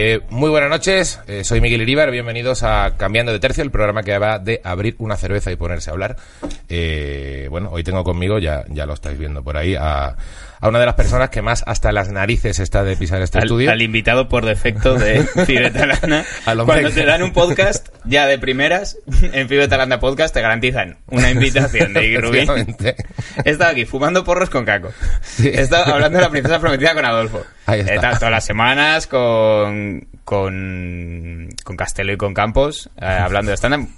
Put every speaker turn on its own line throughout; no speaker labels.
Eh, muy buenas noches, eh, soy Miguel Iríbar, bienvenidos a Cambiando de Tercio, el programa que va de abrir una cerveza y ponerse a hablar. Eh, bueno, hoy tengo conmigo, ya, ya lo estáis viendo por ahí, a, a una de las personas que más hasta las narices está de pisar este
al,
estudio.
al invitado por defecto de Fibetalana.
Al hombre
Cuando
que-
te dan un podcast, ya de primeras, en Fibetalanda Podcast te garantizan una invitación de Iggy Rubin.
Efectivamente.
He estado aquí fumando porros con Caco.
Sí.
He estado hablando de la princesa prometida con Adolfo.
Ahí está.
He estado todas las semanas con, con, con Castelo y con Campos eh, hablando de stand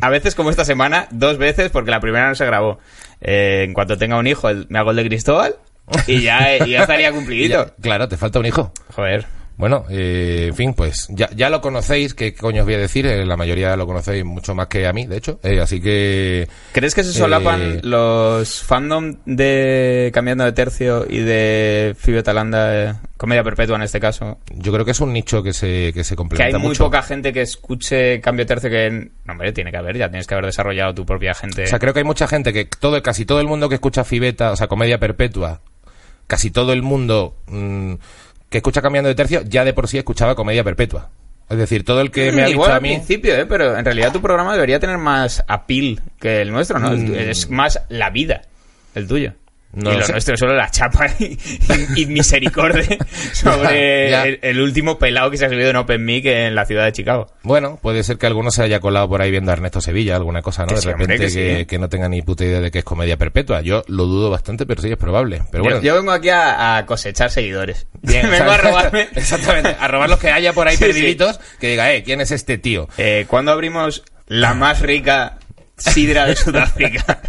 A veces, como esta semana, dos veces, porque la primera no se grabó. Eh, en cuanto tenga un hijo, el- me hago el de Cristóbal y ya, y ya estaría
Y
cumplidito.
ya- claro, te falta un hijo.
Joder.
Bueno, eh, en fin, pues ya, ya lo conocéis, ¿qué coño os voy a decir? Eh, la mayoría lo conocéis mucho más que a mí, de hecho. Eh, así que...
¿Crees que se solapan
Eh,
los fandom de Cambiando de Tercio y de Fibio Talanda, eh, Comedia Perpetua en este caso?
Yo creo que es un nicho que se, que se
Que
complementa
hay muy
mucho.
poca gente que escuche Cambio de Tercio que... No, hombre, tiene que haber, ya tienes que haber desarrollado tu propia gente.
O sea, creo que hay mucha gente que todo, casi todo el mundo que escucha Fibeta, o sea, Comedia Perpetua, casi todo el mundo mm, que escucha Cambiando de Tercio, ya de por sí escuchaba Comedia Perpetua. Es decir, todo el que me ha dicho
Mm, Igual
a
al
mí...
principio, ¿eh? pero en realidad tu programa debería tener más appeal que el nuestro, ¿no? El tu- Es más la vida, el tuyo.
Mm. No
y
lo
lo
sé.
nuestro es solo la chapa y, y- y misericordia sobre
Ya, ya.
El, el último pelado que se ha subido en Open Mic en la ciudad de Chicago.
Bueno, puede ser que alguno se haya colado por ahí viendo a Ernesto Sevilla, alguna cosa, ¿no?
Que
de
sí,
repente
hombre, que sí. ¿eh?
que, que no tenga ni puta idea de que es comedia perpetua. Yo lo dudo bastante, pero sí es probable. Pero
Yo-
bueno,
yo, vengo aquí a, a cosechar seguidores.
Bien,
Vengo a
exacto-
robarme.
Exactamente, a robar los que haya por ahí
Sí, sí.
perdiditos, que diga, eh, ¿quién es este tío?
Eh, ¿Cuándo abrimos la más rica sidra de Sudáfrica?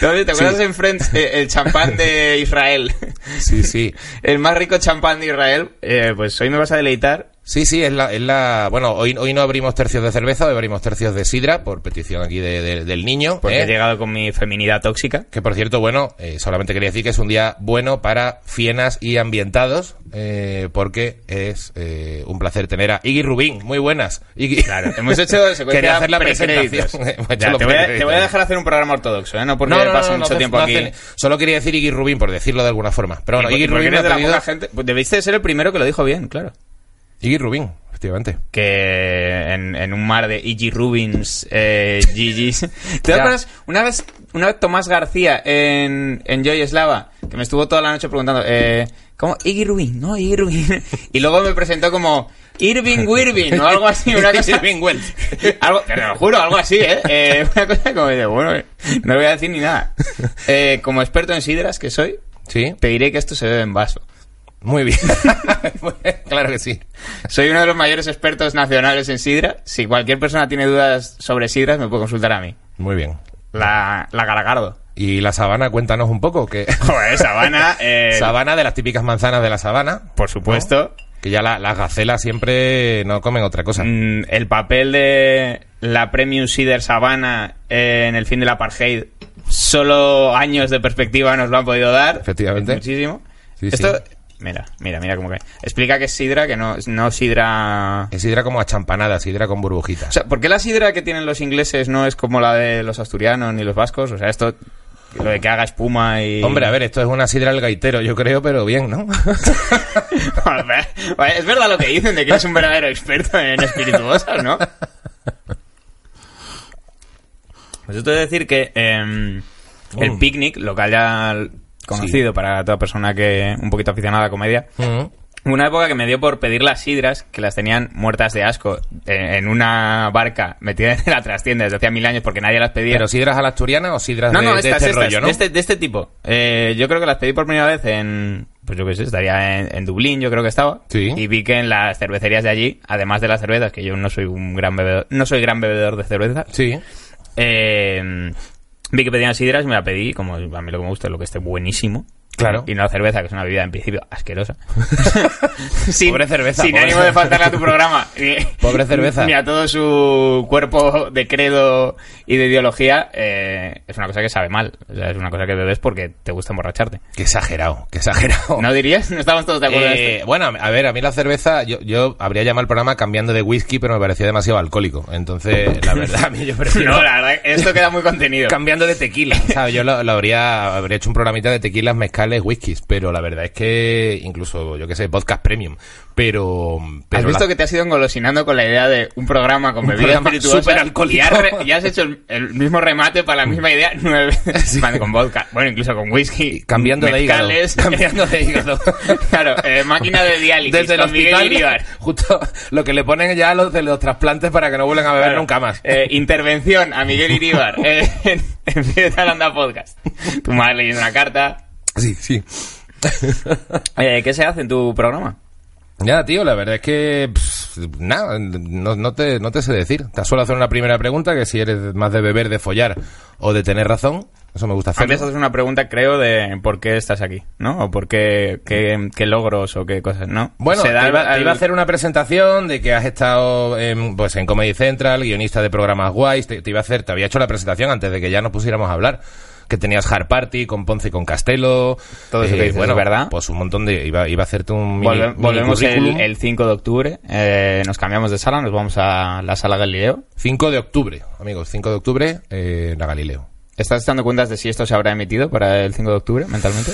Entonces, ¿Te acuerdas en Friends eh, el champán de Israel?
Sí, sí.
El más rico champán de Israel. Eh, pues hoy me vas a deleitar.
Sí, sí, es la, es la... Bueno, hoy, hoy no abrimos tercios de cerveza, hoy abrimos tercios de sidra, por petición aquí de- de- del niño.
Porque
¿eh?
he llegado con mi feminidad tóxica.
Que por cierto, bueno, eh, solamente quería decir que es un día bueno para fienas y ambientados, eh, porque es eh, un placer tener a Iggy Rubín. Muy buenas, Iggy.
Claro, hemos hecho secuencia
Quería hacer la
precréditos.
presentación. Hemos hecho
Ya,
los
te, voy a,
precréditos.
te voy a dejar hacer un programa ortodoxo, ¿eh? No porque paso mucho
hace-
tiempo aquí.
hace- Solo quería decir Iggy Rubín, por decirlo de alguna forma. Pero bueno,
Y por-
Iggy
y porque
Rubín, me
eres de
ha
la
pedido-
poca gente. Pues debiste de ser el primero que lo dijo bien, claro.
Iggy Rubín, efectivamente.
que en, en un mar de E.G. Rubins, eh, GGs. ¿Te
Ya.
acuerdas? Una vez, una vez Tomás García en, en Joy Slava, que me estuvo toda la noche preguntando, eh, ¿cómo? Iggy Rubin, ¿no? Iggy Rubin. Y luego me presentó como Irving Wirvin o algo así, una cosa.
Irving Welch.
Algo, te lo juro, algo así, ¿eh? Eh, Una cosa como de, bueno, eh, no le voy a decir ni nada. Eh, como experto en sidras que soy,
Sí,
te diré que esto se bebe en vaso.
muy bien. claro que sí.
Soy uno de los mayores expertos nacionales en sidra. Si cualquier persona tiene dudas sobre sidras, me puede consultar a mí.
Muy bien.
La, la Garagardo.
Y la sabana, cuéntanos un poco. que
Joder, Sabana. eh,
Sabana de las típicas manzanas de la sabana.
por supuesto.
Que ya la- las gacelas siempre no comen otra cosa.
Mm, el papel de la Premium Cider Sabana eh, en el fin del apartheid, solo años de perspectiva nos lo han podido dar.
Efectivamente.
Muchísimo.
Sí,
Esto.
sí.
Mira, mira, mira cómo que. Explica que es sidra, que no, no sidra.
Es sidra como achampanada, sidra con burbujitas.
O sea, ¿por qué la sidra que tienen los ingleses no es como la de los asturianos ni los vascos? O sea, esto, lo de que haga espuma y...
Hombre, a ver, esto es una sidra al gaitero, yo creo, pero bien, ¿no?
Vale, es verdad lo que dicen de que eres un verdadero experto en espirituosas, ¿no? Pues esto es decir que em, el
Mm.
picnic, lo que haya conocido para toda persona que un poquito aficionada a la comedia,
Mm.
Una época que me dio por pedir las sidras, que las tenían muertas de asco, eh, en una barca metida en la trastienda desde hacía mil años porque nadie las pedía.
¿Pero sidras a la asturiana o sidras
no,
de,
no,
de
estas,
este
estas,
rollo, no?
de, este, de este tipo. Eh, yo creo que las pedí por primera vez en, pues yo qué sé, estaría en, en Dublín, yo creo que estaba.
Sí.
Y vi que en las cervecerías de allí, además de las cervezas, que yo no soy un gran bebedor, no soy gran bebedor de cerveza,
Sí.
eh, vi que pedían sidras y me la pedí, como a mí lo que me gusta es lo que esté buenísimo.
Claro.
Y no la cerveza, que es una bebida en principio asquerosa. sin,
Pobre cerveza,
Sin
pobre
ánimo de
cerveza.
faltarle a tu programa. ni-
Pobre cerveza.
Ni a todo su cuerpo de credo y de ideología. eh, es una cosa que sabe mal. O sea, es una cosa que bebes porque te gusta emborracharte.
Qué exagerado, qué exagerado.
¿No dirías? No estamos todos de este. acuerdo
Oh.
en
Eh,
esto.
bueno, a ver, a mí la cerveza, yo, yo habría llamado al programa cambiando de whisky, pero me parecía demasiado alcohólico. Entonces, la verdad, a mí yo prefiero...
No, la verdad, esto queda muy contenido.
cambiando de tequila. ¿sabes? Yo lo, lo habría, habría hecho un programita de tequilas, mezcales, whiskies, pero la verdad es que incluso, yo qué sé, podcast premium. Pero. pero
has visto
la-
que te has ido engolosinando con la idea de un programa con bebidas
programa
espirituosas
superalcohólico.
y has, re- y has hecho el, el mismo remate para la misma idea nueve veces Vale, con vodka bueno incluso con whisky
Cambiando de hígado.
mezcales.
Cambiando de hígado.
claro eh, máquina de diálisis
Desde el
con Miguel
hospital,
Iribar.
justo lo que le ponen ya a los de los trasplantes para que no vuelvan a beber
Claro.
nunca más.
Eh, intervención a Miguel Iribar eh, en- empieza el Anda Podcast tu madre leyendo una carta
Sí, sí.
Eh, ¿qué se hace en tu programa?
Nada, tío, la verdad es que pff, nada, no, no te, no te sé decir. Te suelo hacer una primera pregunta, que si eres más de beber, de follar o de tener razón, eso me gusta hacer.
Antes haces una pregunta, creo, de por qué estás aquí, ¿no? O por qué, qué, qué logros o qué cosas, ¿no?
Bueno,
Se da
te,
el-
iba, te iba a hacer una presentación de que has estado en, pues, en Comedy Central, guionista de programas guays. Te, te iba a hacer, te había hecho la presentación antes de que ya nos pusiéramos a hablar. Que tenías Hard Party con Ponce y con Castelo.
Todo eso que dices,
bueno,
¿verdad?
Pues un montón de. Iba, iba a hacerte un. Mini,
Volve-
mini
volvemos el,
currículum.
el 5 de octubre, eh, nos cambiamos de sala, nos vamos a la sala Galileo.
5 de octubre, amigos. 5 de octubre, eh, la Galileo.
¿Estás dando cuentas de si esto se habrá emitido para el 5 de octubre mentalmente?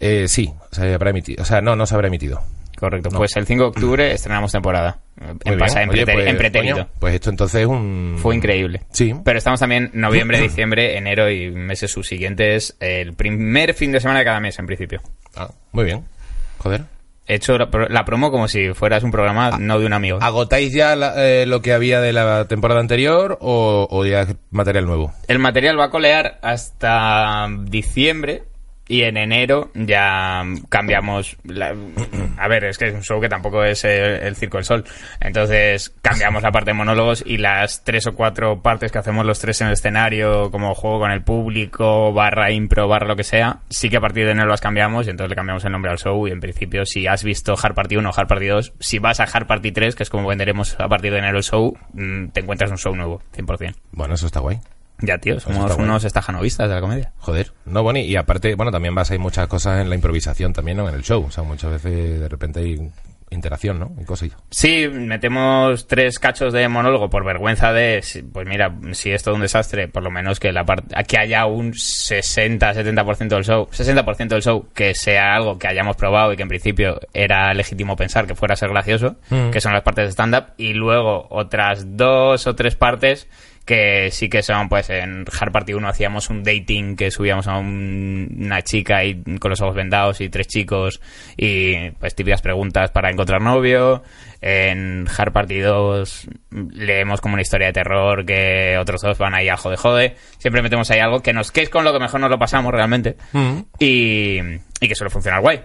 Eh, sí, se habrá emitido. O sea, no, no se habrá emitido.
Correcto, pues el 5 de octubre estrenamos temporada.
Muy
En,
bien.
pasa- en
Oye,
prete-
pues,
en pretérito.
coño, pues esto entonces es un...
Fue increíble.
Sí.
Pero estamos también noviembre, diciembre, enero y meses subsiguientes, el primer fin de semana de cada mes en principio.
Ah, muy bien. Joder.
He hecho la pro- la promo como si fueras un programa no de un amigo.
¿Agotáis ya la- eh, lo que había de la temporada anterior o, o ya es material nuevo?
El material va a colear hasta diciembre y en enero ya cambiamos. la- a ver, es que es un show que tampoco es el, el Circo del Sol. Entonces cambiamos la parte de monólogos y las tres o cuatro partes que hacemos los tres en el escenario, como juego con el público, barra impro, barra lo que sea, sí que a partir de enero las cambiamos y entonces le cambiamos el nombre al show. Y en principio, si has visto Hard Party 1 o Hard Party 2, si vas a Hard Party 3, que es como venderemos a partir de enero el show, mm, te encuentras un show nuevo, 100%.
Bueno, eso está guay.
Ya, tío, somos
está bueno.
unos estajanovistas de la comedia.
Joder. No, bueno, y aparte, bueno, también vas a ir muchas cosas en la improvisación también, ¿no? En el show. O sea, muchas veces de repente hay interacción, ¿no? Y cosas.
Sí, metemos tres cachos de monólogo por vergüenza de, si- pues mira, si es todo un desastre, por lo menos que la parte, que haya un 60-70% del show, 60% del show que sea algo que hayamos probado y que en principio era legítimo pensar que fuera a ser gracioso,
Mm.
que son las partes de stand-up, y luego otras dos o tres partes que sí que son, pues en Hard Party 1 hacíamos un dating que subíamos a un- una chica y con los ojos vendados y tres chicos y pues típicas preguntas para encontrar novio. En Hard Party 2 leemos como una historia de terror que otros dos van ahí a jode jode. Siempre metemos ahí algo que nos que es con lo que mejor nos lo pasamos realmente y, y que suele funcionar guay.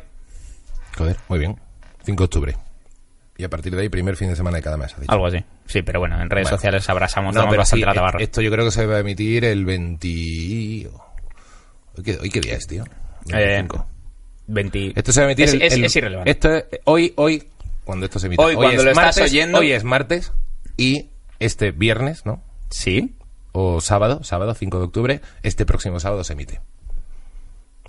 Joder, muy bien. 5 de octubre. Y a partir de ahí, primer fin de semana de cada mes. has dicho.
Algo así. Sí, pero bueno, en redes
Bueno.
sociales abrazamos
No,
damos
pero
bastante
sí, eh,
la tabarra.
esto yo creo que se va a emitir el 20... ¿Hoy qué, hoy qué día es, tío?
Eh,
25.
20
Esto se va a emitir
es,
el-
es-
el- ¿Eh?
es irrelevante.
Esto es- hoy, hoy, cuando esto se emite.
Hoy, cuando
es
lo estás
martes,
oyendo.
Hoy es martes y este viernes, ¿no?
Sí.
O sábado, sábado 5 de octubre, este próximo sábado se emite.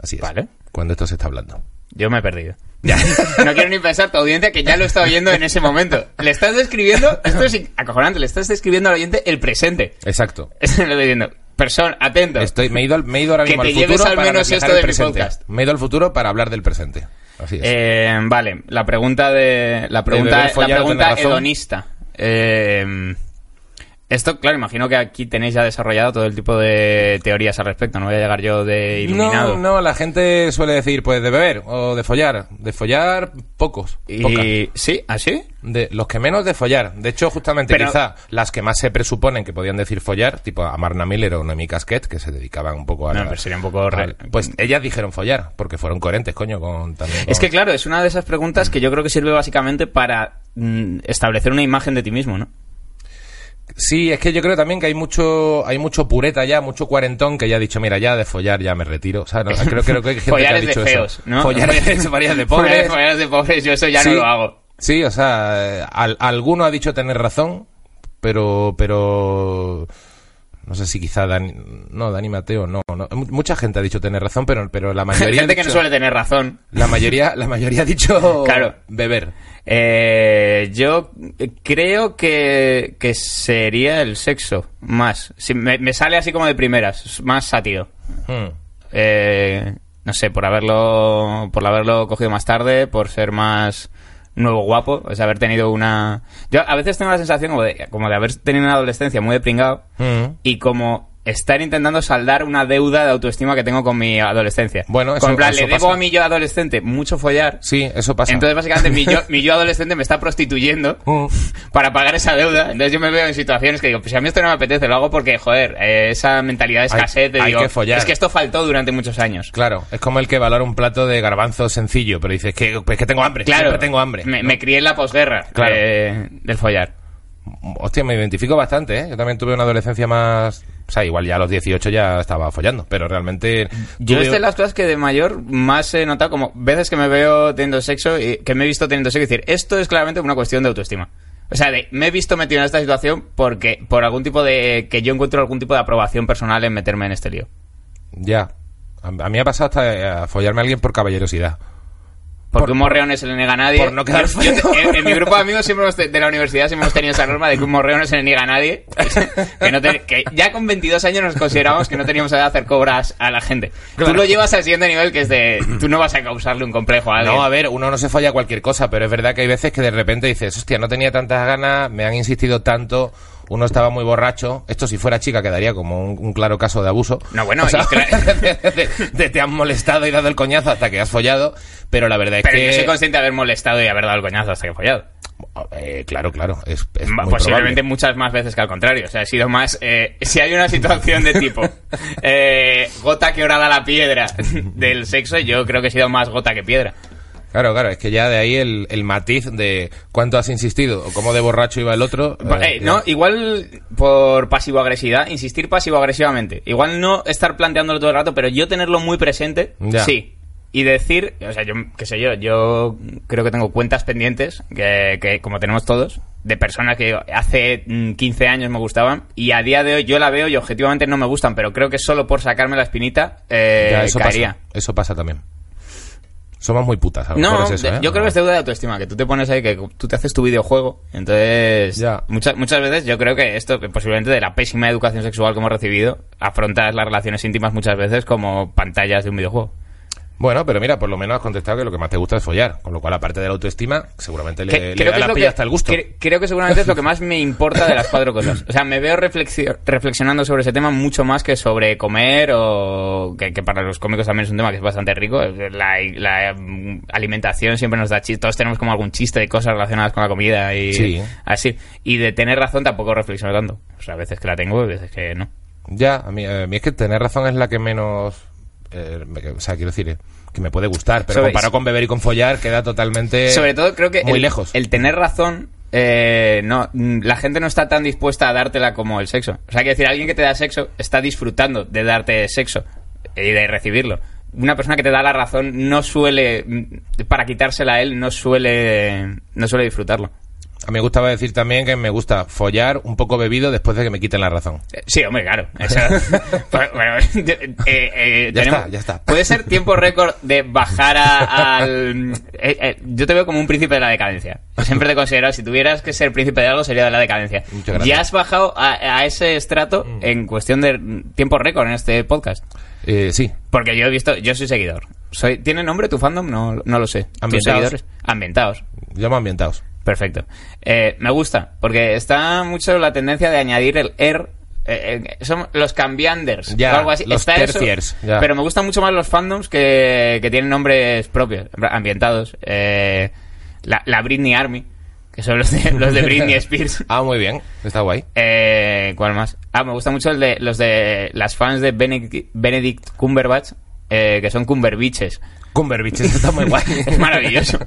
Así es.
Vale.
Cuando esto se está hablando.
Yo me he perdido. No quiero ni pensar tu audiencia que ya lo está oyendo en ese momento. Le estás describiendo, esto es acojonante, le estás describiendo al oyente el presente.
Exacto.
Lo estoy diciendo. Persona, atento.
Estoy, me, he ido, al- me he ido ahora
Que
mismo
te
al futuro
lleves al
para
menos
reflejar
esto
el
de mi
presente.
podcast.
Me he ido al futuro para hablar del presente. Así es.
Eh, vale, la pregunta de la pregunta,
beber, follar,
la pregunta
tener razón.
hedonista. Eh, esto, claro, imagino que aquí tenéis ya desarrollado todo el tipo de teorías al respecto. No voy a llegar yo de iluminado.
No, no, la gente suele decir, pues, de beber o de follar. De follar, pocos. pocas.
Y sí, así.
De los que menos de follar. De hecho, justamente
Pero-
quizá las que más se presuponen que podían decir follar, tipo a Marna Miller o Noemí Casquet, que se dedicaban un poco a...
No,
la-
pero sería un poco re-
al- Pues ellas dijeron follar, porque fueron coherentes, coño, con también...
Es
con-
que claro, es una de esas preguntas que yo creo que sirve básicamente para mm, establecer una imagen de ti mismo, ¿no?
Sí, es que yo creo también que hay mucho hay mucho pureta ya, mucho cuarentón que ya ha dicho, mira, ya de follar ya me retiro. O sea, no, creo, creo que hay gente que ha
Follares
dicho
de
eso.
feos, ¿no?
Follar de, follar de pobres.
Follares de pobres, yo eso ya
Sí.
no lo hago.
Sí, o sea, eh, al- alguno ha dicho tener razón, pero, pero no sé si quizá Dani, no, Dani Mateo, no, no. Mu- mucha gente ha dicho tener razón, pero, pero la mayoría ha
Gente que no
dicho-
suele tener razón.
la mayoría, la mayoría ha dicho
Claro.
beber.
Eh, yo creo que, que sería el sexo más. Si me, me sale así como de primeras, más sátiro.
Hmm.
Eh, no sé, por haberlo, por haberlo cogido más tarde, por ser más nuevo guapo, es haber tenido una... Yo a veces tengo la sensación como de, como de haber tenido una adolescencia muy de pringado
Mm.
y como estar intentando saldar una deuda de autoestima que tengo con mi adolescencia.
Bueno,
Como
eso-
en plan,
eso
le debo
pasa.
a mi yo adolescente mucho follar.
Sí, eso pasa.
Entonces, básicamente, mi yo, mi yo adolescente me está prostituyendo
Mm.
para pagar esa deuda. Entonces, yo me veo en situaciones que digo, pues si a mí esto no me apetece, lo hago porque, joder, eh, esa mentalidad de
Hay-
escasez, de
hay
digo,
que follar.
es que esto faltó durante muchos años.
Claro, es como el que valora un plato de garbanzo sencillo, pero dices que, pues que tengo hambre, siempre tengo hambre.
Me, me crié en la posguerra
Claro.
eh, del follar.
Hostia, me identifico bastante, ¿eh? Yo también tuve una adolescencia más... O sea, igual ya a los 18 ya estaba follando, pero realmente...
Yo este
tuve-
es de las cosas que de mayor más he notado como veces que me veo teniendo sexo y que me he visto teniendo sexo y decir, esto es claramente una cuestión de autoestima. O sea, de, me he visto metido en esta situación porque por algún tipo de que yo encuentro algún tipo de aprobación personal en meterme en este lío.
Ya. A, a mí me ha pasado hasta eh, a follarme a alguien por caballerosidad.
Porque
Por-
un morreo no se le niega a nadie.
por no quedar
Yo- yo te-
feo.
en, en mi grupo de amigos siempre hemos te- de la universidad siempre hemos tenido esa norma de que un morreo no se le niega a nadie. que, no te- que ya con 22 años nos consideramos que no teníamos edad de hacer cobras a la gente.
Claro.
Tú lo llevas al siguiente nivel que es de... Tú no vas a causarle un complejo a alguien.
No, a ver, uno no se folla cualquier cosa, pero es verdad que hay veces que de repente dices, hostia, no tenía tantas ganas, me han insistido tanto, uno estaba muy borracho. Esto si fuera chica quedaría como un, un claro caso de abuso.
No, bueno,
O sea,
y cla-
de- de- de- te han molestado y dado el coñazo hasta que has follado, pero la verdad es
Pero
que...
yo soy consciente de haber molestado y haber dado el coñazo hasta que he follado.
Eh, claro, claro, es, es
Ma-
muy probable.
Posiblemente muchas más veces que al contrario. O sea, he sido más. eh, si hay una situación de tipo eh, gota que orada la piedra del sexo, yo creo que he sido más gota que piedra.
Claro, claro, es que ya de ahí el, el matiz de cuánto has insistido o cómo de borracho iba el otro.
Pa-
eh,
eh, no,
ya.
igual por pasivo-agresividad, insistir pasivo-agresivamente. Igual no estar planteándolo todo el rato, pero yo tenerlo muy presente,
Ya.
sí. Y decir, o sea, yo, qué sé yo, yo creo que tengo cuentas pendientes, que, que como tenemos todos, de personas que hace mm, 15 años me gustaban, y a día de hoy yo la veo y objetivamente no me gustan, pero creo que solo por sacarme la espinita eh,
Ya, eso
caería.
pasa, eso pasa también. Somos muy putas, a lo
No,
mejor es eso,
de-
¿eh?
yo creo que es deuda de autoestima, que tú te pones ahí, que tú te haces tu videojuego. Entonces,
Ya.
muchas, muchas veces yo creo que esto, que posiblemente de la pésima educación sexual que hemos recibido, afrontas las relaciones íntimas muchas veces como pantallas de un videojuego.
Bueno, pero mira, por lo menos has contestado que lo que más te gusta es follar. Con lo cual, aparte de la autoestima, seguramente
Que-
le, le da
creo que es
la
lo
pilla
que-
hasta el gusto.
cre- creo que seguramente es lo que más me importa de las cuatro cosas. O sea, me veo reflexio- reflexionando sobre ese tema mucho más que sobre comer o que, que para los cómicos también es un tema que es bastante rico. La, la, mm, alimentación siempre nos da chistes. Todos tenemos como algún chiste de cosas relacionadas con la comida y
Sí.
así. Y de tener razón tampoco reflexiono tanto. O sea, a veces que la tengo y a veces que no.
Ya, a mí, eh, a mí es que tener razón es la que menos... eh, me- que- o sea, quiero decir, eh, que me puede gustar, pero
Sobre-
comparado con beber y con follar queda totalmente...
Sobre todo creo que
Muy
el,
lejos.
el tener razón eh, no mm, la gente no está tan dispuesta a dártela como el sexo. O sea, que decir, alguien que te da sexo está disfrutando de darte sexo eh, y de recibirlo. Una persona que te da la razón no suele mm, para quitársela a él no suele no suele disfrutarlo.
A mí me gustaba decir también que me gusta follar un poco bebido después de que me quiten la razón.
Eh, Sí, hombre, claro. Eso- Bueno, bueno, eh, eh,
Ya
tenemos-
está, ya está.
Puede ser tiempo récord de bajar a- al... eh, eh, yo te veo como un príncipe de la decadencia. Siempre te he considerado, si tuvieras que ser príncipe de algo, sería de la decadencia.
Muchas gracias.
Ya has bajado a, a ese estrato en cuestión de mm, tiempo récord en este podcast.
Eh, sí,
Porque yo he visto... Yo soy seguidor. Soy, ¿Tiene nombre tu fandom? No, no lo sé. ¿Tus
Ambientados.
seguidores? Ambientados.
llamo ambientados.
Perfecto. Eh, me gusta, porque está mucho la tendencia de añadir el er. eh, eh, son los cambianders
Ya,
o algo así.
los
Está eso,
terciers, ya.
Pero me gustan mucho más los fandoms que, que tienen nombres propios, ambientados. Eh, la, la Britney Army, que son los de, los de Britney Spears.
Ah, muy bien, está guay.
Eh, ¿Cuál más? Ah, me gusta mucho el de los de las fans de Benedict, Benedict Cumberbatch, eh, que son Cumberbiches.
Cumberbatch, esto está muy guay.
Es maravilloso.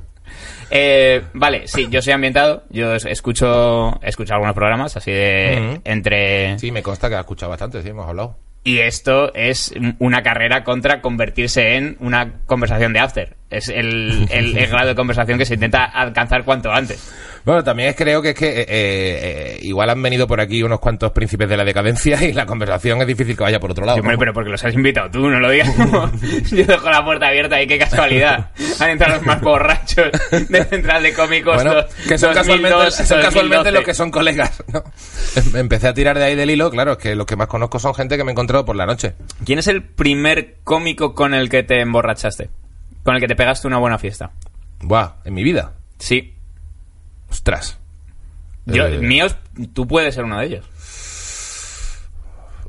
Eh, vale, sí, yo soy ambientado. Yo es- escucho, he escuchado algunos programas así de
Ujú.
entre.
Sí, me consta que has escuchado bastante, sí, hemos hablado.
Y esto es m- una carrera contra convertirse en una conversación de after. Es el, el- el grado de conversación que se intenta alcanzar cuanto antes.
Bueno, también creo que es que eh, eh, igual han venido por aquí unos cuantos príncipes de la decadencia y la conversación es difícil que vaya por otro lado.
Sí, hombre,
¿no?
pero porque los has invitado tú, no lo digas. como- Yo dejo la puerta abierta y qué casualidad. Han entrado los más borrachos de Central de Cómicos.
Bueno,
dos-
que son
2002,
casualmente, son casualmente
2012.
los que son colegas. ¿no? Em- Empecé a tirar de ahí del hilo, claro, es que los que más conozco son gente que me he encontrado por la noche.
¿Quién es el primer cómico con el que te emborrachaste? Con el que te pegaste una buena fiesta.
Buah, en mi vida.
Sí.
Ostras.
Yo,
Eh,
Míos, tú puedes ser uno de ellos.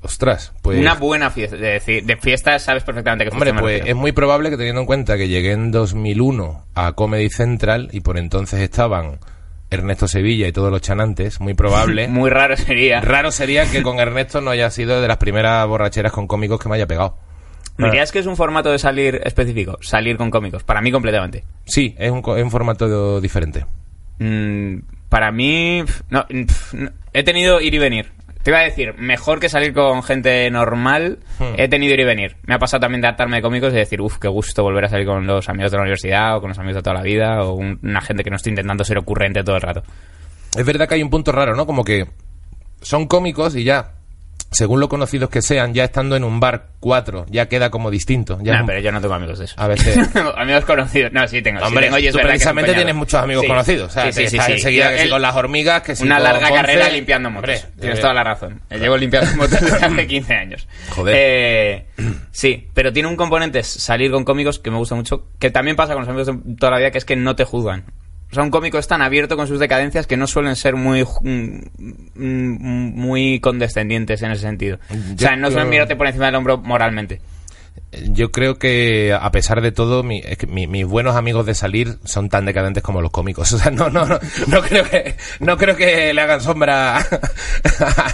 Ostras, pues.
Una buena fiesta. De, decir, de fiesta sabes perfectamente que
Hombre, pues es muy probable que teniendo en cuenta que llegué en 2001 a Comedy Central y por entonces estaban Ernesto Sevilla y todos los chanantes, muy probable.
Muy raro sería.
¿eh? Raro sería que con Ernesto no haya sido de las primeras borracheras con cómicos que me haya pegado.
¿Dirías que es un formato de salir específico? Salir con cómicos. Para mí, completamente.
Sí, es un, co- es un formato diferente.
Mm, para mí. pf, No, mm, pf, no. he tenido ir y venir. Te iba a decir, mejor que salir con gente normal,
Hmm.
he tenido ir y venir. Me ha pasado también de hartarme de cómicos y decir, uff, qué gusto volver a salir con los amigos de la universidad o con los amigos de toda la vida o un- una gente que no estoy intentando ser ocurrente todo el rato.
Es verdad que hay un punto raro, ¿no? Como que son cómicos y ya, según lo conocidos que sean, ya estando en un bar cuatro, ya queda como distinto. Ya
Nah,
es un-
pero yo no tengo amigos de eso.
A veces.
amigos conocidos. No, sí tengo. sí
Hombre,
tengo, y es
tú
verdad que es un
precisamente
puñado.
tienes muchos amigos
Sí.
conocidos. O sea,
Sí, sí,
te
sí,
estás
sí.
enseguida
Yo-
que sí
el-
con las hormigas, que sí
una
con
larga
Ponce.
carrera limpiando motos.
Hombre,
Tienes
eh,
toda la razón. Llevo limpiando motos desde hace 15 años.
Joder.
Eh, sí, pero tiene un componente salir con cómicos que me gusta mucho, que también pasa con los amigos de toda la vida, que es que no te juzgan. O sea, un cómico es tan abierto con sus decadencias que no suelen ser muy ju- mm, mm, muy condescendientes en ese sentido. o sea,
Yo
no suelen
creo-
mirarte por encima del hombro moralmente.
Yo creo que, a pesar de todo, mi- es que mi- mis buenos amigos de salir son tan decadentes como los cómicos. O sea, no, no, no, no creo que, no creo que le hagan sombra a,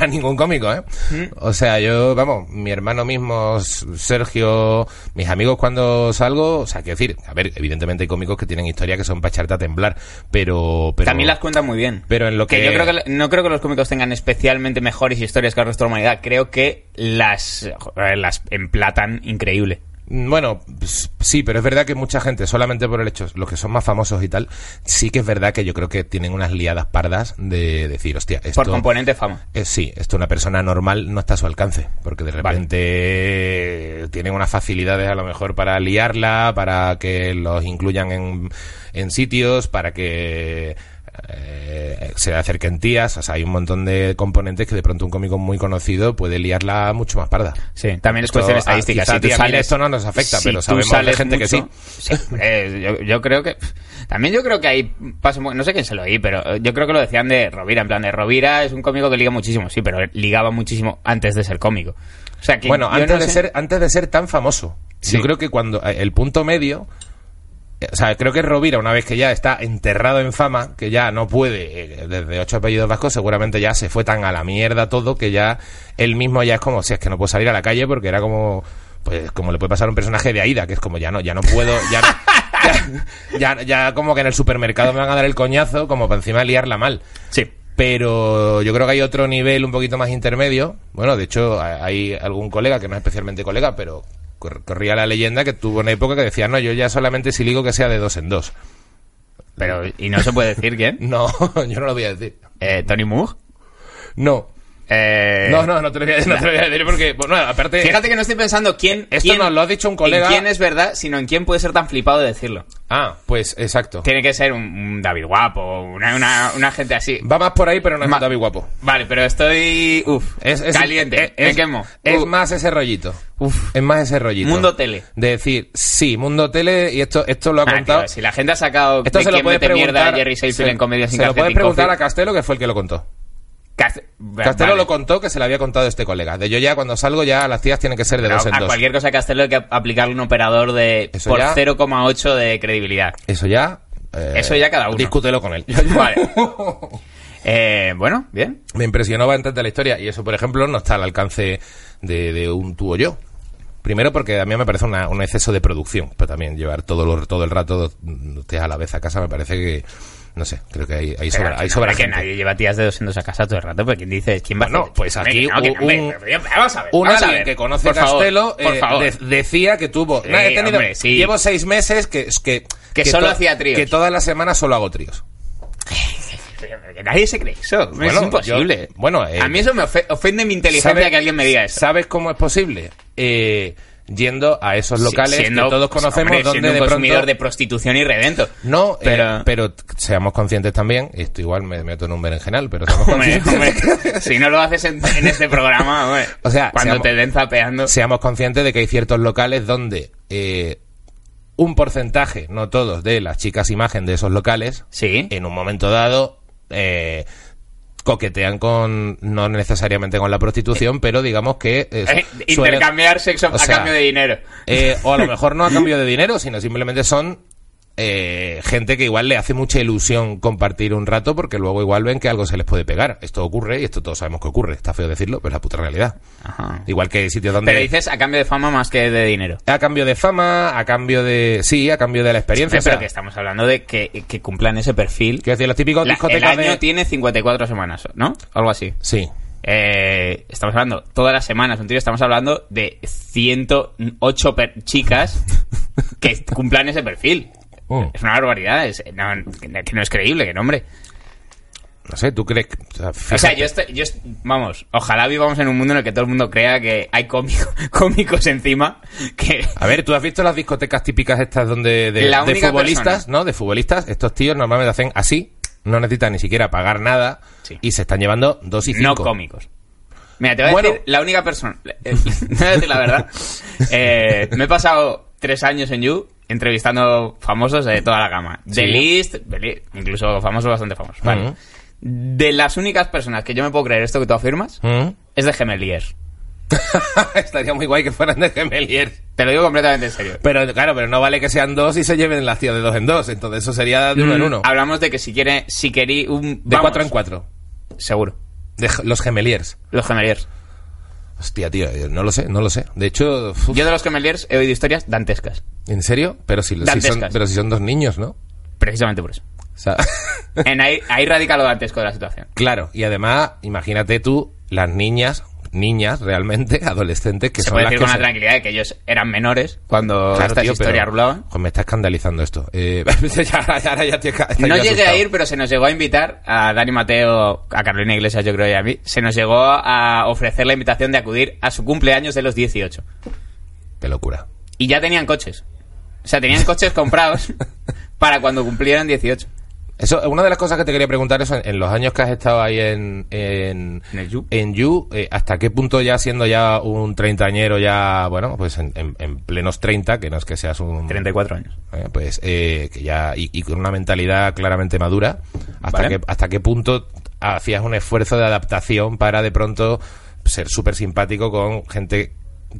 a ningún cómico, ¿eh?
Mm.
O sea, yo, vamos, mi hermano mismo, S- Sergio, mis amigos cuando salgo, o sea, quiero decir, a ver, evidentemente hay cómicos que tienen historia que son para echarte a temblar, pero, pero.
También las cuentan muy bien.
pero en lo que-
yo creo que la- no creo que los cómicos tengan especialmente mejores historias que el resto de la humanidad. Creo que las joder, las emplatan increíble.
Bueno, s- sí, pero es verdad que mucha gente, solamente por el hecho, los que son más famosos y tal, sí que es verdad que yo creo que tienen unas liadas pardas de decir, hostia, esto...
Por componente de fama.
Eh, sí, esto una persona normal no está a su alcance, porque de repente tienen unas facilidades a lo mejor para liarla, para que los incluyan en, en sitios, para que eh, se acerquen tías, o sea, hay un montón de componentes que de pronto un cómico muy conocido puede liarla mucho más parda.
Sí, también es
Esto,
cuestión
ah,
estadística.
quizá a
Si
ti,
tú
a mí
sales,
esto no nos afecta, pero
tú
sabemos de
sales
gente que
mucho- sí, eh, yo, yo creo que. También yo creo que ahí pasa. un poco- No sé quién se lo oí, pero eh, yo creo que lo decían de Rovira. En plan, de Rovira es un cómico que liga muchísimo. Sí, pero ligaba muchísimo antes de ser cómico. O sea, que
Bueno,
yo
antes,
no
de
sé-
ser, antes de ser tan famoso.
Sí.
Yo creo que cuando eh, el punto medio. eh, O sea, creo que Rovira, una vez que ya está enterrado en fama, que ya no puede, eh, desde ocho apellidos vascos, seguramente ya se fue tan a la mierda todo que ya él mismo ya es como, si es que no puedo salir a la calle porque era como, pues como le puede pasar a un personaje de Aida, que es como, ya no, ya no puedo, ya no- ya, ya, ya como que en el supermercado me van a dar el coñazo como para encima liarla mal.
Sí.
Pero yo creo que hay otro nivel un poquito más intermedio. Bueno, de hecho, ha- hay algún colega que no es especialmente colega, pero cor- corría la leyenda que tuvo una época que decía, no, yo ya solamente si ligo que sea de dos en dos.
Pero, ¿y no se puede decir quién?
No, yo no lo voy a decir.
Eh, ¿Tony Moog?
No.
Eh,
No, no, no te lo voy a, no te lo voy a decir porque, bueno, aparte...
Fíjate que no estoy pensando quién.
Esto
quién-
nos lo ha dicho un
en
colega.
quién es verdad, sino en quién puede ser tan flipado de decirlo.
Ah, pues exacto.
Tiene que ser un, un David Guapo, una, una, una gente así.
Va más por ahí, pero no es
Ma-
un David guapo.
Vale, pero estoy. Uf,
Es, es-
caliente.
es-
me quemo.
Es
Uf,
más ese rollito.
Uf.
Es más ese rollito.
Mundo tele.
De decir, sí, mundo tele, y esto, esto lo ha
Ah,
contado.
tío, si la gente ha sacado
Esto
de
se lo
quién
puedes
mete mierda a
preguntar.
Jerry Seinfeld
se-
en comedia sin
se lo puedes
Calcetín
preguntar a
Coffee.
Castelo, que fue el que lo contó.
Cas-
Castelo
Vale.
lo contó que se le había contado este colega. De yo ya cuando salgo ya las tías tienen que ser de
Pero
dos en
a
dos.
cualquier cosa de Castelo hay que ap- aplicarle un operador de
Eso
por
ya-
0,8 de credibilidad.
Eso ya. eh,
Eso ya cada uno.
Discútelo con él.
Vale. Eh, bueno, bien.
Me impresionó bastante la historia y eso, por ejemplo, no está al alcance de, de un tú o yo. Primero porque a mí me parece una- un exceso de producción, pero también llevar todo, lo- todo el rato dos dos tías a la vez a casa me parece que, no sé, creo que hay, hay
Pero
sobra,
aquí
hay
no,
sobra
hombre, que
gente.
nadie lleva tías de dos en dos a casa todo el rato, pero ¿quién dice? ¿Quién va a
Bueno,
hacer-
pues
Hombre,
aquí
que no, que no,
un-
hombre, pero ya- vamos a ver.
Un
vamos a
alguien
ver.
que conoce
Por favor,
Castelo
por
eh,
favor.
de- decía que tuvo.
Sí,
"No, he tenido-
hombre, sí.
Llevo seis meses que, que,
Que solo
to-
hacía tríos".
Que todas las semanas solo hago tríos.
Que Nadie se cree eso. es imposible.
yo- bueno, eh,
a mí eso me ofe- ofende mi inteligencia
¿sabe-
que alguien me diga eso.
¿Sabes cómo es posible? Eh, yendo a esos
Sí,
locales
siendo- pues,
que todos conocemos
hombre, siendo
donde
un
de
consumidor
pronto
de prostitución y redento.
No, eh, pero,
Pero-
t- seamos conscientes también, y esto igual me meto en un berenjenal, pero seamos
Hombre,
conscientes,
hombre, si no lo haces en, en este programa, hombre,
O sea,
cuando
seamos-
te den zapeando,
seamos conscientes de que hay ciertos locales donde eh, un porcentaje, no todos, de las chicas imagen de esos locales,
sí,
en un momento dado, eh, coquetean con, no necesariamente con la prostitución, pero digamos que... eh,
Eh,
suelen-
intercambiar sexo
o sea,
a cambio de dinero.
Eh, o a lo mejor no a cambio de dinero, sino simplemente son eh, gente que igual le hace mucha ilusión compartir un rato porque luego igual ven que algo se les puede pegar. Esto ocurre y esto todos sabemos que ocurre. Está feo decirlo, pero es la puta realidad.
Ajá.
Igual que hay sitios donde...
Pero dices a cambio de fama más que de dinero.
A cambio de fama, a cambio de... Sí, a cambio de la experiencia.
Pero
o sea,
que estamos hablando de que, que cumplan ese perfil.
Quiero decir, los típicos
La- el
discotecas
año
de...
tiene 54 semanas, ¿no? Algo así.
Sí.
Eh, estamos hablando todas las semanas, un tío, estamos hablando de 108 per- chicas que cumplan ese perfil.
Mm.
Es una barbaridad, es, no, que no- que no es creíble, que nombre.
No sé, ¿tú crees? que- O sea,
O sea,
fíjate.
yo estoy, yo est- vamos, ojalá vivamos en un mundo en el que todo el mundo crea que hay cómico- cómicos encima que...
A ver, tú has visto las discotecas típicas estas donde de,
La
de
única
futbolistas,
persona.
¿no? De futbolistas, estos tíos normalmente hacen así, no necesitan ni siquiera pagar nada
Sí.
y se están llevando dos y cinco.
No cómicos. Mira, te voy a
Bueno.
decir la única persona. eh, Te voy a decir la verdad. Eh, me he pasado tres años en You entrevistando famosos de toda la gama.
Sí.
The List, The Li- incluso famosos bastante famosos. Vale.
Ujú.
De las únicas personas que yo me puedo creer esto que tú afirmas
¿Mm?
es de Gemeliers.
Estaría muy guay que fueran de gemelier.
Te lo digo completamente en serio.
Pero claro, pero no vale que sean dos y se lleven las tías de dos en dos. Entonces eso sería de uno en
Mm,
uno.
Hablamos de que si quiere, si querí un.
De
vamos,
cuatro en cuatro.
Seguro.
De ge- los gemeliers.
Los Gemeliers.
Hostia, tío, eh, no lo sé, no lo sé. De hecho, uf,
Yo de los Gemeliers he oído historias dantescas.
¿en serio? Pero si, si son,
Dantescas.
pero si son dos niños, ¿no?
Precisamente por eso.
O sea,
En ahí, ahí radica lo dantesco de la situación.
Claro, y además, imagínate tú, las niñas, niñas realmente, adolescentes, que
se
son
puede
las
decir
que
con la
se-
tranquilidad de que ellos eran menores cuando
Claro,
estas
tío,
historias
pero-
rulaban.
Joder, me está escandalizando esto. Eh, ya, ahora- ahora ya estoy ca- estoy
No llegué a
asustado.
ir, pero se nos llegó a invitar a Dani Mateo, a Carolina Iglesias, yo creo, y a mí. Se nos llegó a ofrecer la invitación de acudir a su cumpleaños de los 18.
Qué locura.
Y ya tenían coches. O sea, tenían coches comprados para cuando cumplieran 18.
Eso, una de las cosas que te quería preguntar es, en, en los años que has estado ahí en... En,
En el You.
en You, eh, ¿hasta qué punto ya siendo ya un treintañero ya, bueno, pues en, en- en plenos 30, que no es que seas un...
34 años.
Eh, pues eh, que ya y, y con una mentalidad claramente madura hasta
Vale.
que hasta qué punto hacías un esfuerzo de adaptación para de pronto ser súper simpático con gente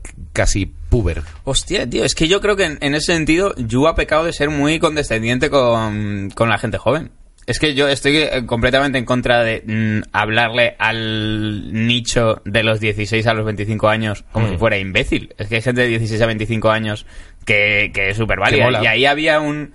c- casi puber
Hostia, tío, es que yo creo que en, en ese sentido yo ha pecado de ser muy condescendiente con, con la gente joven. Es que yo estoy eh, completamente en contra de mm, hablarle al nicho de los 16 a los 25 años como
Mm.
si fuera imbécil. Es que hay gente de 16 a 25 años que, que es súper válida.
Que mola.
Y ahí había un...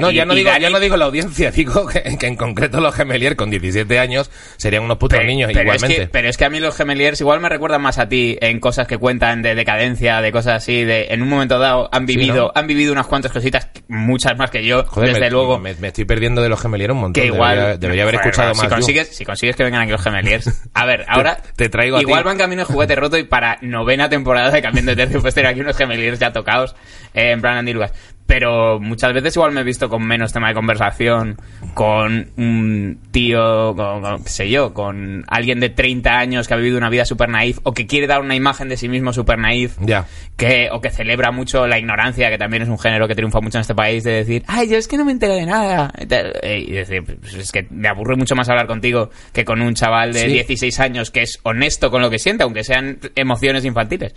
no ya no
y
digo ya
Dani-
no digo la audiencia digo que, que en concreto los gemelier con 17 años serían unos putos niños igualmente
Es que, pero es que a mí los gemeliers igual me recuerdan más a ti en cosas que cuentan de decadencia, de cosas así, de en un momento dado han vivido,
¿no?
han vivido unas cuantas cositas, muchas más que yo,
Joder,
desde
me,
luego.
me, me estoy perdiendo de los gemelier un montón
que igual
debería, debería haber
Joder,
escuchado
si
más Jung.
consigues si consigues que vengan aquí los gemeliers a ver ahora
te traigo a
igual
ti.
van camino de juguete roto y para novena temporada de cambiando de tercio pues tener aquí unos gemeliers ya tocados eh, en plan Andy Lucas pero muchas veces igual me he visto con menos tema de conversación con un tío con, con- qué sé yo con alguien de 30 años que ha vivido una vida super naif o que quiere dar una imagen de sí mismo super naif
ya
que, o que celebra mucho la ignorancia, que también es un género que triunfa mucho en este país, de decir, ay, yo es que no me entero de nada. y tal, eh, Y decir, "Pues es que me aburre mucho más hablar contigo que con un chaval de
Sí.
16 años que es honesto con lo que siente, aunque sean emociones infantiles.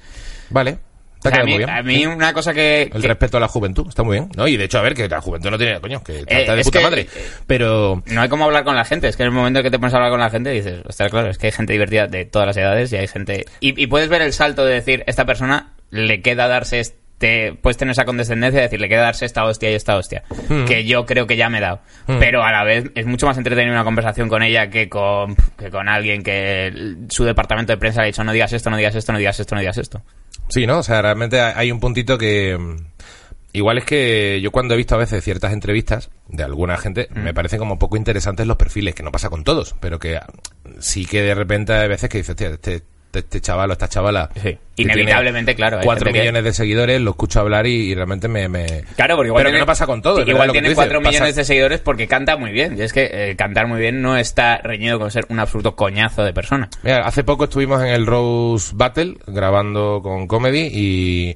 vale te
O
ha
sea,
quedado
a,
muy
mí,
bien
a mí una cosa que...
El
que-
respeto a la juventud, está muy bien. No, y de hecho, a ver, que la juventud no tiene coño, que trata de
Eh, es
puta
que-
madre. Pero.
no hay como hablar con la gente, es que en el momento que te pones a hablar con la gente dices, está claro, es que hay gente divertida de todas las edades y hay gente... Y, y puedes ver el salto de decir, esta persona le queda darse este... Puedes tener esa condescendencia de decir, le queda darse esta hostia y esta hostia,
Hmm.
que yo creo que ya me he dado.
Hmm.
Pero a la vez es mucho más entretenida una conversación con ella que con, que con alguien que el- su departamento de prensa le ha dicho, no digas esto, no digas esto, no digas esto, no digas esto.
Sí, ¿no? O sea, realmente hay un puntito que. mm, Igual es que yo cuando he visto a veces ciertas entrevistas de alguna gente,
Mm.
me parecen como poco interesantes los perfiles, que no pasa con todos, pero que ah, sí que de repente hay veces que dices, "Hostia, este, este chaval o esta chavala...
Sí.
que
Inevitablemente, claro, hay
tiene Cuatro
gente que-
millones de seguidores, lo escucho hablar y, y realmente me... me-
Claro, porque igual
Pero que
tiene-
no pasa con todo, es verdad
Igual
lo que
tiene
tú dices,
4
pasa-
millones de seguidores porque canta muy bien. Y es que eh, cantar muy bien no está reñido con ser un absoluto coñazo de persona.
Mira, hace poco estuvimos en el Rose Battle grabando con Comedy y,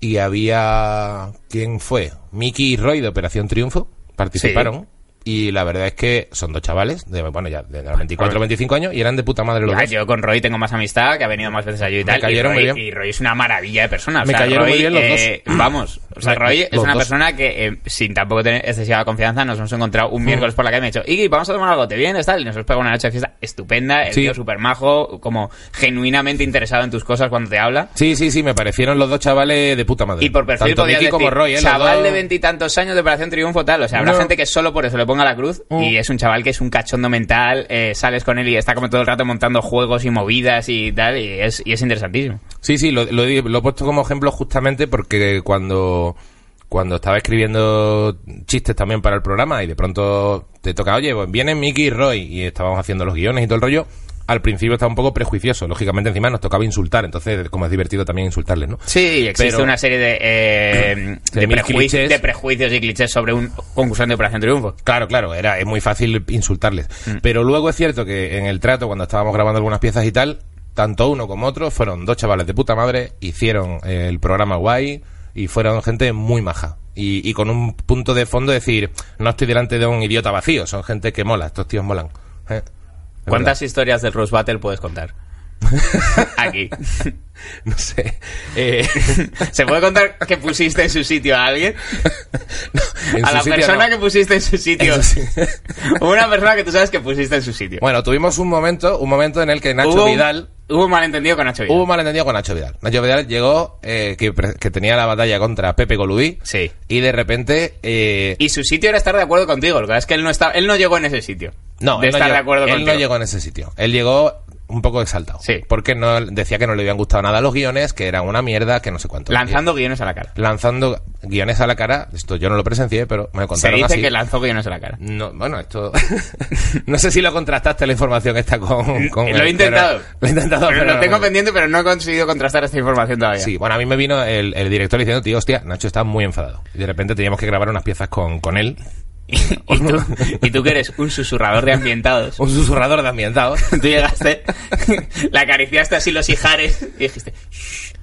y había... ¿Quién fue? Mickey y Roy de Operación Triunfo participaron. Y la verdad es que son dos chavales, de, bueno, ya de 24 o 25 años, y eran de puta madre los
Ya,
dos.
yo con Roy tengo más amistad, que ha venido más veces allí y tal.
cayeron
y, Roy,
muy bien.
y Roy es una maravilla de persona. O
Me
sea,
cayeron muy
Roy,
bien los
eh, Vamos, o sea,
Me-
Roy es
los
una
dos.
persona que eh, sin tampoco tener excesiva confianza nos hemos encontrado
Mm.
un miércoles por la calle y me ha dicho, Iggy, vamos a tomar algo, ¿te vienes? Tal, y nos hemos pegado una noche de fiesta estupenda, el
Sí.
tío súper majo, como genuinamente interesado en tus cosas cuando te habla.
Sí, sí, sí, me parecieron los dos chavales de puta madre.
Y por perfil
Pues, Tanto
podías
Mickey como
decir,
Roy, ¿eh? Los
chaval
dos-
de veintitantos años de Operación Triunfo tal. O sea, habrá
No.
gente que solo por eso le ponga la cruz
Mm.
y es un chaval que es un cachondo mental, eh, sales con él y está como todo el rato montando juegos y movidas y tal y es, y es interesantísimo.
Sí, sí, lo, lo he- lo he puesto como ejemplo justamente porque cuando, cuando estaba escribiendo chistes también para el programa y de pronto te toca, oye, pues vienen Mickey y Roy y estábamos haciendo los guiones y todo el rollo, al principio estaba un poco prejuicioso. Lógicamente encima nos tocaba insultar, entonces como es divertido también insultarles, ¿no?
Sí, existe
Pero-
una serie de, eh,
De
de,
mil
prejuici-
clichés.
de prejuicios y clichés sobre un concursante de Operación Triunfo.
Claro, claro, era, es muy fácil insultarles.
Mm.
Pero luego es cierto que en el trato, cuando estábamos grabando algunas piezas y tal, tanto uno como otro fueron dos chavales de puta madre, hicieron eh, el programa guay y fueron gente muy maja. Y, y con un punto de fondo decir, no estoy delante de un idiota vacío, son gente que mola, estos tíos molan. Eh, es
¿Cuántas historias del Rose Battle puedes contar? Aquí.
verdad. No sé. Eh,
¿Se puede contar que pusiste en su sitio a alguien?
en
a
su
la
sitio
persona
no.
que pusiste en su sitio.
En su
Una persona que tú sabes que pusiste en su sitio.
Bueno, tuvimos un momento, un momento en el que Nacho
hubo, un-
Vidal
hubo un malentendido con Nacho Vidal.
Hubo un malentendido con Nacho Vidal. Nacho Vidal llegó, eh, que, pre- que tenía la batalla contra Pepe Golubí.
Sí.
Y de repente. eh,
Y su sitio era estar de acuerdo contigo. Lo que pasa es que él no, está, él no llegó en ese sitio.
no,
de
él, no
estar
llegó,
de acuerdo
él
contigo.
no llegó en ese sitio. Él llegó un poco exaltado.
Sí.
Porque no, decía que no le habían gustado nada los guiones, que era una mierda, que no sé cuánto.
Lanzando guiones a la cara.
Lanzando guiones a la cara. Esto yo no lo presencié, pero me lo
Se
contaron
dice
así.
que lanzó guiones a la cara.
No, bueno, esto. no sé si lo contrastaste la información esta con. con
Lo he
el-
intentado.
pero- lo he intentado,
Pero
pero
lo
no,
tengo
no.
pendiente, pero no he conseguido contrastar esta información todavía.
Sí, bueno, a mí me vino el, el director diciendo, tío, hostia, Nacho está muy enfadado. Y de repente teníamos que grabar unas piezas con, con él,
y, tú, y tú que eres un susurrador de ambientados.
un susurrador de ambientados.
Tú llegaste, la acariciaste así los hijares y dijiste,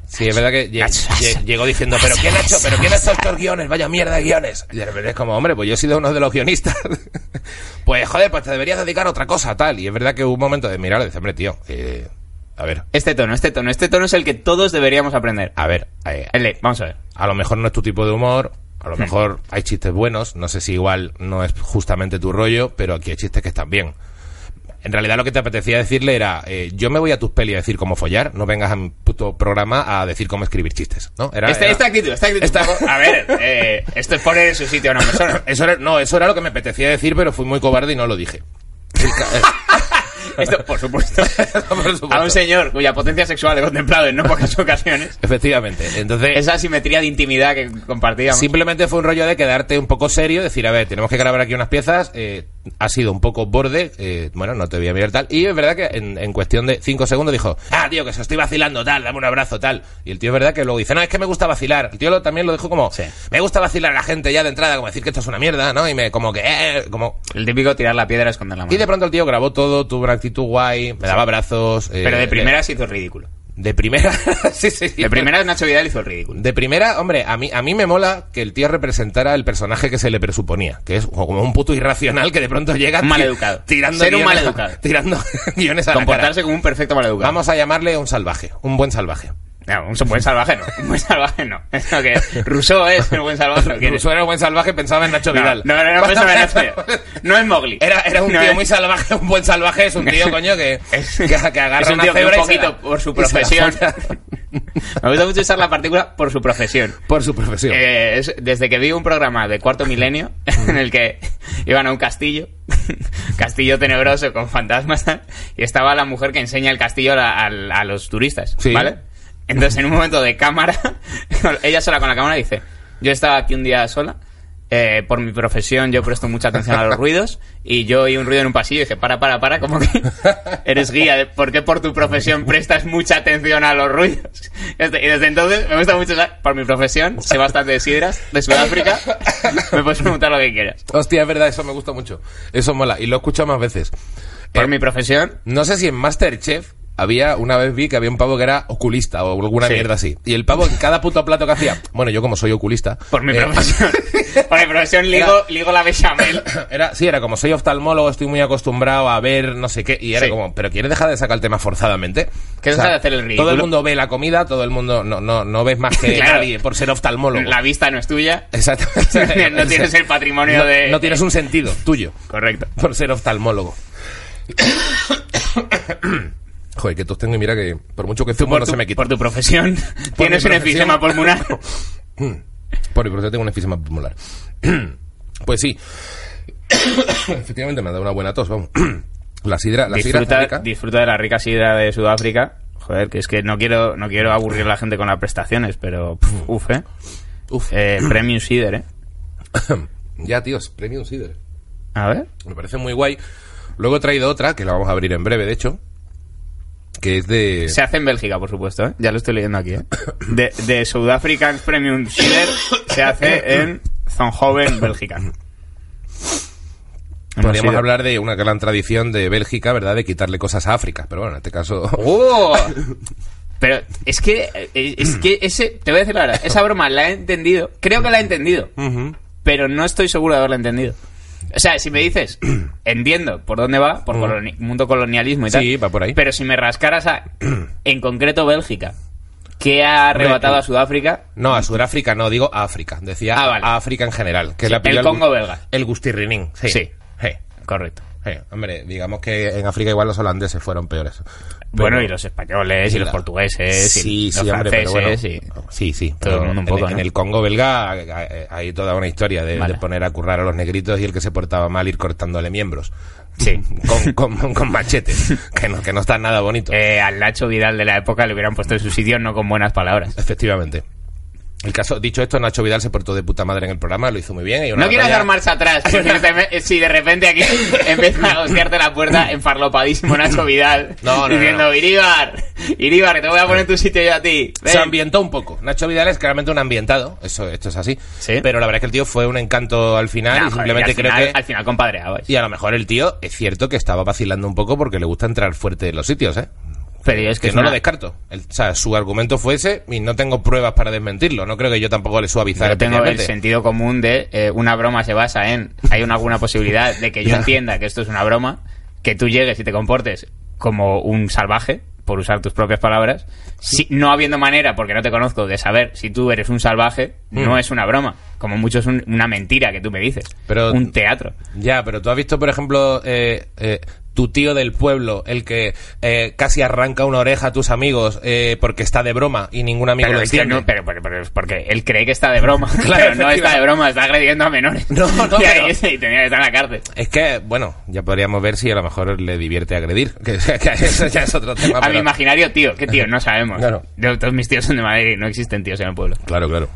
Sí, es verdad que lle- lle- llegó diciendo, pero ¿quién ha hecho? ¿Pero quién ha hecho estos guiones? Vaya mierda de guiones. Y de repente es como, hombre, pues yo he sido uno de los guionistas. pues joder, pues te deberías dedicar a otra cosa, tal. Y es verdad que hubo un momento de mirarlo y dices, hombre, tío, eh, a ver,
este tono, este tono, este tono es el que todos deberíamos aprender.
a ver, eh,
El de- vamos a ver.
a lo mejor no es tu tipo de humor, a
Hmm.
lo mejor hay chistes buenos, no sé si igual no es justamente tu rollo, pero aquí hay chistes que están bien. En realidad lo que te apetecía decirle era, eh, yo me voy a tus pelis a decir cómo follar, no vengas a mi puto programa a decir cómo escribir chistes, ¿no? Era-
Este-
era-
esta actitud, esta actitud.
Esta-
A ver, eh, esto es poner en su sitio a una persona.
Eso era- no, eso era lo que me apetecía decir, pero fui muy cobarde y no lo dije.
Esto, por supuesto.
Por supuesto.
A un señor cuya potencia sexual he contemplado en no pocas ocasiones.
Efectivamente. Entonces,
Esa simetría de intimidad que compartíamos.
Simplemente fue un rollo de quedarte un poco serio, decir, a ver, tenemos que grabar aquí unas piezas, eh, ha sido un poco borde, eh, bueno, no te voy a mirar tal. Y es verdad que en, en cuestión de cinco segundos dijo, ah, tío, que se estoy vacilando tal, dame un abrazo tal. Y el tío es verdad que luego dice, no, es que me gusta vacilar. El tío lo- también lo dijo como,
Sí.
me gusta vacilar a la gente ya de entrada, como decir que esto es una mierda, ¿no? Y me, como que, eh, como...
El típico tirar la piedra y esconder la mano.
Y de pronto el tío grabó todo, tuvo una actitud guay, me daba abrazos. eh,
Pero de primera se hizo el ridículo.
De, de primera. sí, sí, sí.
De primera Nacho Vidal hizo el ridículo.
De primera, hombre, a mí, a mí me mola que el tío representara el personaje que se le presuponía, que es como un puto irracional que de pronto llega
Un
ti-
maleducado.
tirando
Ser un
guiones a-
maleducado.
tirando guiones a la cara.
Comportarse como un perfecto maleducado.
Vamos a llamarle un salvaje, un buen salvaje.
No, un buen salvaje no. Un buen salvaje no. Es lo que Rousseau es el buen salvaje. ¿no? ¿Quién es?
Rousseau era un buen salvaje, pensaba en Nacho
No,
Vidal.
No, no, no, pensaba en Nacho Vidal. No es Mowgli.
Era, era un
No
tío
es-
muy salvaje, un buen salvaje es un tío, coño, que,
Es-
que, que agarra
es un
una
tío que un
cebra y se
poquito
la-
por su
y se la
profesión.
pone
Me gusta mucho usar la partícula por su profesión.
por su profesión.
Eh, es- desde que vi un programa de cuarto milenio en el que iban a un castillo, castillo tenebroso con fantasmas, y estaba la mujer que enseña el castillo a, la- al- a los turistas,
Sí.
¿vale? Entonces en un momento de cámara, ella sola con la cámara dice, Yo estaba aquí un día sola. eh, por mi profesión yo presto mucha atención a los ruidos y yo oí un ruido en un pasillo y dije, para, para, para, como que eres guía, de ¿por qué por tu profesión prestas mucha atención a los ruidos? Este- Y desde entonces me gusta mucho, esa- por mi profesión, sé bastante de sidras, de Sudáfrica, me puedes preguntar lo que quieras.
Hostia, es verdad, eso me gusta mucho. Eso mola. Y lo he escuchado más veces.
Por
Eh,
mi profesión,
No sé si en Masterchef había, una vez vi que había un pavo que era oculista o alguna
Sí.
mierda así. Y el pavo en cada puto plato que hacía. Bueno, yo como soy oculista.
por mi
eh,
profesión, por mi profesión ligo, ligo la bechamel.
Era, sí, era como soy oftalmólogo, estoy muy acostumbrado a ver no sé qué. Y era
Sí.
como, pero ¿quieres dejar de sacar el tema forzadamente?
¿Quieres dejar de hacer el
Todo
ridículo?
el mundo ve la comida, todo el mundo no, no, no ves más que
Claro.
nadie por ser oftalmólogo.
La vista no es tuya,
Exacto.
no tienes el patrimonio
No-
de...
no tienes un sentido tuyo
Correcto.
por ser oftalmólogo. Joder, que tos tengo y mira que por mucho que fumo
por,
no
tu,
se me quita.
por tu profesión tienes
mi
un
profesión.
enfisema pulmonar.
Por mi profesión tengo un enfisema pulmonar. pues sí. Efectivamente me ha dado una buena tos, vamos. la sidra, la sidra
disfruta,
tánica.
disfruta de la rica sidra de Sudáfrica. Joder, que es que no quiero, no quiero aburrir a la gente con las prestaciones, pero pf, uf, eh.
Uf.
Eh, Premium Cider, eh.
ya, tíos, premium sidra.
A ver.
Me parece muy guay. Luego he traído otra, que la vamos a abrir en breve, de hecho, que es de...
Se hace en Bélgica, por supuesto, ¿eh? Ya lo estoy leyendo aquí, ¿eh? De, de South African Premium Cider se hace en Zonhoven, Bélgica.
Podríamos
Una sidra.
hablar de una gran tradición de Bélgica, ¿verdad? De quitarle cosas a África, pero bueno, en este caso...
¡Oh! Pero es que, eh, es que ese, te voy a decir la verdad, esa broma la he entendido, creo que la he entendido, pero no estoy seguro de haberla entendido. O sea, si me dices, entiendo por dónde va, por coloni- mundo colonialismo y tal.
Mm. Sí, va por ahí.
Pero si me rascaras a, en concreto, Bélgica, que ha
eh,
arrebatado a Sudáfrica,
No, a Sudáfrica no, digo a África. Decía
Ah, vale.
a África en general. Que
Sí,
le ha pillado
el Congo
gu-
belga.
El Gustirrinín, sí.
Sí.
Sí,
correcto.
sí. Hombre, digamos que en África igual los holandeses fueron peores.
bueno,
Pero-
y los españoles, y los
la-
portugueses,
Sí,
y los
sí, hombre, pero
franceses,
bueno.
y...
Sí, sí.
Todo el
pero
mundo
en-
un poco,
en,
¿no?
el Congo belga eh, eh, hay toda una historia de,
Vale.
de poner a currar a los negritos y el que se portaba mal ir cortándole miembros.
Sí.
Con, con, con machetes. Que no, que no está nada bonito.
Eh, al Nacho Vidal de la época le hubieran puesto en su sitio no con buenas palabras.
Efectivamente. El caso, dicho esto, Nacho Vidal se portó de puta madre en el programa, lo hizo muy bien. hay una
No quieras
batalla-
dar marcha atrás, porque te me- si de repente aquí empieza a hostiarte la puerta enfarlopadísimo Nacho Vidal,
No, no, no,
diciendo,
no.
Iríbar, Iríbar, que te voy a poner tu sitio yo a ti. Ven".
Se ambientó un poco. Nacho Vidal es claramente un ambientado, eso esto es así.
Sí.
Pero la verdad es que el tío fue un encanto al final
Nah,
y
joder,
simplemente
al final,
creo que
Al final compadreabais.
y a lo mejor el tío es cierto que estaba vacilando un poco porque le gusta entrar fuerte en los sitios, ¿eh?
Pero es
Que
que, es
no
una-
lo descarto. El- o sea, su argumento fue ese y no tengo pruebas para desmentirlo. No creo que yo tampoco le suavizara
Yo tengo el
especialmente.
sentido común de eh, una broma se basa en hay una- alguna posibilidad de que yo
Ya.
entienda que esto es una broma, que tú llegues y te comportes como un salvaje, por usar tus propias palabras, si, no habiendo manera, porque no te conozco, de saber si tú eres un salvaje,
Mm.
no es una broma, como mucho es un- una mentira que tú me dices,
Pero-
un teatro.
Ya, pero tú has visto, por ejemplo, eh, eh, tu tío del pueblo, el que eh, casi arranca una oreja a tus amigos eh, porque está de broma y ningún amigo
Pero
lo
es que
entiende.
no- pero- pero- pero es porque él cree que está de broma,
Claro,
pero no está de broma, está agrediendo a menores.
No, no,
y, ahí-
pero-
y tenía que estar en la cárcel.
Es que, bueno, ya podríamos ver si a lo mejor le divierte agredir. Que, que eso ya es otro tema.
A
pero-
mi imaginario, tío, ¿qué tío? No sabemos.
Claro.
Yo- todos mis tíos son de Madrid, no existen tíos en el pueblo.
Claro, claro.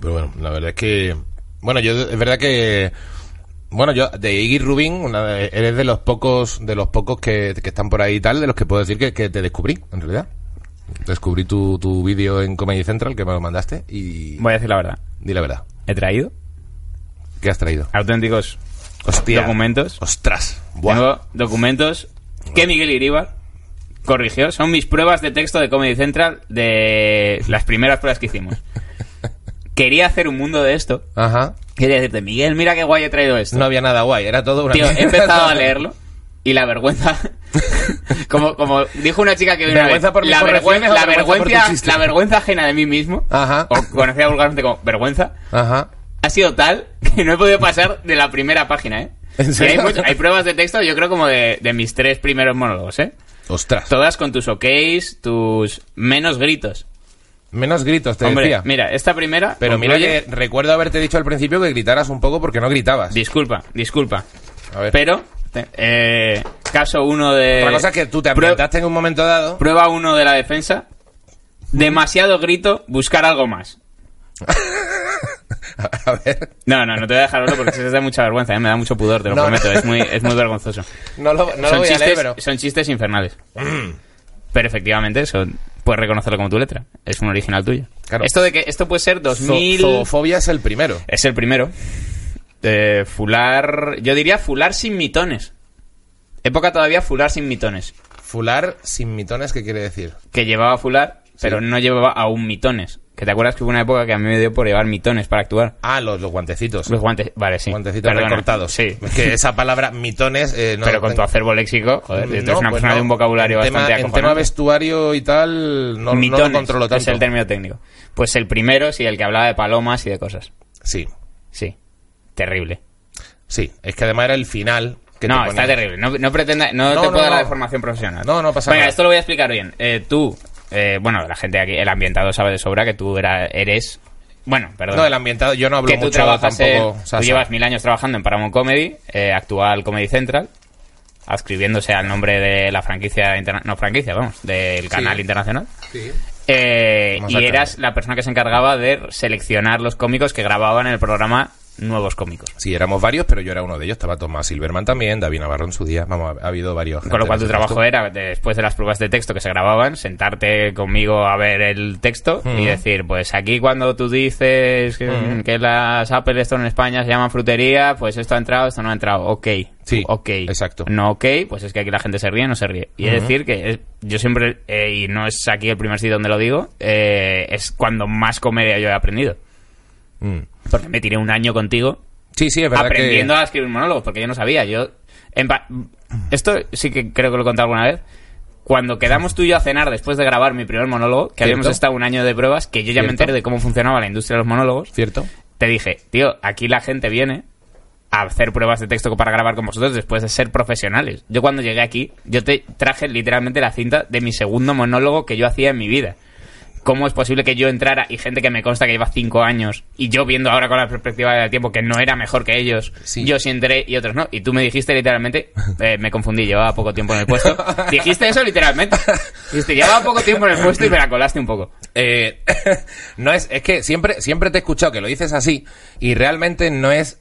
Pero bueno, la verdad es que. Bueno, yo es verdad que. Bueno, yo de Iggy Rubin una de- eres de los pocos de los pocos que, que están por ahí y tal, de los que puedo decir que, que te descubrí, en realidad. Descubrí tu, tu vídeo en Comedy Central que me lo mandaste y
Voy a decir la verdad.
di la verdad.
He traído
¿Qué has traído?
auténticos
Hostia.
documentos.
Ostras. Buah.
Tengo documentos que Miguel Iríbar corrigió. Son mis pruebas de texto de Comedy Central de las primeras pruebas que hicimos. Quería hacer un mundo de esto.
Ajá.
Quería decirte, Miguel, mira qué guay he traído esto.
No había nada guay, era todo una
Tío, he
mierda.
empezado a leerlo y la vergüenza. como, como dijo una chica que vino una
¿Vergüenza
vez,
por mis
la,
correcciones o
la
vergüenza por tu
vergüenza,
chiste?
la vergüenza ajena de mí mismo,
Ajá.
o conocida vulgarmente como vergüenza,
Ajá.
ha sido tal que no he podido pasar de la primera página, ¿eh?
¿En
Y hay,
serio?
mucho- hay pruebas de texto, yo creo, como de, de mis tres primeros monólogos, ¿eh?
Ostras.
Todas con tus OKs, tus menos gritos.
Menos gritos, te
Hombre,
decía.
mira, esta primera. pues,
Pero mira
concluye-
que recuerdo haberte dicho al principio que gritaras un poco porque no gritabas.
Disculpa, disculpa.
A ver.
Pero, eh, caso uno de.
Otra cosa es que tú te
Prue-
ambientaste en un momento dado.
Prueba uno de la defensa. Demasiado grito, buscar algo más.
A ver.
No, no, no te voy a dejar verlo porque se te da mucha vergüenza, ¿eh? me da mucho pudor, te lo
No,
prometo.
no.
Es, muy, es muy vergonzoso.
No lo, no lo
son,
voy a
chistes,
leer, pero. Mm.
son chistes infernales. Pero efectivamente, son, puedes reconocerlo como tu letra. Es un original tuyo.
Claro.
Esto de que esto puede ser 2000.
Zo- Zoofobia es el primero.
Es el primero. Eh, fular. Yo diría fular sin mitones. Época todavía fular sin mitones.
Fular sin mitones, ¿qué quiere decir?
Que llevaba fular, pero no llevaba aún mitones. Que te acuerdas que hubo una época que a mí me dio por llevar mitones para actuar.
Ah, los, los guantecitos.
Los guantes. Vale, sí.
guantecitos
Perdona.
recortados.
Sí.
Es Que esa palabra mitones. eh, no
pero con tu
tengo-
acervo léxico, joder, tú eres
No,
una
pues
persona
no.
de un vocabulario
En
bastante
tema, En tema
acojonante.
vestuario y tal, no, no
Mitones,
lo controlo tanto.
Es el término técnico. Pues el primero, sí, el que hablaba de palomas y de cosas.
Sí,
Sí. Terrible.
sí. Es que además era el final. Que
no,
te
está
ponía.
terrible. No, no pretenda, no,
No,
te
no,
puedo dar
no.
la deformación profesional.
No, no pasa
Venga,
nada.
esto lo voy a explicar bien. Eh, tú, eh, bueno, la gente de aquí, el ambientado sabe de sobra que tú era, eres. Bueno, perdón.
No, el ambientado, yo no hablo
que tú
mucho
trabajas
tampoco.
en-
o sea,
tú llevas mil años trabajando en Paramount Comedy, eh, actual Comedy Central, adscribiéndose al nombre de la franquicia, interna- no franquicia, vamos, del canal internacional.
sí.
Eh,
Vamos
y
a ver.
eras la persona que se encargaba de seleccionar los cómicos que grababan en el programa Nuevos Cómicos.
Sí, éramos varios, pero yo era uno de ellos. Estaba Tomás Silverman también, David Navarro en su día. Vamos, ha habido varios.
Con lo cual tu
gente en esto.
trabajo era, después de las pruebas de texto que se grababan, sentarte conmigo a ver el texto y
Mm.
decir, pues aquí cuando tú dices que,
Mm.
que las Apple esto en España se llaman frutería, pues esto ha entrado, esto no ha entrado, ok.
Sí,
ok.
exacto.
No ok, pues es que aquí la gente se ríe, no se ríe. Y es decir que es- yo siempre, eh, y no es aquí el primer sitio donde lo digo, eh, es cuando más comedia yo he aprendido.
Mm.
Porque me tiré un año contigo
Sí, sí, es verdad
aprendiendo
que.
a escribir monólogos, porque yo no sabía. Yo en pa- Esto sí que creo que lo he contado alguna vez. Cuando quedamos tú y yo a cenar después de grabar mi primer monólogo, que habíamos
Cierto.
estado un año de pruebas, que yo ya me
Cierto.
enteré de cómo funcionaba la industria de los monólogos,
¿Cierto?
te dije, tío, aquí la gente viene a hacer pruebas de texto para grabar con vosotros después de ser profesionales. Yo cuando llegué aquí, yo te traje literalmente la cinta de mi segundo monólogo que yo hacía en mi vida. ¿Cómo es posible que yo entrara y gente que me consta que lleva cinco años y yo viendo ahora con la perspectiva del tiempo que no era mejor que ellos,
Sí.
yo sí entré y otros no? Y tú me dijiste literalmente, eh, me confundí, llevaba poco tiempo en el puesto. dijiste eso literalmente. Dijiste, llevaba poco tiempo en el puesto y me la colaste un poco.
Eh, no es, es que siempre, siempre te he escuchado que lo dices así y realmente no es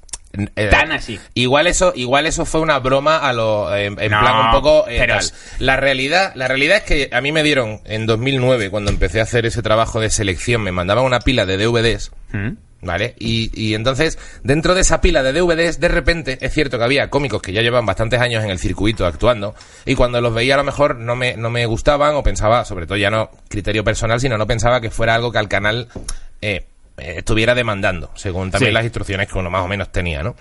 eh,
Tan así.
Igual eso, igual eso fue una broma a lo eh, en, en
No,
plan un poco eh,
pero
tal.
es-
La realidad, la realidad es que a mí me dieron en 2009 cuando empecé a hacer ese trabajo de selección, me mandaban una pila de DVDs.
¿Mm?
¿Vale? Y, y entonces, dentro de esa pila de DVDs, de repente, es cierto que había cómicos que ya llevan bastantes años en el circuito actuando, y cuando los veía a lo mejor no me, no me gustaban, o pensaba, sobre todo ya no criterio personal, sino no pensaba que fuera algo que al canal eh, eh, estuviera demandando, según también
Sí.
las instrucciones que uno más o menos tenía, ¿no?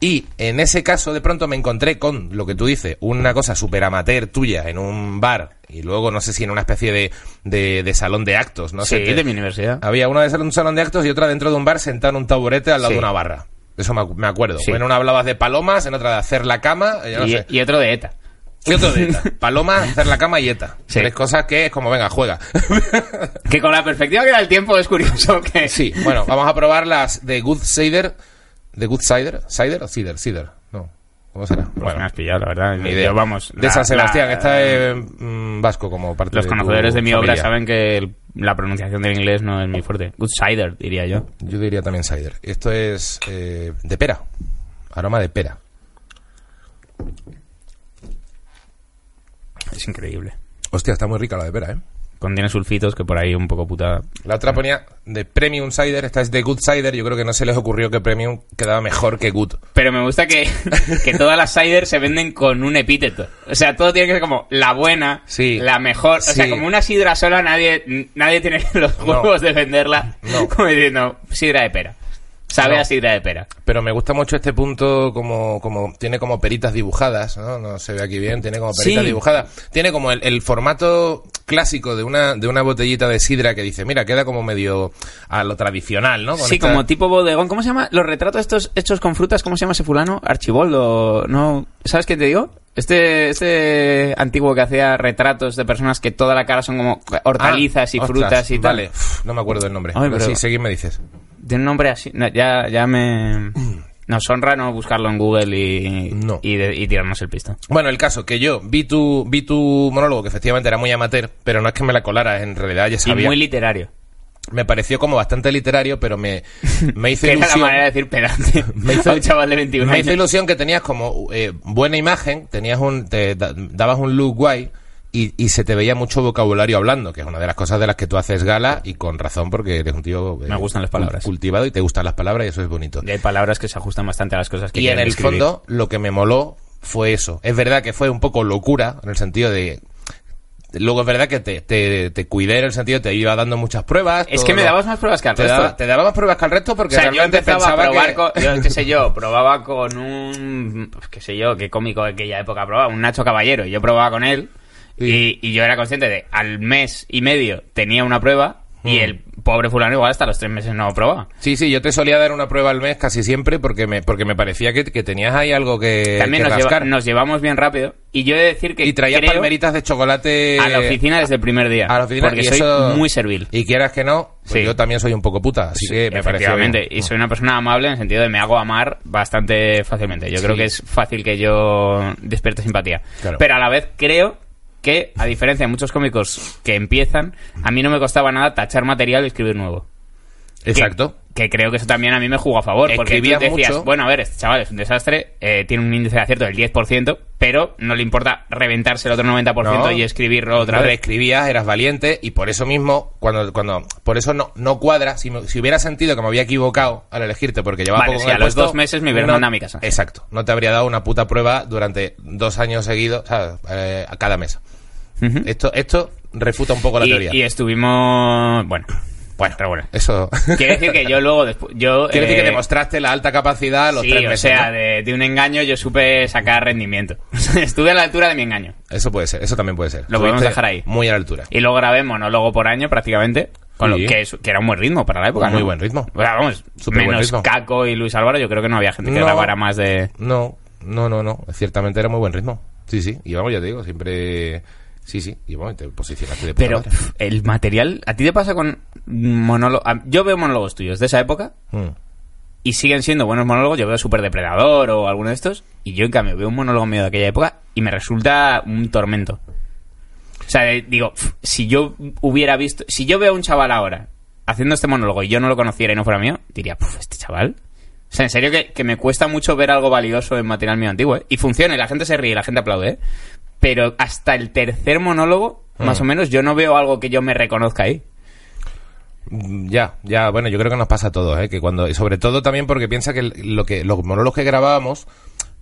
Y en ese caso, de pronto me encontré con lo que tú dices, una cosa súper amateur tuya en un bar, y luego no sé si en una especie de, de, de salón de actos, ¿no?
sí,
sé te-
de mi universidad.
había una de un salón de actos y otra dentro de un bar sentada en un taburete al lado
Sí.
de una barra. Eso me, acu- me acuerdo.
Sí.
En una hablabas de palomas, en otra de hacer la cama. eh, yo no
y,
sé.
y otro de ETA.
Y otro de ETA. Palomas, hacer la cama y ETA.
Sí.
Tres cosas que es como, venga, juega.
Que con la perspectiva que da el tiempo es curioso que...
sí, bueno, vamos a probar las de Good Cider. ¿De Good Cider? ¿Cider o Cider? Cider. No. ¿Cómo será?
Pues
Bueno,
me has pillado, la verdad.
ni idea.
Yo, vamos,
de
la-
San Sebastián,
la-
está en mm, vasco como parte
Los
de
conocedores
tu
de mi obra
familia.
saben que el- la pronunciación del inglés no es muy fuerte. Good cider, diría yo.
Yo diría también cider. Esto es eh, de pera. Aroma de pera.
Es increíble.
Hostia, está muy rica la de pera, ¿eh?
Contiene sulfitos que por ahí un poco putada.
La otra ponía de Premium Cider, esta es de Good Cider. Yo creo que no se les ocurrió que Premium quedaba mejor que Good.
Pero me gusta que, que todas las ciders se venden con un epíteto. O sea, todo tiene que ser como la buena,
Sí.
la mejor. O sea,
Sí.
como una sidra sola, nadie, nadie tiene los
No.
huevos de venderla.
No.
Como diciendo, sidra de pera. Sabe
No.
a sidra de pera.
Pero me gusta mucho este punto, como, como tiene como peritas dibujadas, ¿no? No se ve aquí bien, tiene como peritas
Sí.
dibujadas. Tiene como el, el formato clásico de una, de una botellita de sidra que dice, mira, queda como medio a lo tradicional, ¿no? Con
Sí,
esta-
como tipo bodegón. ¿Cómo se llama? Los retratos estos hechos con frutas, ¿cómo se llama ese fulano? Archiboldo, ¿no? ¿Sabes qué te digo? Este, este antiguo que hacía retratos de personas que toda la cara son como
Ah,
hortalizas y
ostras,
frutas y tal.
Vale, Uf, no me acuerdo el nombre.
Ay,
pero
pero-
sí, seguid me dices.
Tiene un nombre así. no, ya, ya me. Nos honra no buscarlo en Google y,
No.
y, de- y tirarnos el pisto.
Bueno, el caso, que yo vi tu, vi tu monólogo, que efectivamente era muy amateur, pero no es que me la colara, en realidad ya
Y
sabía.
muy literario.
me pareció como bastante literario, pero me, me hizo
Que era la
ilusión.
manera de decir pedante
Me hizo-
a un chaval de 21
Me hizo
años.
ilusión que tenías como eh, buena imagen, tenías un, te da- dabas un look guay y, y se te veía mucho vocabulario hablando, que es una de las cosas de las que tú haces gala y con razón porque eres un tío eh,
Me gustan las palabras.
cultivado y te gustan las palabras y eso es bonito.
Y hay palabras que se ajustan bastante a las cosas que
Y en
quieren
el
describir.
fondo lo que me moló fue eso. Es verdad que fue un poco locura en el sentido de... Luego es verdad que te, te, te cuidé en el sentido de te iba dando muchas pruebas.
Es
todo
que me
lo-
dabas más pruebas que al
te
resto.
daba, te daba más pruebas que al resto
O
porque
sea, yo
realmente
empezaba a
pensaba
probar
que...
con, yo, qué sé yo, probaba con un, pues, qué sé yo, qué cómico de aquella época probaba, un Nacho Caballero, yo probaba con él y, y yo era consciente de, al mes y medio tenía una prueba y
Mm.
el pobre fulano igual hasta los tres meses no probaba.
Sí, sí, yo te solía dar una prueba al mes casi siempre porque me, porque me parecía que, que tenías ahí algo que,
También
Eh, que
nos, lleva-
rascar.
nos llevamos bien rápido y yo he de decir que
y traías
creo
palmeritas de chocolate
a la oficina desde el primer día,
a la oficina,
porque
y
soy
eso-
muy servil.
Y quieras que no, pues
Sí.
yo también soy un poco puta, así que me pareció bien.
Efectivamente, y soy una persona amable en el sentido de me hago amar bastante fácilmente. Yo creo que es fácil que yo despierte simpatía.
Claro.
Pero a la vez creo que, a diferencia de muchos cómicos que empiezan, a mí no me costaba nada tachar material y escribir nuevo. Que-
Exacto.
Que, creo que eso también a mí me jugó a favor. Porque tú
Escribías
decías,
mucho.
bueno, a ver, este chaval es un desastre, eh, tiene un índice de acierto del 10%, pero no le importa reventarse el otro 90%
No.
y escribirlo otra
Hombre,
vez.
escribías, eras valiente y por eso mismo, cuando, cuando por eso no, no cuadra, si, me- si hubiera sentido que me había equivocado al elegirte porque llevaba
Vale,
poco
sí,
en el
a los
puesto,
dos meses me hubieran mandado a mi casa.
Exacto, no te habría dado una puta prueba durante dos años seguidos, ¿sabes? Eh, a cada mes.
Ujú.
Esto, esto refuta un poco la
y,
teoría.
y estuvimos... Bueno, bueno, pero bueno.
Eso.
Quiere decir que yo luego después. Yo,
Quiere decir
eh,
que demostraste la alta capacidad a los
sí,
tres meses.
O sea,
¿no?
de, de un engaño yo supe sacar rendimiento. Estuve a la altura de mi engaño.
Eso puede ser, eso también puede ser.
Lo podemos
Estuviste
dejar ahí.
Muy a la altura.
Y luego grabé monólogo por año prácticamente. Con
Sí.
lo que, es- que era un buen ritmo para la época.
Muy
¿no?
buen ritmo.
O sea, vamos,
Súper buen
menos
ritmo.
Caco y Luis Álvaro, yo creo que no había gente que
No.
grabara más de.
No, no, no, no. Ciertamente era muy buen ritmo. Sí, sí. Y vamos, ya te digo, siempre. Sí, sí. Y vamos, te posicionaste de puta
Pero
madre.
pf, el material. ¿A ti te pasa con monólogo? Ah, Yo veo monólogos tuyos de esa época
Mm.
y siguen siendo buenos monólogos. Yo veo Super Depredador o alguno de estos. Y yo, en cambio, veo un monólogo mío de aquella época y me resulta un tormento. O sea, eh, digo, pf, si yo hubiera visto. Si yo veo a un chaval ahora haciendo este monólogo y yo no lo conociera y no fuera mío, diría, puf, este chaval. O sea, en serio que, que me cuesta mucho ver algo valioso en material mío antiguo, ¿eh? Y funciona, y la gente se ríe, y la gente aplaude, ¿eh? Pero hasta el tercer monólogo, más o menos, yo no veo algo que yo me reconozca ahí.
Mm, Ya, ya, bueno, yo creo que nos pasa a todos, ¿eh? que cuando, y sobre todo también porque piensa que el- lo que los monólogos que grabábamos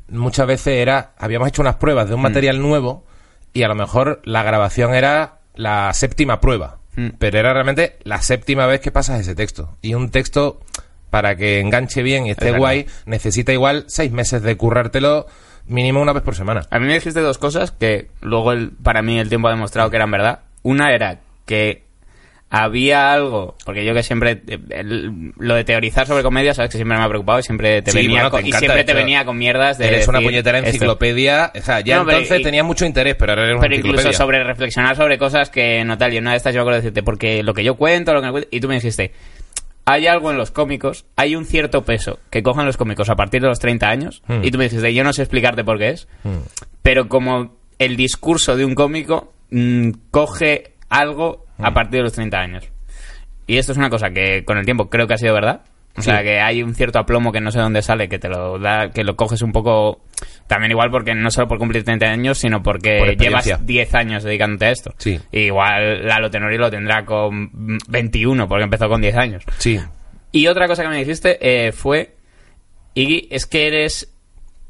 muchas veces era, habíamos hecho unas pruebas
Mm.
de un material nuevo y a lo mejor la grabación era la séptima prueba,
Mm.
pero era realmente la séptima vez que pasas ese texto y un texto para que enganche bien y esté
verdad.
guay necesita igual seis meses de currártelo mínimo una vez por semana.
A mí me dijiste dos cosas que luego el- para mí el tiempo ha demostrado que eran verdad. Una era que había algo, porque yo que siempre eh, el- lo de teorizar sobre comedia, sabes que siempre me ha preocupado y siempre te
Sí,
venía
bueno,
con,
te
y
encanta,
siempre
de
te
hecho,
venía con mierdas de
Eres una
decir
puñetera
esto.
enciclopedia, o sea, ya
No, pero
entonces
y-
tenías mucho interés, pero ahora eres una
Pero incluso
enciclopedia.
sobre reflexionar sobre cosas que no tal. Y una de estas yo me acuerdo de decirte, porque lo que yo cuento, lo que no cuento. Y tú me dijiste, hay algo en los cómicos, hay un cierto peso que cojan los cómicos a partir de los 30 años.
Hmm.
Y tú me dijiste, yo no sé explicarte por qué es. Pero como el discurso de un cómico mm, coge algo
Hmm.
a partir de los 30 años. Y esto es una cosa que con el tiempo creo que ha sido verdad. O
Sí.
sea, que hay un cierto aplomo que no sé dónde sale, que te lo da, que lo coges un poco. También igual porque no solo por cumplir 30 años, sino porque
Por
llevas
experiencia.
10 años dedicándote a esto.
Sí.
Igual Lalo Tenori lo tendrá con mm, 21, porque empezó con 10 años.
Sí,
Y otra cosa que me dijiste eh, fue, Iggy, es que eres...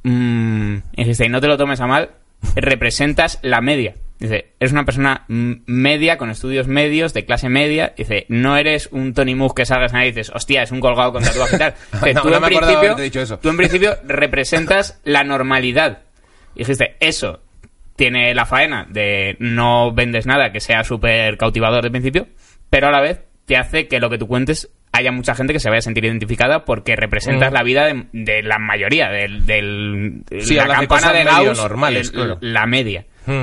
mm, dijiste, y no te lo tomes a mal, representas la media. Dice, eres una persona mm, media, con estudios medios, de clase media. Dice, no eres un Tony Moog que salgas ahí y dices, hostia, es un colgado con tatuaje y tal. Dice,
No,
tú,
no
en
me acordaba
principio,
haberte dicho eso.
tú en principio representas la normalidad. Dijiste, eso tiene la faena de no vendes nada que sea súper cautivador de principio, pero a la vez te hace que lo que tú cuentes haya mucha gente que se vaya a sentir identificada porque representas
Mm.
la vida de, de la mayoría, del, del
Sí,
la
hablas de
campana
cosas
de
medio
Gauss,
normales,
el-
claro.
la media.
Mm.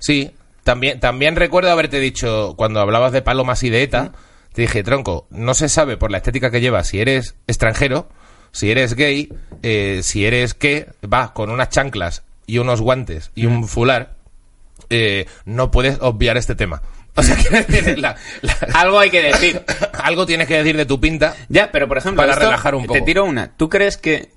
Sí, también, también recuerdo haberte dicho, cuando hablabas de palomas y de ETA, te dije, tronco, no se sabe por la estética que llevas si eres extranjero, si eres gay, eh, si eres que vas con unas chanclas y unos guantes y un fular, eh, no puedes obviar este tema. O sea, quiero decir, la- la-
Algo hay que decir.
algo tienes que decir de tu pinta.
Ya, pero por ejemplo,
Para
esto,
relajar un
te
poco.
tiro una. ¿Tú crees que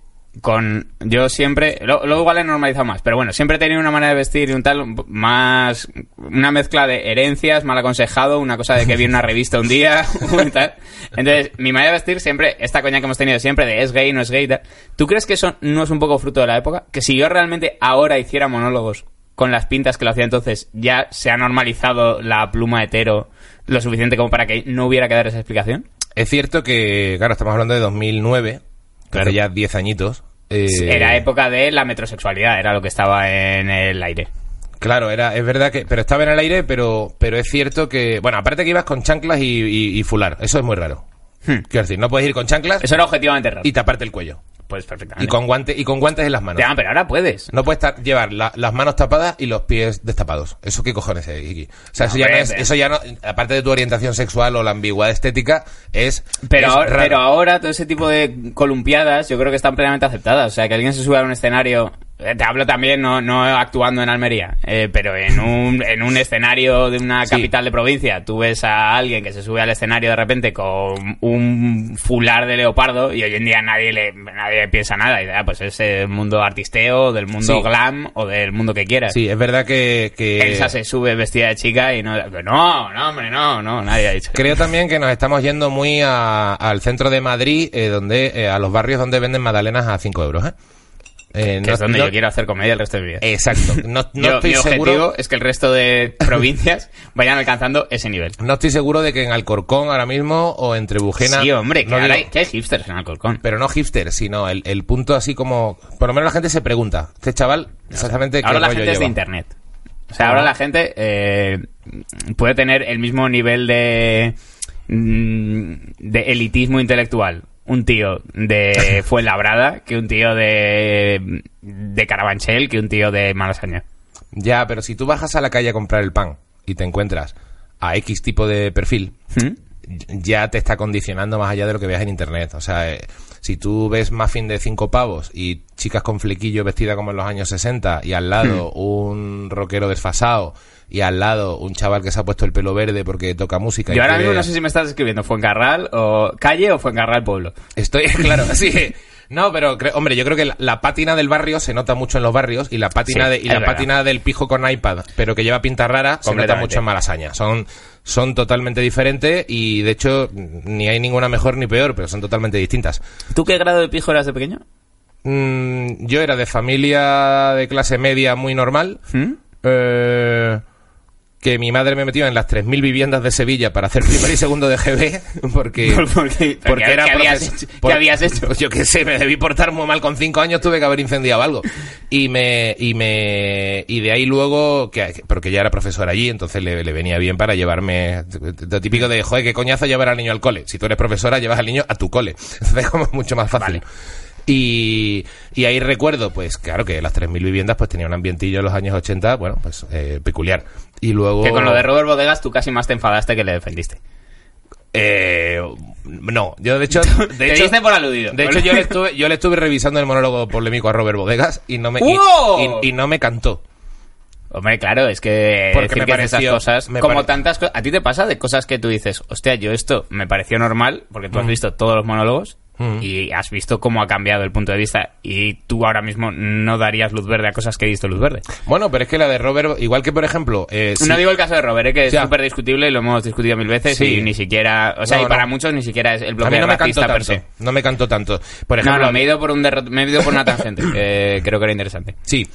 con yo siempre lo, lo igual he normalizado más, pero bueno, siempre he tenido una manera de vestir y un tal un po- más una mezcla de herencias, mal aconsejado, una cosa de que vi una revista un día, un tal. Entonces, mi manera de vestir siempre esta coña que hemos tenido siempre de es gay, no es gay. tal. ¿Tú crees que eso no es un poco fruto de la época? Que si yo realmente ahora hiciera monólogos con las pintas que lo hacía entonces, ya se ha normalizado la pluma hetero lo suficiente como para que no hubiera que dar esa explicación.
Es cierto que, claro, estamos hablando de 2009, claro, ya 10 añitos. eh,
Era época de la metrosexualidad, era lo que estaba en el aire.
Claro, era, es verdad que, pero estaba en el aire, pero, pero es cierto que, bueno, aparte que ibas con chanclas y, y- y fular, eso es muy raro. Quiero decir, no puedes ir con chanclas
Hmm. Eso era objetivamente raro.
y taparte el cuello
Pues
y
perfectamente.
con guantes y con guantes en las manos.
Ya, pero ahora puedes.
No puedes estar- llevar la- las manos tapadas y los pies destapados. ¿Eso qué cojones es, Iki? O sea, eso ya no
hombre,
es,
pero-
eso ya no, aparte de tu orientación sexual o la ambigüedad estética, es.
Pero,
es
ahora,
raro.
pero ahora todo ese tipo de columpiadas yo creo que están plenamente aceptadas. O sea, que alguien se suba a un escenario... eh, Te hablo también, no, no actuando en Almería, eh, pero en un, en un escenario de una
Sí.
capital de provincia, tú ves a alguien que se sube al escenario de repente con un fular de leopardo y hoy en día nadie le nadie piensa nada. Y dice, ah, pues es el mundo artisteo, del mundo
Sí.
glam o del mundo que quieras.
Sí, eh. es verdad que. que-
Elsa se sube vestida de chica y no... No, no, hombre, no, no, nadie ha dicho.
Creo también que nos estamos yendo muy a- al centro de Madrid, eh, donde eh, a los barrios donde venden magdalenas a 5 euros. ¿eh? Eh,
que
no-
es donde
no- Eh,
yo quiero hacer comedia el resto de mi vida.
Exacto. No, no
Yo-
estoy
mi objetivo
seguro.
es que el resto de provincias vayan alcanzando ese nivel.
No estoy seguro de que en Alcorcón ahora mismo o en Trebujena.
Sí, hombre, que,
no
ahora
digo-
hay, que hay hipsters en Alcorcón.
Pero no hipster, sino el, el punto así como. Por lo menos la gente se pregunta. Este chaval, exactamente. qué
ahora la
rollo
gente es de
lleva. Ah.
internet. O sea, ahora la gente eh, puede tener el mismo nivel de, mm, de elitismo intelectual. Un tío de Fuenlabrada que un tío de, de Carabanchel que un tío de Malasaña.
Ya, pero si tú bajas a la calle a comprar el pan y te encuentras a X tipo de perfil,
¿Mm?
ya te está condicionando más allá de lo que veas en internet. O sea, eh, si tú ves muffin de cinco pavos y chicas con flequillo vestida como en los años 60 y al
Hmm.
lado un rockero desfasado y al lado un chaval que se ha puesto el pelo verde porque toca música. y
Yo ahora
quiere-
mismo no sé si me estás escribiendo Fuencarral o calle o Fuencarral pueblo.
Estoy, claro, sí. No, pero cre- hombre, yo creo que la, la pátina del barrio se nota mucho en los barrios y la pátina
Sí,
de- y
es
la
verdad.
pátina del pijo con iPad, pero que lleva pinta rara, se nota
Completamente.
mucho en Malasaña. Son son totalmente diferentes y de hecho ni hay ninguna mejor ni peor, pero son totalmente distintas.
¿Tú qué grado de pijo eras de pequeño?
Mm, yo era de familia de clase media muy normal.
¿Mm?
eh, que mi madre me metió en las 3.000 viviendas de Sevilla para hacer primer y segundo de GB, porque,
¿Por- por qué?
porque
¿Qué
era
habías
profes-
hecho? ¿Qué
por-
habías hecho?
Yo qué sé, me debí portar muy mal con cinco años, tuve que haber incendiado algo. Y me, y me, y de ahí luego, que, porque ya era profesor allí, entonces le, le venía bien para llevarme, lo típico de, joder, qué coñazo llevar al niño al cole. Si tú eres profesora, llevas al niño a tu cole. Entonces es como mucho más fácil. Y, y ahí recuerdo, pues claro que las 3.000 viviendas pues tenía un ambientillo en los años 80, bueno, pues eh, peculiar. Y luego...
Que con lo de Robert Bodegas tú casi más te enfadaste que le defendiste.
Eh, no, yo de hecho... De
te
hecho
diste por aludido.
de hecho, yo le, estuve, yo le estuve revisando el monólogo polémico a Robert Bodegas y no me, y-
¡Wow!
y- y no me cantó.
Hombre, claro, es que
Porque
decir
me
que es de
pareció-
esas cosas,
me
como
pare-
tantas cosas, a ti te pasa de cosas que tú dices, hostia, yo esto me pareció normal, porque tú has visto todos los monólogos
Mm.
y has visto cómo ha cambiado el punto de vista y tú ahora mismo no darías luz verde a cosas que he visto luz verde.
Bueno, pero es que la de Robert, igual que por ejemplo... eh, si-
No digo el caso de Robert, eh, que es
Ya.
súper discutible y lo hemos discutido mil veces
Sí.
y ni siquiera, o sea,
No,
y para
no.
muchos ni siquiera es el
a mí
bloque
no me cantó
racista per
tanto.
se.
No me cantó tanto. Por
No,
ejemplo,
no, me he ido por un derrot- me he ido por una tangente, que creo que era interesante.
sí.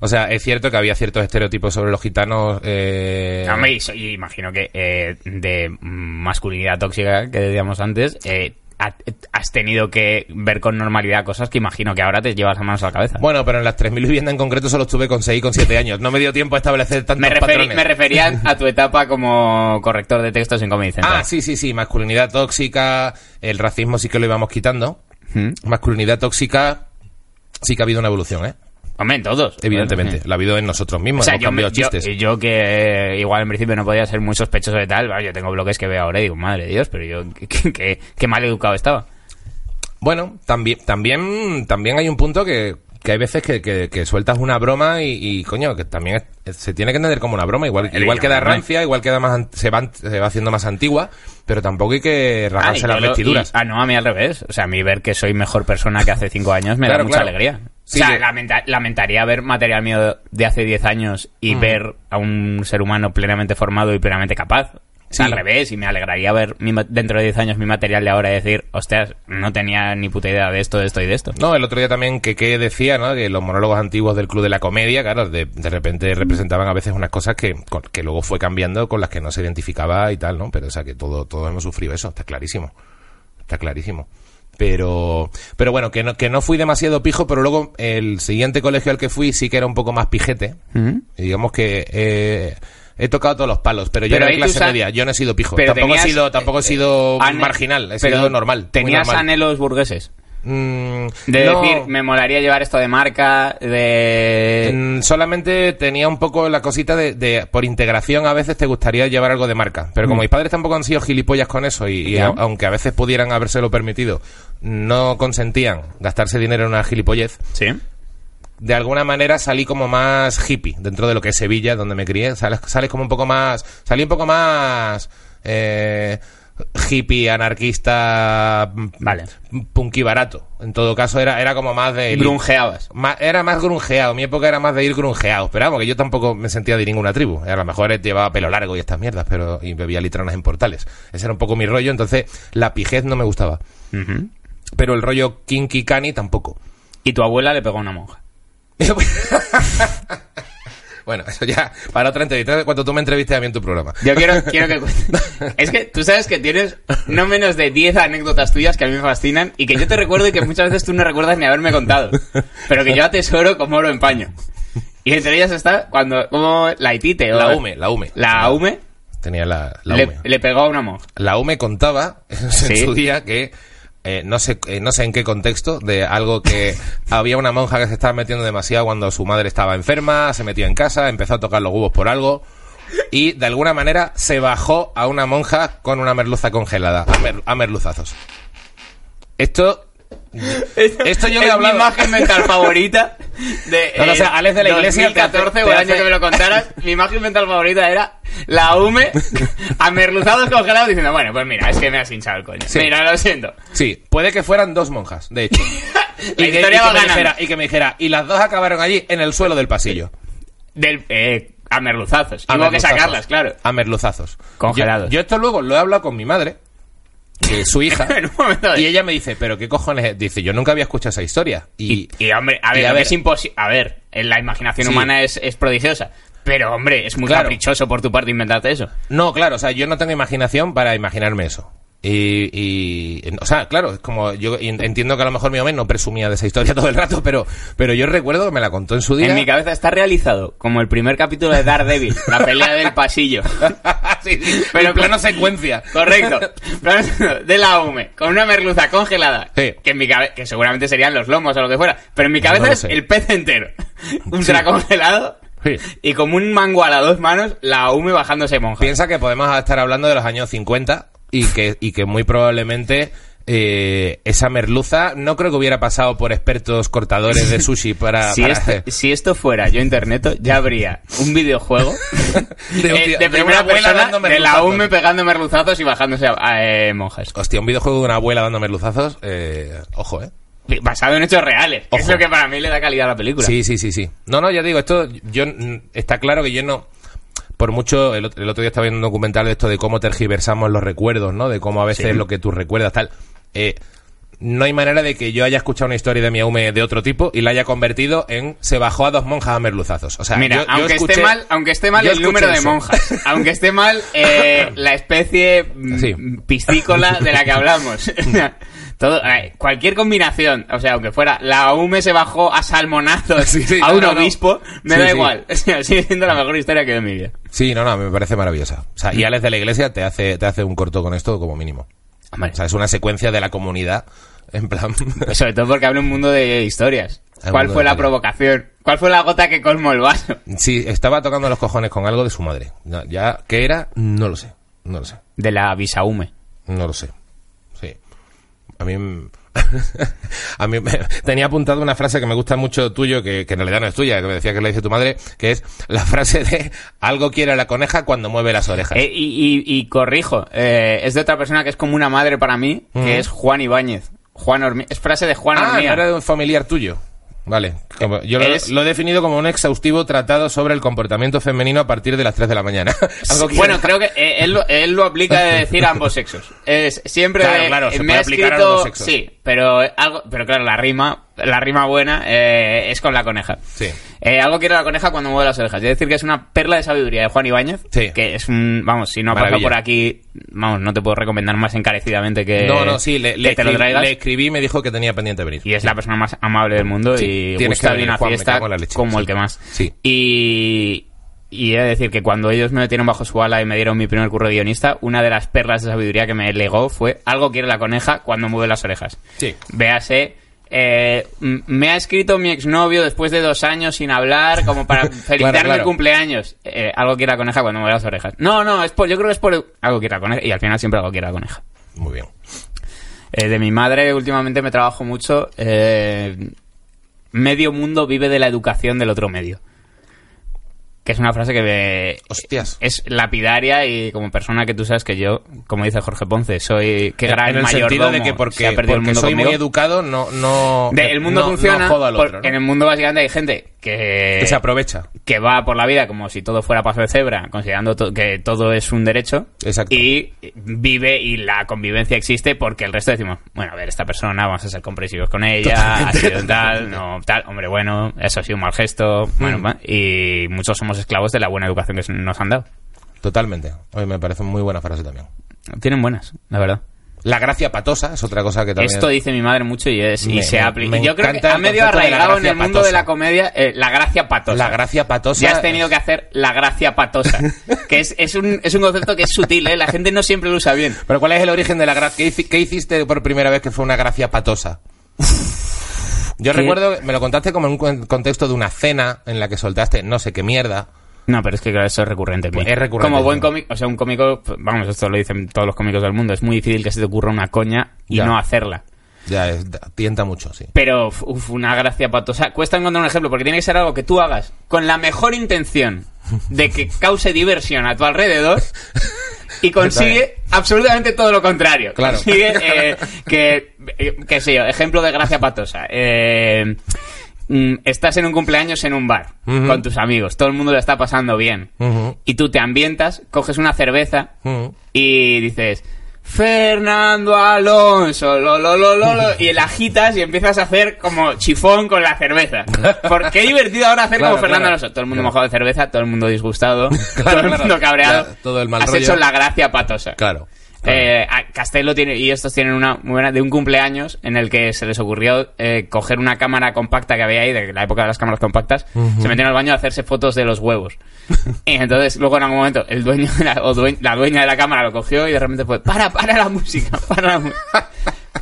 O sea, es cierto que había ciertos estereotipos sobre los gitanos... Eh,
Hombre, y so- y imagino que eh, de masculinidad tóxica que decíamos antes, eh, ha- has tenido que ver con normalidad cosas que imagino que ahora te llevas las manos a la cabeza.
Bueno, pero en las 3.000 viviendas en concreto solo estuve con 6 con 7 años. No me dio tiempo a establecer tantos
me, referi-
patrones.
me refería a tu etapa como corrector de textos en Comedy Central.
Ah, sí, sí, sí. Masculinidad tóxica, el racismo sí que lo íbamos quitando.
¿Mm?
Masculinidad tóxica sí que ha habido una evolución, ¿eh?
Hombre, en todos.
Evidentemente.
Sí.
La ha habido en nosotros mismos.
O sea,
hemos
yo, me-
cambiado
yo,
chistes.
yo que eh, igual en principio no podía ser muy sospechoso de tal, bueno, yo tengo bloques que veo ahora y digo, madre de Dios, pero yo qué- qué- qué- qué mal educado estaba.
Bueno, también, también, también hay un punto que que hay veces que, que, que sueltas una broma y, y, coño, que también es- se tiene que entender como una broma. Igual,
Hombre,
igual queda
hombre.
rancia, igual queda más, an- se, va, se va haciendo más antigua, pero tampoco hay que
Ah, y
rajarse
yo
las
lo-
vestiduras.
y- ah, no, a mí al revés. O sea, a mí ver que soy mejor persona que hace cinco años me
Claro,
da mucha
claro.
alegría.
Sí,
o sea,
yo-
lamenta- lamentaría ver material mío de hace 10 años y ver a un ser humano plenamente formado y plenamente capaz. O sea,
Sí.
Al revés, y me alegraría ver mi ma- dentro de 10 años mi material de ahora y decir, hostias, no tenía ni puta idea de esto, de esto y de esto.
No, el otro día también que, que decía, ¿no? Que los monólogos antiguos del Club de la Comedia, claro, de, de repente representaban a veces unas cosas que, con- que luego fue cambiando, con las que no se identificaba y tal, ¿no? Pero, o sea, que todo, todos hemos sufrido eso, está clarísimo. Está clarísimo. Pero, pero bueno, que no, que no fui demasiado pijo, pero luego el siguiente colegio al que fui sí que era un poco más pijete. Y digamos que eh, he tocado todos los palos, pero yo
Pero
era
ahí tú
clase
sa-
media, yo no he sido pijo.
Pero
tampoco
tenías,
he sido, tampoco he sido
Ane-
marginal, he
pero
sido normal. muy
Tenías
normal.
anhelos burgueses.
Mm,
De
no.
decir, me molaría llevar esto de marca, de...
Mm, solamente tenía un poco la cosita de, de, por integración a veces te gustaría llevar algo de marca. Pero como mis padres tampoco han sido gilipollas con eso y, y
Ya.
a- aunque a veces pudieran habérselo permitido, no consentían gastarse dinero en una gilipollez,
Sí.
de alguna manera salí como más hippie dentro de lo que es Sevilla, donde me crié. Sales, sales como un poco más. Salí un poco más. eh, hippie, anarquista.
Vale.
Punky barato. En todo caso, era, era como más de.
Grungeabas.
Ma- era más grungeado, mi época era más de ir grungeado, pero vamos, que yo tampoco me sentía de ninguna tribu. A lo mejor eh, llevaba pelo largo y estas mierdas, pero y bebía litronas en portales. Ese era un poco mi rollo, entonces la pijez no me gustaba. Pero el rollo kinky cani tampoco.
Y tu abuela le pegó a una monja.
bueno, eso ya para otra entrevista, cuando tú me entrevistes a mí en tu programa.
Yo quiero, quiero que cuentes. Es que tú sabes que tienes no menos de 10 anécdotas tuyas que a mí me fascinan y que yo te recuerdo y que muchas veces tú no recuerdas ni haberme contado. Pero que yo atesoro como oro en paño. Y entre ellas está cuando, como la Itite o.
La UME, la UME.
La UME,
Tenía la, la E.
le,
UME.
le pegó a una monja.
La UME contaba en
Sí.
su día que eh, no sé eh, no sé en qué contexto de algo que había una monja que se estaba metiendo demasiado cuando su madre estaba enferma, se metió en casa, empezó a tocar los huevos por algo y de alguna manera se bajó a una monja con una merluza congelada, a, mer- a merluzazos. Esto esto yo le he
es
hablado.
mi imagen mental favorita de
No, no, o sea, Alex de la Iglesia te hace-
2014
te
o el año
hace-
que me lo contaras mi imagen mental favorita era la UME amerluzados congelados diciendo bueno pues mira es que me has hinchado el coño
Sí.
mira lo siento
Sí, puede que fueran dos monjas, de hecho.
La
que-
historia
que
va
me
ganando.
dijera- y que me dijera, y las dos acabaron allí en el suelo del pasillo.
del eh, amerluzazos
A
y hubo que
merluzazos.
sacarlas claro
A merluzazos.
Congelados.
Yo, yo esto luego lo he hablado con mi madre, que es su hija,
en un momento de-
y ella me dice, pero qué cojones es? Dice, yo nunca había escuchado esa historia. Y,
y, y, hombre a
y
ver,
a
lo que
ver.
es imposible a ver en la imaginación
Sí.
humana es, es prodigiosa pero hombre es muy
Claro.
caprichoso por tu parte inventarte eso
no, claro, o sea, yo no tengo imaginación para imaginarme eso. Y, y- o sea, claro, es como yo en- entiendo que a lo mejor mi hombre no presumía de esa historia todo el rato, pero, pero yo recuerdo que me la contó en su día.
en mi cabeza está realizado como el primer capítulo de Daredevil la pelea del pasillo
Sí, sí,
Pero
en plano
con-
secuencia.
Correcto. Planos De la UME, con una merluza congelada.
Sí.
Que, en mi cabe- que seguramente serían los lomos o lo que fuera. Pero en mi cabeza
No lo
es
sé.
el pez entero. Ultra congelado.
Sí.
Y como un mango a las dos manos, la UME bajándose monja.
Piensa que podemos estar hablando de los años 50 y que, y que muy probablemente eh, esa merluza no creo que hubiera pasado por expertos cortadores de sushi para...
Si
para-
esto, si esto fuera yo interneto, ya habría un videojuego
De un
eh,
tío- de una
de primera
abuela
persona
dando
de la
merluzazos.
UME pegando merluzazos y bajándose a, a, eh, monjas.
Hostia, un videojuego de una abuela dando merluzazos, eh, ojo, ¿eh?
Basado en hechos reales. que Es
Ojo.
lo que para mí le da calidad a la película.
Sí, sí, sí, sí. No, no, ya digo, esto yo mm, está claro que yo no por mucho el, ot- el otro día estaba viendo un documental de esto de cómo tergiversamos los recuerdos, ¿no? De cómo a veces lo que tú recuerdas tal. Eh, no hay manera de que yo haya escuchado una historia de mi aume de otro tipo y la haya convertido en se bajó a dos monjas a merluzazos. O sea,
Mira,
yo- yo
aunque,
escuché-
esté mal, aunque esté mal
yo
el
escuché
número de
eso.
monjas, aunque esté mal eh, la especie mm,
Sí.
piscícola de la que hablamos. Todo, eh, cualquier combinación, o sea, aunque fuera la UME se bajó a salmonazos
Sí, sí,
a un
no, no, no.
obispo, me
Sí,
da
sí.
igual. O sea, sigue siendo la mejor historia que he oído en mi vida.
Sí, no, no, me parece maravillosa. O
Mm.
sea, y Alex de la Iglesia te hace te hace un corto con esto como mínimo. O sea, es una secuencia de la comunidad en plan
Pues sobre todo porque habla un mundo de historias.
Hay
¿Cuál
mundo
fue
de
la
historias.
provocación? ¿Cuál fue la gota que colmó el vaso?
Sí, estaba tocando los cojones con algo de su madre. No, ya, ¿qué era? No lo sé. No lo sé.
De la visaume.
No lo sé. Sí. A mí, mm, a mí me- tenía apuntado una frase que me gusta mucho tuyo, que, que en realidad no es tuya, que me decía que le dice tu madre, que es la frase de algo quiere la coneja cuando mueve las orejas.
Eh, y, y- y corrijo, eh, es de otra persona que es como una madre para mí,
Ujú.
que es Juan Ibáñez. Juan Hormi- es frase de Juan
ah,
Hormiga.
no era de un familiar tuyo. Vale, como- yo lo,
Es-
lo he definido como un exhaustivo tratado sobre el comportamiento femenino a partir de las 3 de la mañana. Algo quiere-
Bueno, creo que eh, él, lo- él lo aplica de decir a ambos sexos. Es siempre
Claro,
de-
claro, se
me
puede
ha
aplicar a
escrito-
los dos sexos.
Sí, pero algo, pero claro, la rima, la rima buena eh, es con la coneja.
Sí.
Eh, algo quiere la coneja cuando mueve las orejas. Es decir, que es una perla de sabiduría de Juan Ibáñez.
Sí.
Que es un. Vamos, si no ha pasado
Maravilla.
por aquí, vamos, no te puedo recomendar más encarecidamente que.
no, no, sí, le,
Eh, que
le
te lo
escribí-
traigas.
le escribí y me dijo que tenía pendiente venir.
Y es la persona más amable del mundo
Sí,
y
tienes
gusta
que
de
venir,
una
Juan, me
fiesta
cago en la leche.
como
Sí.
el que más.
Sí.
Y, y he de decir que cuando ellos me metieron bajo su ala y me dieron mi primer curro de guionista, una de las perlas de sabiduría que me legó fue algo quiere la coneja cuando mueve las orejas.
Sí.
Véase. eh, m- me ha escrito mi exnovio después de dos años sin hablar, como para felicitarme el
claro.
cumpleaños. Eh, algo quiere la coneja cuando mueve las orejas. No, no, es por, yo creo que es por algo quiere la coneja. Y al final siempre algo quiere la coneja.
Muy bien.
Eh, de mi madre últimamente me trabajo mucho. eh, medio mundo vive de la educación del otro medio. Que es una frase que me-
Hostias.
es lapidaria y como persona que tú sabes que yo, como dice Jorge Ponce, soy que gran
en el
mayordomo,
sentido de que
se ha
porque,
perdido el
porque
mundo
soy muy
conmigo.
educado, no, no,
De- el mundo
no- no
funciona.
jodo al
por-
otro, ¿no?
En el mundo básicamente hay gente que,
que se aprovecha.
que va por la vida como si todo fuera paso de cebra, considerando to- que todo es un derecho.
Exacto.
Y vive y la convivencia existe porque el resto decimos, bueno, a ver, esta persona, vamos a ser comprensivos con ella, ha sido tal, no, tal, hombre, bueno, eso ha sido un mal gesto, bueno,
Mm.
va, y muchos somos esclavos de la buena educación que nos han dado.
Totalmente. Oye, me parece muy buena frase también.
Tienen buenas, la verdad.
La gracia patosa es otra cosa que también...
Esto dice mi madre mucho y, es, y
Me-
se
me-
aplica.
me
Y Yo creo que
encanta
ha
el
medio
concepto de la
arraigado en
gracia
el mundo de la
patosa.
comedia eh, la gracia patosa.
La gracia patosa...
Ya has tenido que hacer la gracia patosa. Que es, es, un, es un concepto que es sutil, ¿eh? La gente no siempre lo usa bien.
Pero ¿cuál es el origen de la gracia? ¿Qué, hici- qué hiciste por primera vez que fue una gracia patosa? Yo
¿Qué?
recuerdo, que me lo contaste como en un cuen- contexto de una cena en la que soltaste no sé qué mierda.
No, pero es que claro, eso es recurrente. en mí.
Es recurrente,
Como buen
sí.
cómico, o sea, un cómico, pues, vamos, esto lo dicen todos los cómicos del mundo, es muy difícil que se te ocurra una coña y
Ya.
no hacerla.
Ya, es- tienta mucho, sí.
Pero, uff, una gracia patosa. Cuesta encontrar un ejemplo, porque tiene que ser algo que tú hagas con la mejor intención de que cause diversión a tu alrededor y consigue absolutamente todo lo contrario.
Claro.
Consigue eh, que, eh, qué sé yo, ejemplo de gracia patosa. Eh, mm, estás en un cumpleaños en un bar
Ujú.
con tus amigos, todo el mundo lo está pasando bien.
Ujú.
Y tú te ambientas, coges una cerveza
Ujú.
y dices Fernando Alonso, lo, lo, lo, lo, lo", y la agitas y empiezas a hacer como chifón con la cerveza. Porque qué divertido ahora hacer
Claro,
como Fernando
claro.
Alonso. Todo el mundo
Claro.
mojado de cerveza, todo el mundo disgustado, todo el
claro.
mundo cabreado.
Ya, todo el mal
Has
rollo.
hecho la gracia patosa.
Claro.
Eh, a- Castelo tiene, y estos tienen una muy buena de un cumpleaños en el que se les ocurrió eh, coger una cámara compacta que había ahí, de la época de las cámaras compactas, se metieron al baño a hacerse fotos de los huevos. y entonces, luego en algún momento, el dueño de la- o due- la dueña de la cámara lo cogió y de repente fue: para, para la música, para la música.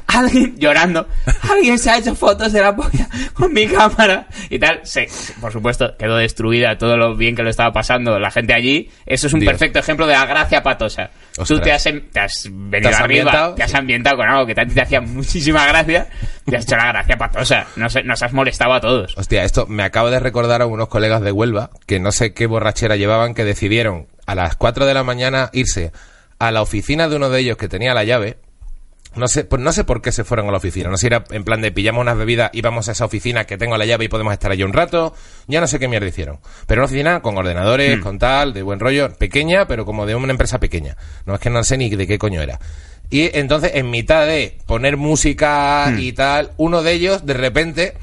Alguien llorando, alguien se ha hecho fotos de la polla con mi cámara y tal. Se- se- por supuesto, quedó destruida todo lo bien que lo estaba pasando la gente allí. Eso es un
Dios.
perfecto ejemplo de la gracia patosa. Tú
Ostras.
te has, em- te has venido
¿Te has
arriba,
ambientado?
te has ambientado con algo que te, te hacía muchísima gracia, te has hecho la gracia patosa, nos, nos has molestado a todos.
Hostia, esto me acabo de recordar a unos colegas de Huelva que no sé qué borrachera llevaban que decidieron a las 4 de la mañana irse a la oficina de uno de ellos que tenía la llave. No sé, pues no sé por qué se fueron a la oficina. No sé si era en plan de pillamos unas bebidas y vamos a esa oficina que tengo la llave y podemos estar allí un rato. Ya no sé qué mierda hicieron. Pero una oficina con ordenadores, con tal, de buen rollo, pequeña, pero como de una empresa pequeña. No es que no sé ni de qué coño era. Y entonces, en mitad de poner música y tal, uno de ellos de repente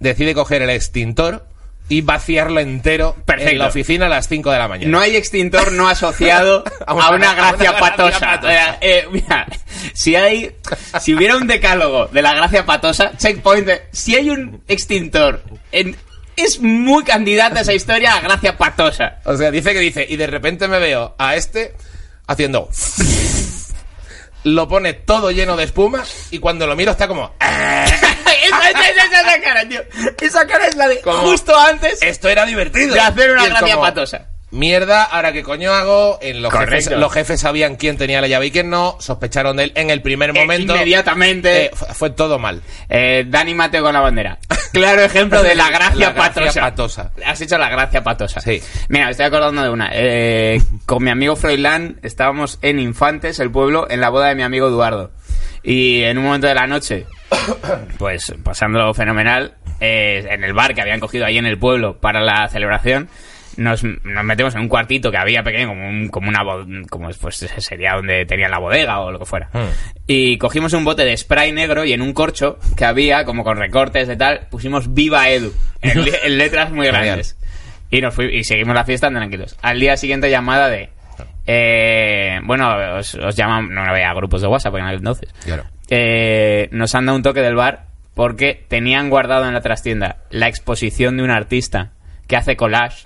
decide coger el extintor y vaciarlo entero
Perfecto.
en la oficina a las 5 de la mañana.
No hay extintor no asociado a una,
A una
gracia
gracia
patosa.
patosa.
O sea, eh, mira, si hay, si hubiera un decálogo de la gracia patosa, checkpoint, de- si hay un extintor, en- es muy candidata esa historia a gracia patosa.
O sea, dice que dice, y de repente me veo a este haciendo... Lo pone todo lleno de espuma y cuando lo miro está como... "Ah,
esa, esa- esa- esa cara, tío. Esa cara es la de
Como-
justo antes
Esto era divertido.
de hacer
Y
una
es
gracia
como,
patosa.
Mierda, ahora qué coño hago. En los,
Correcto.
jefes, los jefes sabían quién tenía la llave y quién no. Sospecharon de él en el primer
Eh,
momento.
inmediatamente.
Eh, fue, fue todo mal.
Eh, Dani Mateo con la bandera. Claro ejemplo de la gracia,
La gracia
patosa.
patosa.
Has hecho la gracia patosa.
Sí.
Mira, me estoy acordando de una. Eh, con mi amigo Froilán estábamos en Infantes, el pueblo, en la boda de mi amigo Eduardo. Y en un momento de la noche, pues pasándolo fenomenal, eh, en el bar que habían cogido ahí en el pueblo para la celebración, nos, nos metemos en un cuartito que había pequeño, como, un- como una bo- como pues sería donde tenían la bodega o lo que fuera.
Mm.
Y cogimos un bote de spray negro y en un corcho que había, como con recortes de tal, pusimos Viva Edu en, le- en letras muy
Genial.
grandes. Y, nos fui- y seguimos la fiesta tranquilos. Al día siguiente llamada de... eh, bueno, os, os llaman... No había grupos de WhatsApp en aquel entonces.
Claro.
Eh, nos han dado un toque del bar porque tenían guardado en la trastienda la exposición de un artista que hace collage.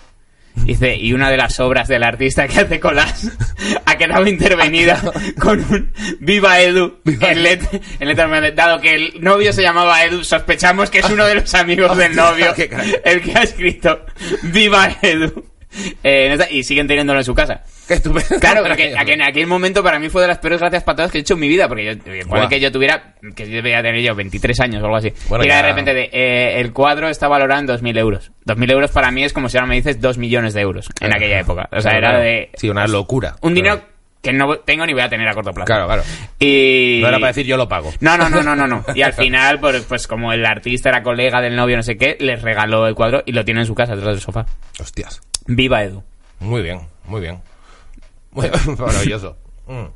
Dice, y una de las obras del artista que hace collage ha quedado intervenida con un Ah, Viva Edu en, let- en letras muy grandes. Dado que el novio se llamaba Edu, sospechamos que es uno de los amigos del novio
Qué crack.
el que ha escrito Viva Edu. Eh, en esta- y siguen teniéndolo en su casa.
Qué estupendo.
Claro, pero que, a que en aquel momento para mí fue de las peores gracias patadas que he hecho en mi vida, porque yo, puede
Guau.
que yo tuviera, que yo debía tener yo 23 años o algo así.
Bueno,
y era
ya-
de repente de, eh, el cuadro está valorado en 2.000 euros. 2.000 euros para mí es como si ahora me dices 2 millones de euros en
Claro.
aquella época. O sea,
Claro,
era
claro.
de...
Sí, una locura.
Un dinero
Claro.
que no tengo ni voy a tener a corto plazo.
Claro, claro.
Y...
No era para decir yo lo pago.
No, no, no, no, no, no. Y al final, pues, pues como el artista era colega del novio, no sé qué, les regaló el cuadro y lo tiene en su casa, detrás del sofá.
Hostias.
Viva Edu.
Muy bien, muy bien. Muy maravilloso. Mm.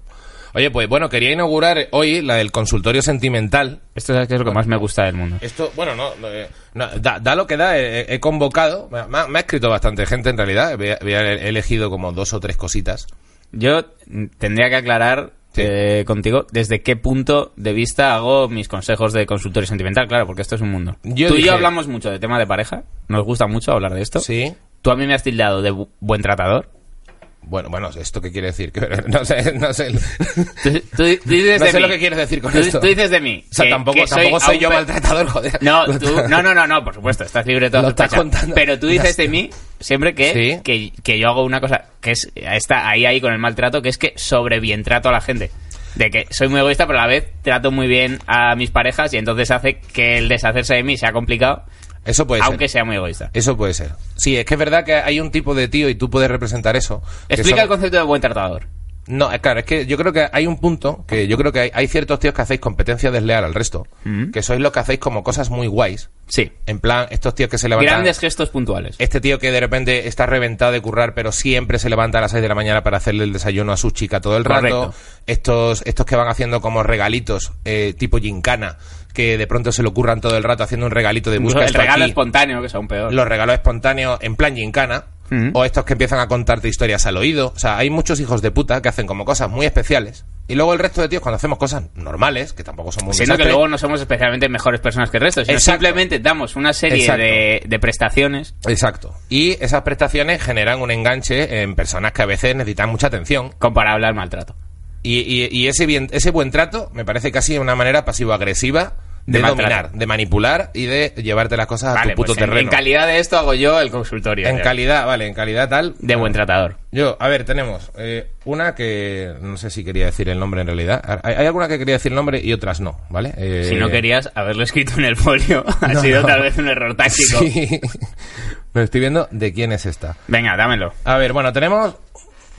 Oye, pues bueno, quería inaugurar hoy la del consultorio sentimental.
Esto es lo que más me gusta del mundo.
Esto, bueno, no, no, eh, no, da, da lo que da, eh, eh, he, convocado, me, ha- me ha escrito bastante gente en realidad, he, he elegido como dos o tres cositas.
Yo mm, tendría que aclarar
Sí.
eh, contigo desde qué punto de vista hago mis consejos de consultorio sentimental, claro, porque esto es un mundo.
Yo
Tú y
dije-
yo hablamos mucho de tema de pareja, nos gusta mucho hablar de esto.
Sí.
Tú a mí me has tildado de bu- buen tratador.
Bueno, bueno, ¿esto qué quiere decir? Que- No sé, no sé.
Tú, tú- tú dices
No
de
sé lo
mí-
que quieres decir con
tú-
esto.
Tú dices de mí.
O sea,
que-
tampoco,
que
tampoco Eh, soy
aún
yo
pe-
maltratador, joder.
No, tú- no, no, no, no, por supuesto, estás libre de todo.
Lo estás
sospecha.
contando.
Pero tú dices de mí siempre que,
Sí.
que, que yo hago una cosa que es está ahí ahí con el maltrato, que es que sobre bien trato a la gente. De que soy muy egoísta, pero a la vez trato muy bien a mis parejas y entonces hace que el deshacerse de mí sea complicado,
Eso puede
aunque
ser.
sea muy egoísta.
Eso puede ser. Sí, es que es verdad que hay un tipo de tío y tú puedes representar eso. que
Explica
son-
el concepto de buen tratador.
No, eh, claro, es que yo creo que hay un punto que yo creo que hay, hay ciertos tíos que hacéis competencia desleal al resto,
Mm.
que sois los que hacéis como cosas muy guays.
Sí.
En plan, estos tíos que se levantan.
Grandes gestos puntuales.
Este tío que de repente está reventado de currar, pero siempre se levanta a las 6 de la mañana para hacerle el desayuno a su chica todo el rato.
Correcto.
Estos, estos que van haciendo como regalitos, eh, tipo gincana, que de pronto se le ocurran todo el rato haciendo un regalito de busca
el
esto
regalo
aquí,
espontáneo, que es aún peor.
los regalos espontáneos en plan gincana.
Mm.
O estos que empiezan a contarte historias al oído. O sea, hay muchos hijos de puta que hacen como cosas muy especiales. Y luego el resto de tíos, cuando hacemos cosas normales, que tampoco son muy
Siendo que luego no somos especialmente mejores personas que el resto, sino
Exacto.
simplemente damos una serie
Exacto.
de, de prestaciones
Exacto. Y esas prestaciones generan un enganche en personas que a veces necesitan mucha atención.
comparable al maltrato.
Y, y- y ese, bien, ese buen trato me parece casi una manera pasivo-agresiva de,
De maltrato.
dominar, de manipular y de llevarte las cosas a tu puto
pues en-
terreno.
En, calidad de esto hago yo el consultorio.
En
de-
calidad, vale, en calidad tal.
De buen tratador.
Yo, a ver, tenemos eh, una que no sé si quería decir el nombre en realidad. Hay, hay alguna que quería decir el nombre y otras no, ¿vale? Eh,
Si no querías haberlo escrito en el folio, ha sido tal vez un error táctico.
Sí. Pero estoy viendo de quién es esta.
Venga, dámelo.
A ver, bueno, tenemos.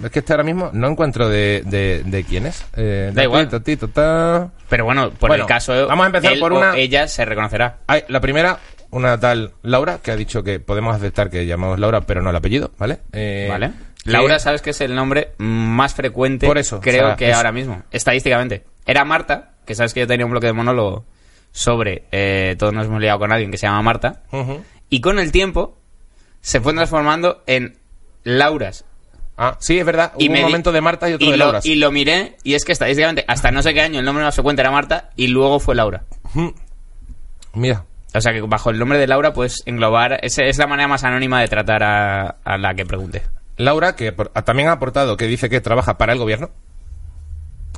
Es que este ahora mismo no encuentro de, de, de quién es. Eh,
Da igual.
ta, ti, ta, ta.
Pero bueno, por
Bueno,
el caso.
vamos a empezar
él
por
o
una-
Ella se reconocerá.
Ay, la primera, una tal Laura, que ha dicho que podemos aceptar que llamamos Laura, pero no el apellido, ¿vale? Eh,
¿Vale?
que-
Laura, sabes que es el nombre más frecuente.
Por eso,
Creo
o sea,
que
es-
ahora mismo. Estadísticamente. Era Marta, que sabes que yo tenía un bloque de monólogo sobre. eh, todos nos hemos liado con alguien que se llama Marta.
Ujú.
Y con el tiempo se fue transformando en Lauras
Ah, sí, es verdad. Hubo
me
un
di-
momento de Marta y otro
y
de
lo,
Laura.
Y lo miré, y es que estadísticamente, hasta no sé qué año, el nombre más frecuente era Marta, y luego fue Laura.
Mira,
O sea que bajo el nombre de Laura puedes englobar. Esa es la manera más anónima de tratar a, a la que pregunte.
ah, Laura, que por- a- también ha aportado que dice que trabaja para el gobierno.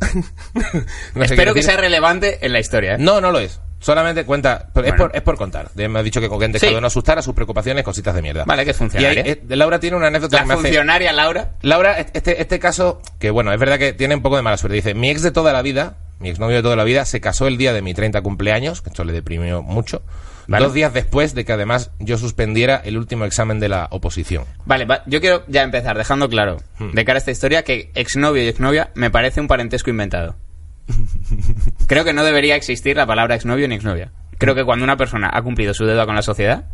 No sé qué
Espero que
decir.
sea relevante en la historia. ¿eh?
No, no lo es. Solamente cuenta. pero Es,
Bueno.
por, es por contar. De- Me ha dicho que con gente
Sí.
que no asustar a sus preocupaciones, cositas de mierda.
Vale, que
Y
es
ahí,
funcionaria.
eh, Laura tiene una anécdota
la
que me hace-
funcionaria Laura.
Laura, este, este caso, que bueno, es verdad que tiene un poco de mala suerte. Dice, mi ex de toda la vida, mi exnovio de toda la vida, se casó el día de mi 30 cumpleaños, que esto le deprimió mucho,
Vale.
dos días después de que además yo suspendiera el último examen de la oposición.
Vale, va- yo quiero ya empezar dejando claro,
Hmm.
de cara a esta historia, que exnovio y exnovia me parece un parentesco inventado. Creo que no debería existir la palabra exnovio ni exnovia. Creo que cuando una persona ha cumplido su deuda con la sociedad,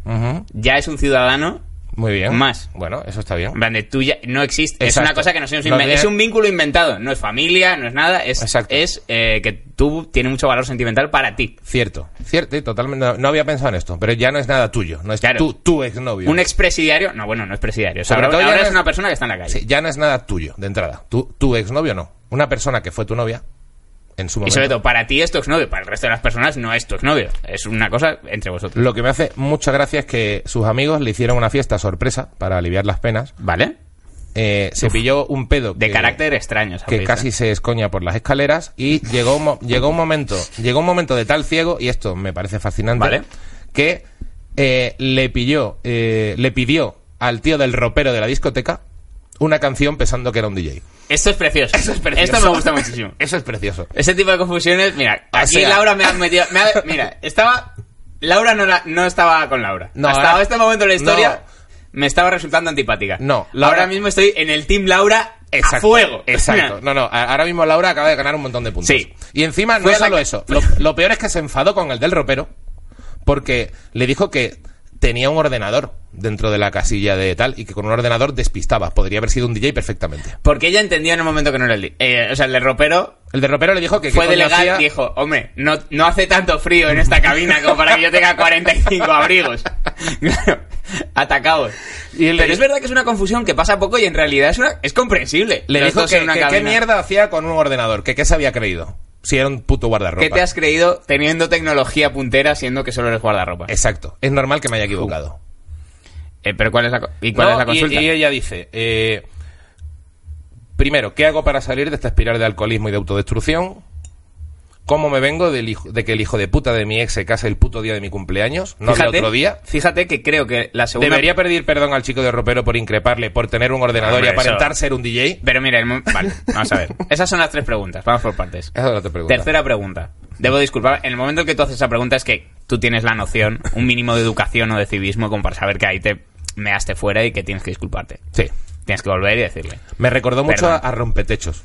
ya es un ciudadano.
Muy bien.
Más.
Bueno, eso está bien.
En plan de tú ya no existe. Es
Exacto.
una cosa que nos hemos
No
inven-
tiene-
Es un vínculo inventado. No es familia, no es nada. Es,
Exacto.
es eh, que tú tienes mucho valor sentimental para ti.
Cierto, cierto, y totalmente. No, no había pensado en esto, pero ya no es nada tuyo, no es
Claro.
tú, tu exnovio.
Un expresidiario. No, bueno, no es presidiario. O sea,
Sobre
ahora,
todo ya
ahora
no
es
es-
una persona que está en la calle.
Sí, ya no es nada tuyo, de entrada. Tu, tu exnovio no. Una persona que fue tu novia, en su
Y
momento.
sobre todo, para ti es tu exnovio, para el resto de las personas no es tu exnovio. Es una cosa entre vosotros.
Lo que me hace mucha gracia es que sus amigos le hicieron una fiesta sorpresa para aliviar las penas.
¿Vale?
Eh, se pilló un pedo
De
que-
carácter extraño. esa
que
fiesta.
casi se escoña por las escaleras y llegó un, mo- llegó un momento llegó un momento de tal ciego y esto me parece fascinante
Vale.
que eh, le pilló eh, le pidió al tío del ropero de la discoteca una canción pensando que era un DJ
Esto es precioso. Esto es
precioso.
Esto me gusta muchísimo.
eso es precioso
Ese tipo de confusiones, mira,
O
aquí
sea-
Laura me ha metido. me ha- mira, estaba. Laura no, era- no estaba con Laura.
No,
Hasta
ahora-
este momento de la historia
no.
me estaba resultando antipática.
No, Laura-
Ahora mismo estoy en el Team Laura a
Exacto,
fuego.
Exacto.
Mira,
No, no, a- ahora mismo Laura acaba de ganar un montón de puntos.
Sí.
Y encima no
Fue
es
a la
solo
que-
eso. Lo, lo peor es que se enfadó con el del ropero porque le dijo que tenía un ordenador dentro de la casilla de tal y que con un ordenador despistaba. Podría haber sido un DJ perfectamente.
Porque ella entendió en un momento que no era el. di- eh, o sea, el de ropero
El del ropero le dijo que...
fue
qué coño hacía-
delegado y dijo, hombre, no, no hace tanto frío en esta cabina como para que yo tenga 45 abrigos. Claro, atacados.
Y él le
Pero es
dijo-
verdad que es una confusión que pasa poco y en realidad es, una, es comprensible.
Le
Los
dijo
dos
que,
en una
que qué
cabina.
mierda hacía con un ordenador, que qué se había creído. Si era un puto guardarropa.
¿Qué te has creído teniendo tecnología puntera siendo que solo eres guardarropa?
Exacto. Es normal que me haya equivocado.
Eh, pero ¿cuál es la, co- ¿y cuál
No,
es la
y-
consulta?
Y, ella dice, eh, primero, ¿qué hago para salir de esta espiral de alcoholismo y de autodestrucción? ¿Cómo me vengo del hijo- de que el hijo de puta de mi ex se case el puto día de mi cumpleaños? No había otro día.
fíjate que creo que la segunda...
¿Debería pedir perdón al chico de ropero por increparle, por tener un ordenador
Hombre,
y aparentar
eso-
ser un DJ?
Pero mira, el mo- vale, vamos a ver. Esas son las tres preguntas, vamos por partes.
Esa es la otra pregunta.
Tercera pregunta. Debo disculpar, en el momento en que tú haces esa pregunta es que tú tienes la noción, un mínimo de educación o de civismo como para saber que ahí te measte fuera y que tienes que disculparte.
Sí.
Tienes que volver y decirle.
Me recordó mucho a,
Perdón.
a Rompetechos.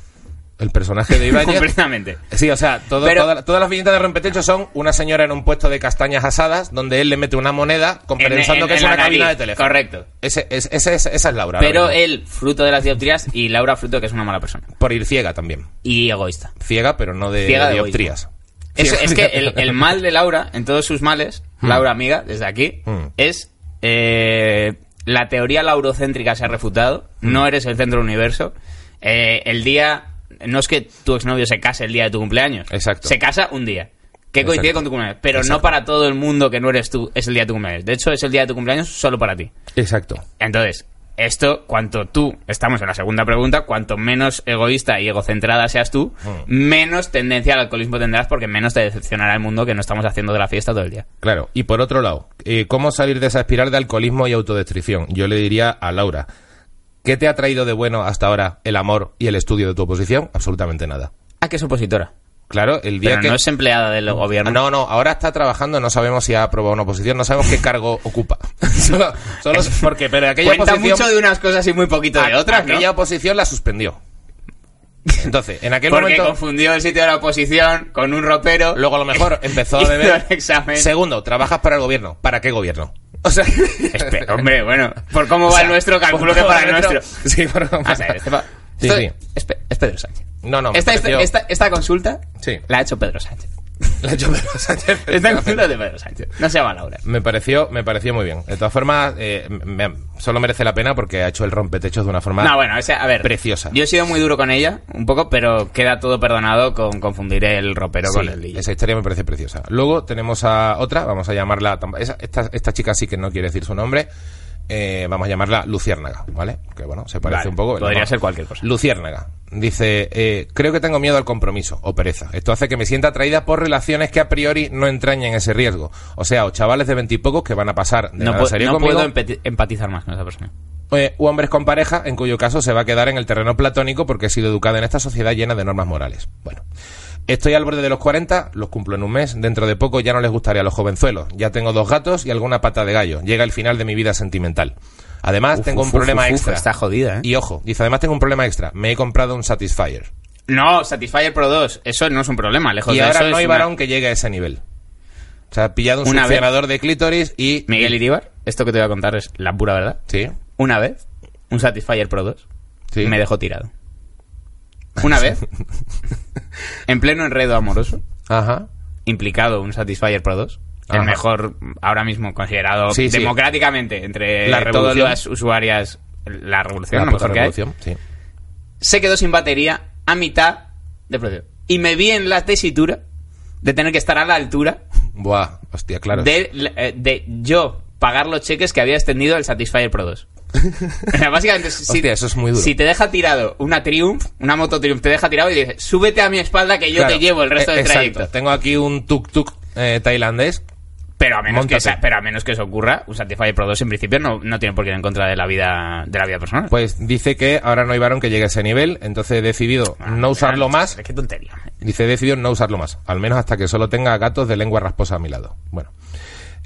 El personaje de Ibáñez.
Completamente.
Sí, o sea, todo-
Pero-
toda- todas las viñetas de Rompetechos son una señora en un puesto de castañas asadas donde él le mete una moneda con-
En-
pensando
en-
que
en
es
la
una cabina de
nariz,
teléfono.
Correcto.
Ese- es- ese- ese- esa es Laura.
Pero
ahora mismo.
él, fruto de las dioptrías, y Laura, fruto de que es una mala persona.
Por ir ciega también.
Y egoísta.
Ciega, pero no de,
Ciega de
dioptrías.
Es,
Ciega
es
de-
que el, el mal de Laura, en todos sus males, Laura amiga, desde aquí,
Mm.
es eh, la teoría laurocéntrica se ha refutado,
Mm.
no eres el centro del universo. Eh, el día, no es que tu exnovio se case el día de tu cumpleaños,
Exacto.
se casa un día. Que coincide
Exacto.
con tu cumpleaños, pero no
Exacto.
para todo el mundo que no eres tú, es el día de tu cumpleaños. De hecho, es el día de tu cumpleaños solo para ti.
Exacto.
Entonces, esto, cuanto tú, estamos en la segunda pregunta, cuanto menos egoísta y egocentrada seas tú,
Hmm.
menos tendencia al alcoholismo tendrás porque menos te decepcionará el mundo que no estamos haciendo de la fiesta todo el día.
Claro. Y por otro lado, eh, ¿cómo salir de esa espiral de alcoholismo y autodestrucción? Yo le diría a Laura, ¿qué te ha traído de bueno hasta ahora el amor y el estudio de tu oposición? Absolutamente nada.
Ah, que es opositora.
Claro, el día
Pero
que...
no es empleada del gobierno.
Ah, No, no, ahora está trabajando, no sabemos si ha aprobado una oposición, no sabemos qué cargo ocupa. solo, solo porque, pero aquella
Cuenta
oposición,
mucho de unas cosas y muy poquito de
a-
otras, ¿no?
aquella oposición la suspendió. Entonces, en aquel
Porque
momento,
confundió el sitio de la oposición con un ropero.
luego a lo mejor empezó a
hizo
beber.
el examen.
Segundo, trabajas para el gobierno. ¿Para qué gobierno? O sea,
Espe- hombre, bueno, por cómo va
o sea,
el nuestro, calculo
por
que
favor,
para el nuestro.
Sí, por favor.
Ah, sí, este va-
Sí,
esto-
sí.
Es, Pe- es Pedro Sánchez.
No, no, me
Esta,
pareció-
esta- esta consulta
Sí.
la ha hecho Pedro Sánchez.
La ha hecho Pedro Sánchez.
Esta consulta es de Pedro Sánchez. No se llama Laura.
Me pareció, me pareció muy bien. De todas formas, eh, me- solo merece la pena porque ha hecho el rompetechos de una forma.
No, bueno, o sea, a ver.
Preciosa.
Yo he sido muy duro con ella, un poco, pero queda todo perdonado con confundir el ropero
Sí,
con el DJ.
Esa historia me parece preciosa. Luego tenemos a otra, vamos a llamarla. tam- esa- esta, esta chica sí que no quiere decir su nombre. eh, vamos a llamarla Luciérnaga, ¿vale? Que bueno, se parece
Vale,
un poco.
podría
vamos-
ser cualquier cosa.
Luciérnaga. Dice, eh, creo que tengo miedo al compromiso o pereza. Esto hace que me sienta atraída por relaciones que a priori no entrañen ese riesgo. O sea, o chavales de veintipocos que van a pasar de
No,
nada
pu-
serio
no
conmigo,
puedo empati- empatizar más con esa persona.
eh, u hombres con pareja, en cuyo caso se va a quedar en el terreno platónico porque he sido educada en esta sociedad llena de normas morales. Bueno. Estoy al borde de los 40, los cumplo en un mes, dentro de poco ya no les gustaría a los jovenzuelos. Ya tengo dos gatos y alguna pata de gallo. Llega el final de mi vida sentimental. Además,
Uf,
tengo un
uf,
problema
uf, uf,
extra.
está jodida, ¿eh?
Y ojo, dice, además tengo un problema extra. Me he comprado un Satisfyer.
No, Satisfyer Pro 2, eso no es un problema, lejos
y
de
ahora
eso
no
es
hay
una-
varón que llegue a ese nivel. O sea, pillado un
Una vez-
succionador de clítoris y...
Miguel Iribar, esto que te voy a contar es la pura verdad.
Sí,
Una vez, un Satisfyer Pro 2
sí.
me dejó tirado. Una vez, en pleno enredo amoroso,
Ajá.
implicado un Satisfyer Pro 2,
Ajá.
el mejor ahora mismo considerado
Sí, sí.
democráticamente entre
La
todas
revolución.
las usuarias, la revolución,
La
la
puta
mejor que hay.
Ah, pues revolución, sí.
se quedó sin batería a mitad de precio. Y me vi en la tesitura de tener que estar a la altura
Buah, hostia, claro.
de, eh, de yo pagar los cheques que había extendido el Satisfyer Pro 2. O sea, Básicamente, si,
Hostia, eso es muy duro.
si te deja tirado una Triumph, una moto Triumph, te deja tirado y dices, súbete a mi espalda que yo
Claro,
te llevo el resto
eh,
del
exacto.
trayecto.
Tengo aquí un tuk-tuk eh, tailandés.
Pero a, menos que
Móntate.
esa- pero a menos que eso ocurra, un Satisfyer Pro 2 en principio no, no tiene por qué ir en contra de la vida, de la vida personal.
Pues dice que ahora no hay varón que llegue a ese nivel, entonces he decidido no
Ah,
usarlo más.
Qué tontería.
Dice, he decidido no usarlo más, al menos hasta que solo tenga gatos de lengua rasposa a mi lado. Bueno,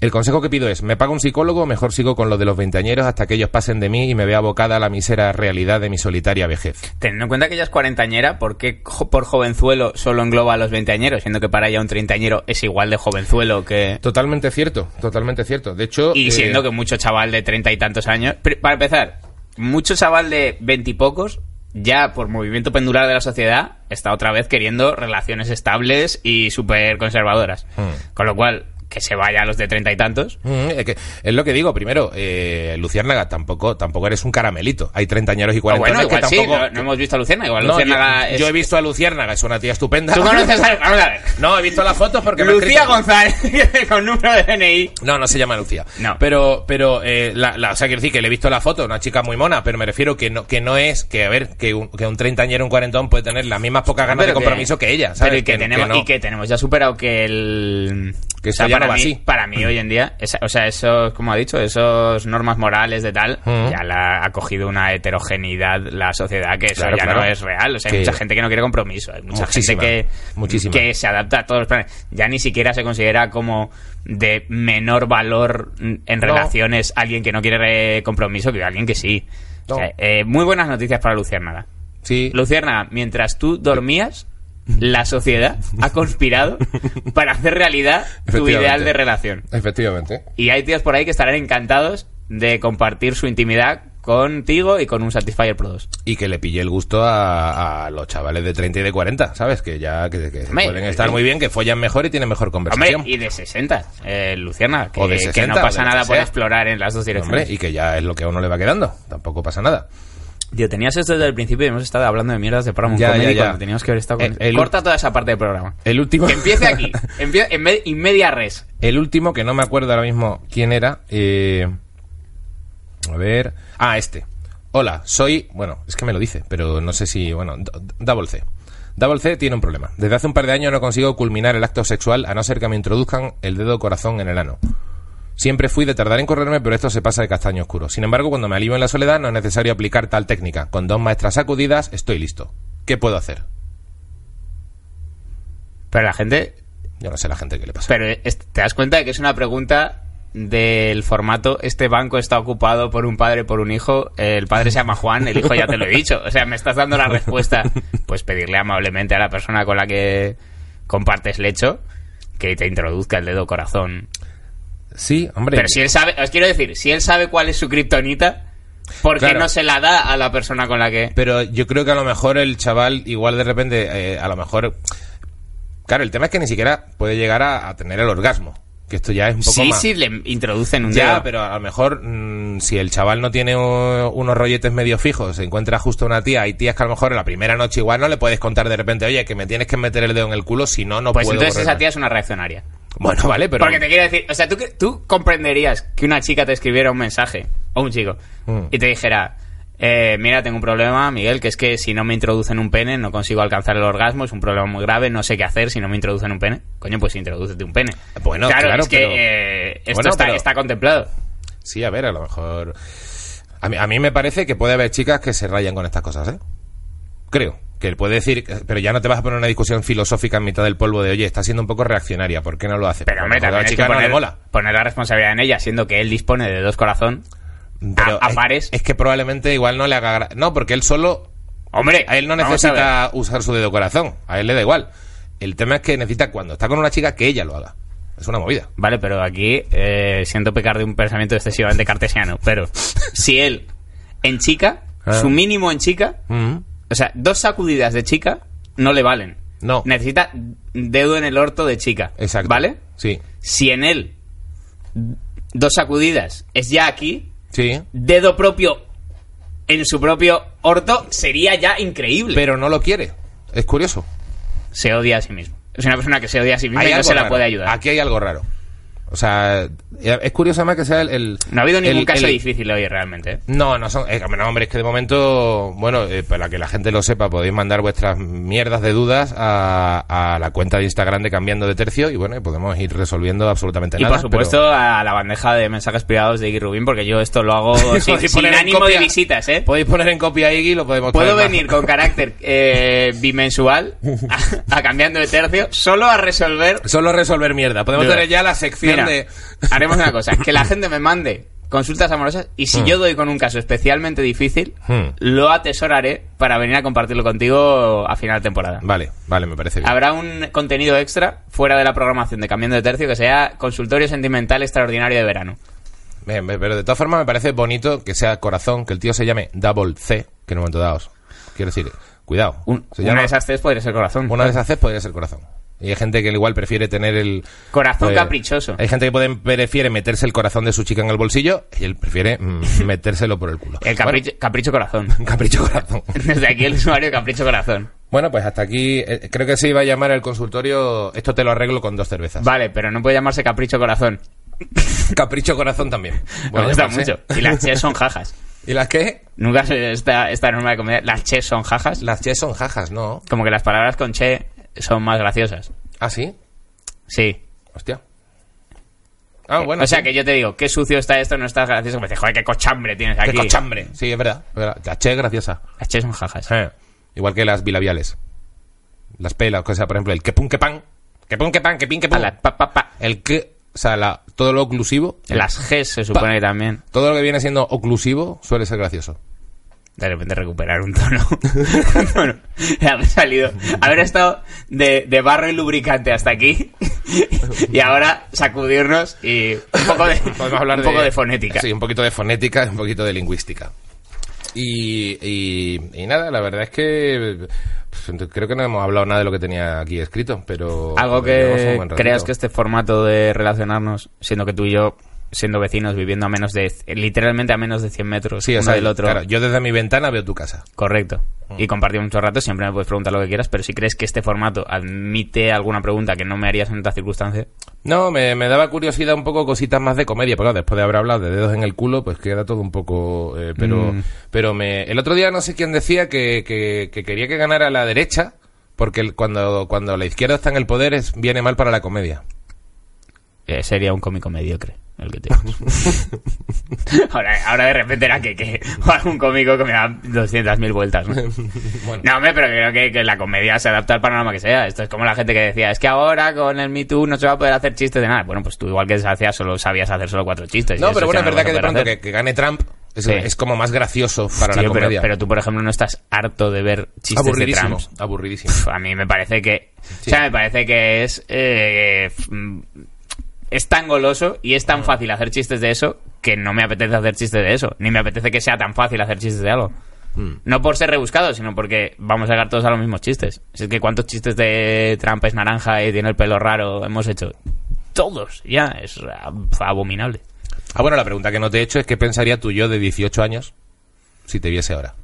el consejo que pido es, ¿me paga un psicólogo o mejor sigo con lo de los veinteañeros hasta que ellos pasen de mí y me vea abocada a la misera realidad de mi solitaria vejez?
Teniendo en cuenta que ella es cuarentañera, ¿por qué jo- por jovenzuelo solo engloba a los veinteañeros? Siendo que para ella un treintañero es igual de jovenzuelo que...
Totalmente cierto, totalmente cierto. De hecho...
Y
eh,
siendo que mucho chaval de treinta y tantos años... Pri- Para empezar, mucho chaval de veintipocos, ya por movimiento pendular de la sociedad, está otra vez queriendo relaciones estables y súper conservadoras.
Hmm.
Con lo cual, que se vaya a los de treinta y tantos...
Mm, Es, que- es lo que digo, primero, eh, Luciérnaga, tampoco, tampoco eres un caramelito. Hay treintañeros y
O
cuarentones
Ah, bueno, igual
que
sí,
tampoco...
no, no hemos visto a Luciana. Igual
No,
Luciérnaga
yo,
es-
yo he visto a Luciérnaga, es una tía estupenda.
¿Tú conoces a... Vamos a ver.
No, he visto las fotos porque me ha
Lucía
escrito-
González, con número de DNI...
No, no se llama Lucía.
No.
Pero, pero, eh, la, la- o sea, quiero decir que le he visto la foto, una chica muy mona, pero me refiero que no, que no es, que a ver, que un, que un treintañero, un cuarentón puede tener las mismas pocas ganas
Ah, Pero
de compromiso que, ella, ¿sabes?
Pero y que, tenemos,
no.
y que tenemos ya superado que el...
Que eso ya
para
no va
mí,
así.
Para mí hoy en día, esa- o sea, esos, como ha dicho, esos normas morales de tal,
Mm.
ya la ha cogido una heterogeneidad la sociedad, que eso
Claro,
ya
claro.
no es real. O sea, hay
Que-
mucha gente que no quiere compromiso, hay mucha
Muchísima,
gente que,
muchísima.
que se adapta a todos los planes. Ya ni siquiera se considera como de menor valor mm, en
No.
relaciones alguien que no quiere eh, compromiso que alguien que sí.
No.
O sea, eh, muy buenas noticias para Luciérnaga.
Sí.
Luciana, mientras tú dormías, la sociedad ha conspirado para hacer realidad tu
Efectivamente.
ideal de relación.
Efectivamente.
Y hay tíos por ahí que estarán encantados de compartir su intimidad contigo y con un Satisfyer Pro 2.
Y que le pille el gusto a, a los chavales de 30 y de 40, ¿sabes? Que ya, que, que
Hombre, eh,
pueden estar muy bien, que follan mejor y tienen mejor
Hombre,
conversación.
y de 60, eh, Luciana, que,
O de
que
60,
no pasa
o de lo
nada
que
por
sea.
explorar en las dos direcciones.
Hombre, y que ya es lo que a uno le va quedando. Tampoco pasa nada.
Tío, tenías esto desde el principio y hemos estado hablando de mierdas de Paramount
Ya,
Comedy
ya, ya.
cuando teníamos que haber estado con...
Eh, el-
Corta toda esa parte del programa.
El último.
Que empiece aquí, empie- en me- y media res.
El último, que no me acuerdo ahora mismo quién era. eh, a ver. Ah, este. Hola, soy. Bueno, es que me lo dice, pero no sé si. Bueno, D- D- Double C. Double C tiene un problema. Desde hace un par de años no consigo culminar el acto sexual a no ser que me introduzcan el dedo corazón en el ano. Siempre fui de tardar en correrme, pero esto se pasa de castaño oscuro. Sin embargo, cuando me alivio en la soledad no es necesario aplicar tal técnica. Con dos maestras sacudidas estoy listo. ¿Qué puedo hacer?
Pero la gente
Yo no sé a la gente qué le pasa.
Pero es- te das cuenta de que es una pregunta del formato este banco está ocupado por un padre por un hijo el padre se llama Juan el hijo ya te lo he dicho o sea me estás dando la respuesta pues pedirle amablemente a la persona con la que compartes lecho que te introduzca el dedo corazón
Sí, hombre.
pero si él sabe os quiero decir si él sabe cuál es su kriptonita ¿por qué
Claro.
no se la da a la persona con la que
Pero yo creo que a lo mejor el chaval, igual de repente, eh, a lo mejor. Claro, el tema es que ni siquiera puede llegar a, a tener el orgasmo. Que esto ya es un poco
sí
más.
sí le introducen un
Ya,
dedo
pero a lo mejor mm, si el chaval no tiene u- unos rolletes medio fijos, se encuentra justo una tía, hay tías que a lo mejor en la primera noche igual no le puedes contar de repente, oye, que me tienes que meter el dedo en el culo, si no, no
pues
puedo.
entonces esa
correr".
tía es una reaccionaria
Bueno, vale, pero.
Porque te quiero decir, o sea, ¿tú, cre- tú comprenderías que una chica te escribiera un mensaje o un chico,
Mm.
y te dijera, eh, mira, tengo un problema, Miguel, que es que si no me introducen un pene no consigo alcanzar el orgasmo, es un problema muy grave, no sé qué hacer si no me introducen un pene. Coño, pues introdúcete un pene.
Bueno,
claro,
claro,
es que
pero-
eh, esto
Bueno,
está,
pero-
está contemplado.
Sí, a ver, a lo mejor. A mí, a mí me parece que puede haber chicas que se rayan con estas cosas, ¿eh? Creo. Que él puede decir, eh, pero ya no te vas a poner una discusión filosófica en mitad del polvo de, oye, está siendo un poco reaccionaria, ¿por qué no lo hace?
Pero hombre,
a
también
la
es que
chica no le
poner,
mola.
poner la responsabilidad en ella, siendo que él dispone de dos corazón.
Pero
a
es-
pares.
Es, que probablemente igual no le haga. gra- No, porque él solo.
Hombre,
A él no
vamos ver.
necesita usar su dedo corazón. A él le da igual. El tema es que necesita, cuando está con una chica, que ella lo haga. Es una movida.
Vale, pero aquí eh, siento pecar de un pensamiento excesivamente cartesiano. Pero si él, en chica,
Ah.
su mínimo en chica, o sea, dos sacudidas de chica no le valen.
No.
Necesita dedo en el orto de chica.
Exacto.
¿Vale?
Sí.
Si en él, dos sacudidas es ya aquí,
Sí.
dedo propio en su propio orto sería ya increíble.
Pero no lo quiere. Es curioso.
se odia a sí mismo. Es una persona que se odia a sí misma
Hay
y no
algo
se la
raro. Ah,
puede ayudar.
Aquí hay algo raro. O sea, eh, es curioso además que sea el... el-
No ha habido ningún
el-
caso
el-
difícil hoy realmente. ¿eh?
No, no son... eh, no, hombre, es que de momento, bueno, eh, para que la gente lo sepa, podéis mandar vuestras mierdas de dudas a, a la cuenta de Instagram de Cambiando de Tercio y bueno, y podemos ir resolviendo absolutamente
Y
nada.
por supuesto a la bandeja de mensajes privados de Iggy Rubín, porque yo esto lo hago sin,
Podéis
sin
poner en
ánimo
copia-
de visitas, ¿eh?
pero Podéis poner en copia a Iggy y lo podemos
Puedo
traer
venir
más.
con carácter eh, bimensual a, a cambiando de tercio solo a resolver.
Solo resolver mierda. Podemos
Dudas.
tener ya la sección
Mira,
de...
haremos una cosa: que la gente me mande consultas amorosas y si yo doy con un caso especialmente difícil,
Hmm.
lo atesoraré para venir a compartirlo contigo a final de temporada.
Vale, vale, me parece bien.
Habrá un contenido extra fuera de la programación de Cambiando de Tercio que sea Consultorio Sentimental Extraordinario de Verano.
Bien, bien, pero de todas formas me parece bonito que sea corazón, que el tío se llame Double C, que en un momento dado. Quiero decir, cuidado.
Un-
Se
una
llama-
de esas tres podría ser corazón.
una de esas Cs podría ser corazón. Y hay gente que igual prefiere tener el... pues,
Corazón caprichoso.
Hay gente que puede, prefiere meterse el corazón de su chica en el bolsillo y él prefiere mm, metérselo por el culo.
El capricho, capricho corazón.
Bueno, capricho corazón.
Desde aquí el usuario Capricho Corazón.
Bueno, pues hasta aquí. eh, creo que se iba a llamar el consultorio. Esto te lo arreglo con dos cervezas.
Vale, pero no puede llamarse Capricho Corazón.
Capricho corazón también.
Me
Bueno,
gusta
ya pasé.
mucho. Y las ches son jajas.
¿Y las qué?
Nunca se esta, esta norma de comedia. Las ches son jajas.
Las che son jajas, ¿no?
Como que las palabras con che son más graciosas.
Ah, sí.
Sí.
Hostia. Ah, bueno.
o sea
sí.
que yo te digo, qué sucio está esto, no está gracioso. Me dice, joder, qué cochambre tienes aquí.
¡Qué cochambre! Sí, es verdad. es verdad. La che es graciosa.
Las ches son jajas.
Eh, Igual que las bilabiales. Las pelas, o sea, por ejemplo, el que pun que pan. Que pun que pan, que pin que
A
pun.
la- pa, pa, pa.
El que, o sea, la- todo lo oclusivo.
Las Gs se supone que también.
Todo lo que viene siendo oclusivo suele ser gracioso.
De repente recuperar un tono. Un tono. haber salido. Haber estado de, de barro y lubricante hasta aquí. y ahora sacudirnos y un poco de,
Podemos hablar
un poco de fonética.
Sí, un poquito de fonética, un poquito de lingüística. Y, y- y nada, la verdad es que pues, creo que no hemos hablado nada de lo que tenía aquí escrito, pero...
Algo
llevamos un
que
buen ratito.
creas que este formato de relacionarnos, siendo que tú y yo, siendo vecinos, viviendo a menos de. literalmente a menos de 100 metros
Sí,
uno
o sea,
del otro.
claro, Mm. yo desde mi ventana veo tu casa.
Correcto. Y compartimos mucho rato, siempre me puedes preguntar lo que quieras, pero si crees que este formato admite alguna pregunta que no me harías en otra circunstancia,
No, me, me daba curiosidad un poco cositas más de comedia, porque claro, después de haber hablado de dedos en el culo, pues queda todo un poco... eh, pero pero me, el otro día no sé quién decía que, que- que quería que ganara la derecha, porque el- cuando, cuando la izquierda está en el poder es, viene mal para la comedia.
Eh, sería un cómico mediocre el que tienes. ahora, ahora de repente era que, que o algún cómico que me da 200.000 vueltas. ¿no?
Bueno.
No, hombre, pero creo que, que la comedia se adapta al panorama que sea. Esto es como la gente que decía, es que ahora con el Me Too no se va a poder hacer chistes de nada. Bueno, pues tú igual que se hacía, solo sabías hacer solo cuatro chistes.
No,
y
pero
eso
bueno,
ya
es
no
verdad
lo vas a
que de
poder
pronto
hacer.
que, que gane Trump es,
Sí.
es como más gracioso para
Tío,
la
pero,
comedia.
pero tú, por ejemplo, no estás harto de ver chistes de
aburridísimo,
Trump.
aburridísimo.
Pf, a mí me parece que. O sea, me parece que es. eh, f- mm, es tan goloso y
Mm.
es tan fácil hacer chistes de eso que no me apetece hacer chistes de eso. Ni me apetece que sea tan fácil hacer chistes de algo.
Mm.
No por ser rebuscado, sino porque vamos a llegar todos a los mismos chistes. Si es que cuántos chistes de Trump es naranja y tiene el pelo raro hemos hecho. Todos, ya. Es ab- abominable.
Ah, bueno, la pregunta que no te he hecho es qué pensaría tú yo de 18 años si te viese ahora.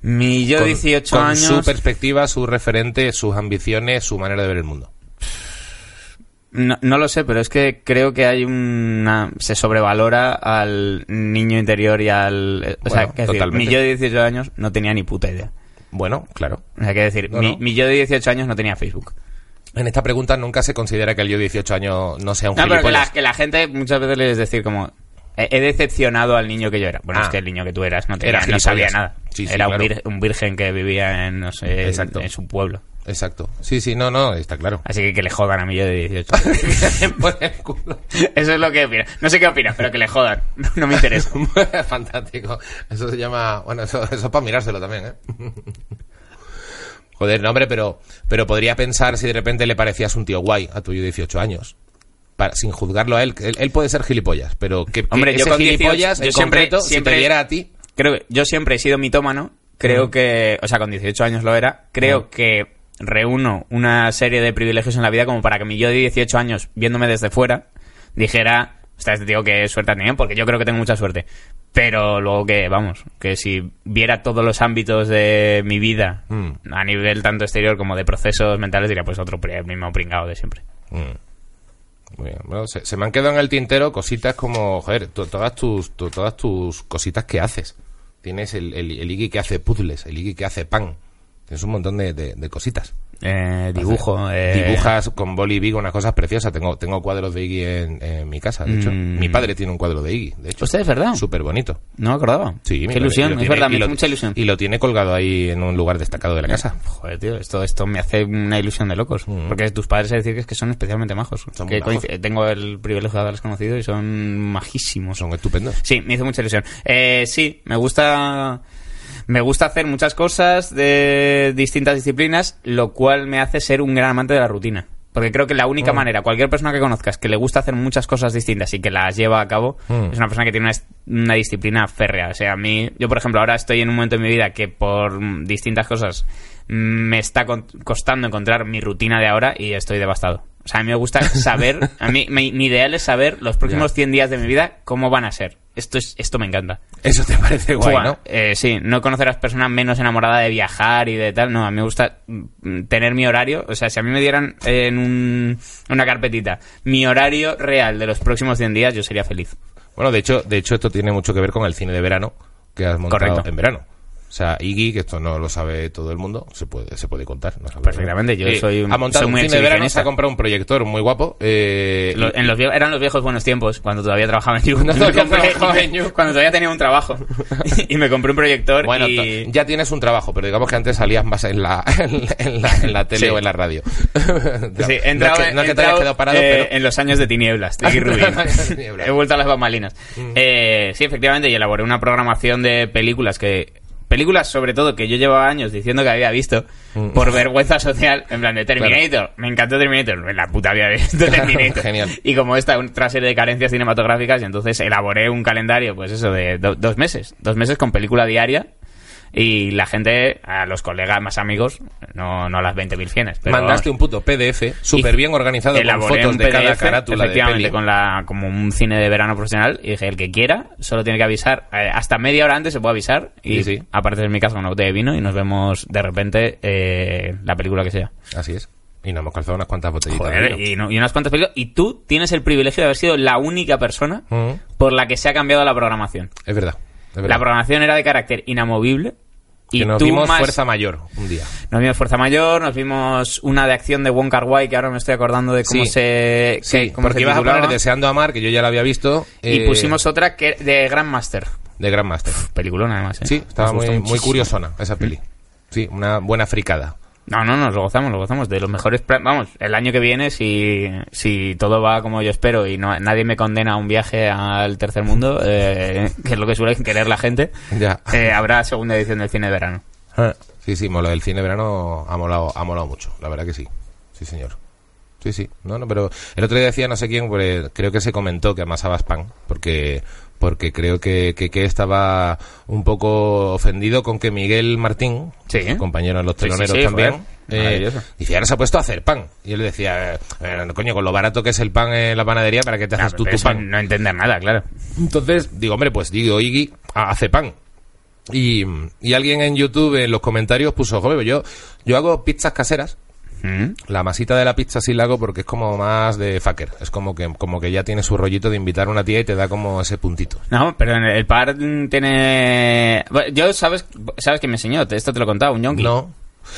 Mi yo
Con-
18
con
años.
su perspectiva, su referente, sus ambiciones, su manera de ver el mundo.
No, no lo sé, pero es que creo que hay una. Se sobrevalora al niño interior y al. eh, O sea,
Bueno,
que decir,
totalmente.
mi yo de 18 años no tenía ni puta idea.
Bueno, claro.
O sea, que decir,
No,
mi,
no.
mi yo de 18 años no tenía Facebook.
En esta pregunta nunca se considera que el yo 18 años no sea un
No, pero que la,
gilipollas.
que la gente muchas veces les decir como. "Eh, He he decepcionado al niño que yo era. Bueno,
Ah.
es que el niño que tú eras no, tenía-
Era
no
gilipollas.
sabía nada.
Sí, sí,
era un,
claro.
vir- un virgen que vivía en, no sé, en,
Exacto.
en su pueblo.
Exacto. Sí, sí, no, no, está claro. Pues,
Así que que le jodan a mi yo de 18.
Por el culo.
Eso es lo que opina. No sé qué opinas, pero que le jodan. No, no me interesa.
Fantástico. Eso se llama. Bueno, eso, eso es para mirárselo también, ¿eh? Joder, no, hombre, pero, pero podría pensar si de repente le parecías un tío guay a tu yo de 18 años. Para- sin juzgarlo a él, que él. Él puede ser gilipollas, pero que, que
Hombre, yo
ese
con 18,
gilipollas,
yo
en
siempre-
concreto, si
siempre-
te viera a ti.
Creo que yo siempre he sido mitómano. Creo que, o sea, con 18 años lo era. Creo que reúno una serie de privilegios en la vida como para que mi yo de 18 años, viéndome desde fuera, dijera, está este tío que suerte ha tenido", porque yo creo que tengo mucha suerte. Pero luego que, vamos, que si viera todos los ámbitos de mi vida,
Mm.
a nivel tanto exterior como de procesos mentales, diría, pues otro pri- mismo pringado de siempre.
Mm. Muy bien. Bueno, se, se me han quedado en el tintero cositas como, joder, to- todas tus to- todas tus cositas que haces. Tienes el, el, el Iggy que hace puzzles, el Iggy que hace pan. Tienes un montón de, de- de cositas.
Eh, dibujo. eh,
Dibujas con boli y Vigo unas cosas preciosas. Tengo, tengo cuadros de Iggy en, en mi casa, de hecho.
Mm.
Mi padre tiene un cuadro de Iggy, de hecho.
Hostia, es verdad.
Súper bonito.
No me acordaba.
Sí, mi
Qué
padre, y
ilusión,
lo
es
tiene-
verdad, me
y
hace
lo-
mucha ilusión. Eh.
Y lo tiene colgado ahí en un lugar destacado de la casa.
Joder, tío, esto, esto me hace una ilusión de locos.
Mm.
Porque tus padres hay que decir que es que son especialmente majos.
Son
Que
muy majos.
coinc- Tengo el privilegio de haberlos conocido y son majísimos.
Son estupendos.
Sí, me hizo mucha ilusión. Eh, sí, me gusta. Me gusta hacer muchas cosas de distintas disciplinas, lo cual me hace ser un gran amante de la rutina. Porque creo que la única
Mm.
manera, cualquier persona que conozcas que le gusta hacer muchas cosas distintas y que las lleva a cabo,
Mm.
es una persona que tiene una, est- una disciplina férrea. O sea, a mí, yo por ejemplo, ahora estoy en un momento de mi vida que por mm, distintas cosas mm, me está con- costando encontrar mi rutina de ahora y estoy devastado. O sea, a mí me gusta saber, a mí mi, mi ideal es saber los próximos
Ya.
100 días de mi vida cómo van a ser. Esto, es, esto me encanta.
Eso te parece guay,
Buah,
¿no?
eh, sí, no conocerás personas menos enamorada de viajar y de tal. No, a mí me gusta mm, tener mi horario. O sea, si a mí me dieran eh, en un- una carpetita mi horario real de los próximos 100 días, yo sería feliz.
Bueno, de hecho, de hecho esto tiene mucho que ver con el cine de verano que has montado
Correcto.
en verano. O sea, Iggy, que esto no lo sabe todo el mundo, se puede, se puede contar. no sabe
Perfectamente, Pues yo
Eh,
soy un-
Ha montado
soy
un
muy
cine de verano, se
exhibicionista.
ha comprado un proyector muy guapo. Eh,
Lo- en los, vie- eran los viejos buenos tiempos, cuando todavía trabajaba en You.
Cuando
Me
todavía
compré-
trabajaba en You.
Cuando todavía tenía un trabajo. y me compré un proyector
bueno,
y...
to- ya tienes un trabajo, pero digamos que antes salías más en la, en, la- en la, en la tele
Sí.
o en la radio.
Sí, he
no
entrado-
es que, no es
he
que te hayas
entrado,
quedado parado,
eh,
pero... Ah,
en los años de tinieblas de Guy Rubin.
En los años de tinieblas.
he vuelto a las bambalinas Eh, sí efectivamente y elaboré una programación de películas que películas sobre todo que yo llevaba años diciendo que había visto por vergüenza social en plan de Terminator me encantó Terminator en la puta había visto Terminator
Genial.
y como esta otra serie de carencias cinematográficas y entonces elaboré un calendario pues eso de do- dos meses dos meses con película diaria y la gente, a los colegas más amigos, no, no a las 20.000 fienes. pero
Mandaste
vamos
un puto PDF súper bien organizado con
elaboré
fotos
un
de cada
PDF,
carátula de
efectivamente,
peli.
con la como un cine de verano profesional y dije el que quiera solo tiene que avisar Eh, hasta media hora antes se puede avisar y
Sí, sí.
aparte en mi casa con una botella de vino y nos vemos de repente eh, la película que sea
Así es. Y nos hemos calzado unas cuantas botellitas. de
Joder,
vino.
y, no- y unas cuantas películas y tú tienes el privilegio de haber sido la única persona
Mm,
por la que se ha cambiado la programación
es verdad. es verdad.
la programación era de carácter inamovible y
que nos
tú
dimos
más-
fuerza mayor un día.
Nos vimos Fuerza Mayor, nos vimos una de acción de Wong Kar Wai, que ahora me estoy acordando de cómo
Sí.
se... que-
Sí,
cómo
porque
se
ibas a poner
titulaba.
Deseando Amar, que yo ya la había visto.
Y
eh,
pusimos otra que de Grandmaster.
De Grandmaster.
Peliculón, además. ¿eh?
Sí, estaba
Nos
muy,
gustó
muy
muchísimo.
curiosona esa peli. Sí, una buena fricada.
No, no, nos lo gozamos, lo gozamos. De los mejores. pla- Vamos, el año que viene, si, si todo va como yo espero y no, nadie me condena a un viaje al tercer mundo, eh, que es lo que suele querer la gente,
Ya.
eh, habrá segunda edición del cine de verano.
Sí, sí, mola. El cine de verano ha molado, ha molado mucho, la verdad que sí. Sí, señor. Sí, sí. No, no, pero el otro día decía no sé quién, pues, creo que se comentó que amasabas pan, porque porque creo que, que, que estaba un poco ofendido con que Miguel Martín,
Sí.
su compañero en los
¿Eh? Sí, sí,
teloneros
sí,
también,
joder. Maravilloso.
dice, ahora se ha puesto a hacer pan. Y él decía, eh, eh, coño, con lo barato que es el pan en la panadería, ¿para qué te haces
Ah,
tú
pero
tu
eso
pan?
No entender nada, claro.
Entonces, digo, hombre, pues digo, Iggy ha- hace pan. Y, y alguien en YouTube en los comentarios puso, joven, yo, yo hago pizzas caseras
Mm.
La masita de la pizza sí la hago porque es como más de fucker. Es como que, como que ya tiene su rollito de invitar a una tía y te da como ese puntito.
No, pero en el par mm, tiene... Bueno, Yo, ¿sabes sabes que me enseñó? Te- Esto te lo contaba un yonki.
No.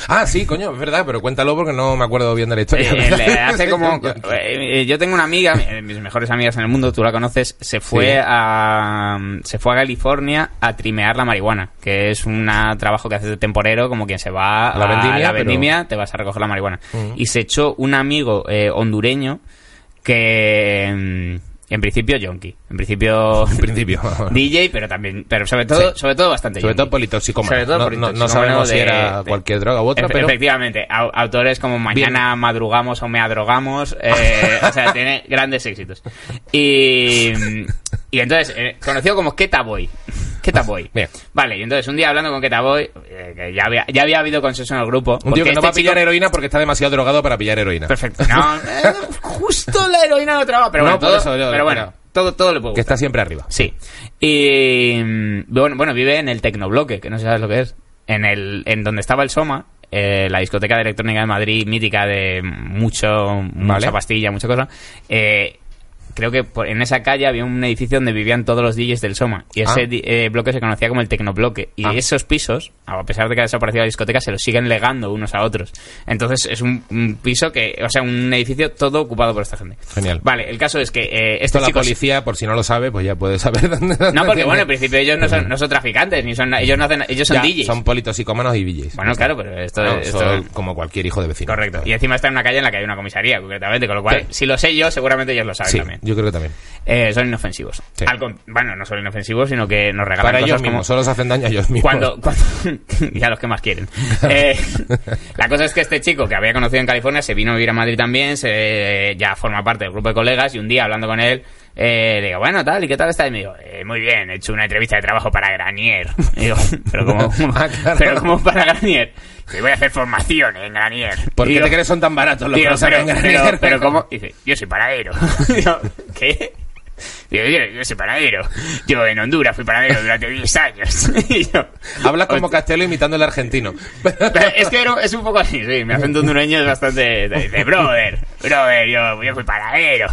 Ah, sí, coño, es verdad, pero cuéntalo porque no me acuerdo bien de la historia.
Eh, le hace
Sí,
como...
coño.
eh, eh, Yo tengo una amiga, eh, de mis mejores amigas en el mundo, tú la conoces, se fue
Sí.
a se fue a California a trimear la marihuana, que es un trabajo que haces de temporero, como quien se va
A la vendimia, pero- Mm.
vendimia, te vas a recoger la marihuana.
Ujú.
Y se echó un amigo eh, hondureño que... mm, En principio, yonki. En principio...
En principio.
DJ, pero también, pero sobre todo,
Sí.
sobre todo bastante.
Sobre
yonki.
todo politoxicómano.
Sobre todo
no, no-
politoxicómano
no sabemos
de-
si era
de-
cualquier droga u otra,
Efe-
pero
Efectivamente, au- autores como Mañana madrugamos o me adrogamos, eh, o sea, tiene grandes éxitos. Y, y entonces, eh, conocido como Keta Boy. Keta Boy.
Bien.
Vale, y entonces un día hablando con Keta Boy, eh, que ya había, ya había habido consenso en el grupo.
un tío
porque
que no
este
va a pillar
chico-
heroína porque está demasiado drogado para pillar heroína.
Perfecto. No, eh, justo la heroína no trabaja, pero
No,
bueno,
por
todo,
eso yo-
pero bueno
mira.
todo, todo le puedo
Que está siempre arriba.
Sí. Y mm, bueno, bueno, vive en el Tecnobloque, que no sé sabes lo que es. En el en donde estaba el Soma, eh, la discoteca de electrónica de Madrid, mítica de mucho mucha
Vale.
pastilla, mucha cosa. eh, creo que por- en esa calle había un edificio donde vivían todos los DJs del Soma. Y ese
Ah.
di- eh, bloque se conocía como el Tecnobloque. Y
Ah.
esos pisos, a pesar de que ha desaparecido la discoteca, se los siguen legando unos a otros. Entonces es un, un piso que, o sea, un edificio todo ocupado por esta gente.
Genial.
Vale, el caso es que eh,
Esto
estos
la
chicos-
policía, por si no lo sabe, pues ya puede saber dónde.
no, porque bueno,
pero
en principio ellos no son, no son traficantes, ni son, ellos no hacen, ellos son DJs.
Son politoxicómanos y DJs.
Bueno, claro, pero esto,
No,
esto-
son como cualquier hijo de vecino.
correcto. Y encima está en una calle en la que hay una comisaría, concretamente, con lo cual,
Sí.
si lo sé yo, seguramente ellos lo saben
Sí,
también.
yo creo que también.
Eh, son inofensivos.
Sí.
Al con- bueno, no son inofensivos, sino que nos regalan
Para
cosas
ellos
como-
mismos, solo se hacen daño a ellos mismos.
cuando, cuando y a los que más quieren. Eh, la cosa es que este chico que había conocido en California se vino a vivir a Madrid también, se, ya forma parte del grupo de colegas y un día hablando con él eh, le digo, bueno, tal, ¿y qué tal está? Y me digo, "Eh, muy bien, he hecho una entrevista de trabajo para Granier. Y digo, pero como,
Ah, claro.
pero como para Granier. Y voy a hacer formación en Granier.
¿Por
Y
qué
digo,
te crees son tan baratos los
Digo,
que no saben
pero,
ganar?
pero- pero ¿cómo? Dice, yo soy paradero. Digo, ¿qué? Digo, yo, yo soy paradero. Yo en Honduras fui paradero durante 10 años. Y yo,
Hablas como Castelo imitando al argentino.
pero es que era- es un poco así, sí. Mi acento hondureño es bastante. Dice, brother, brother, yo, yo fui paradero.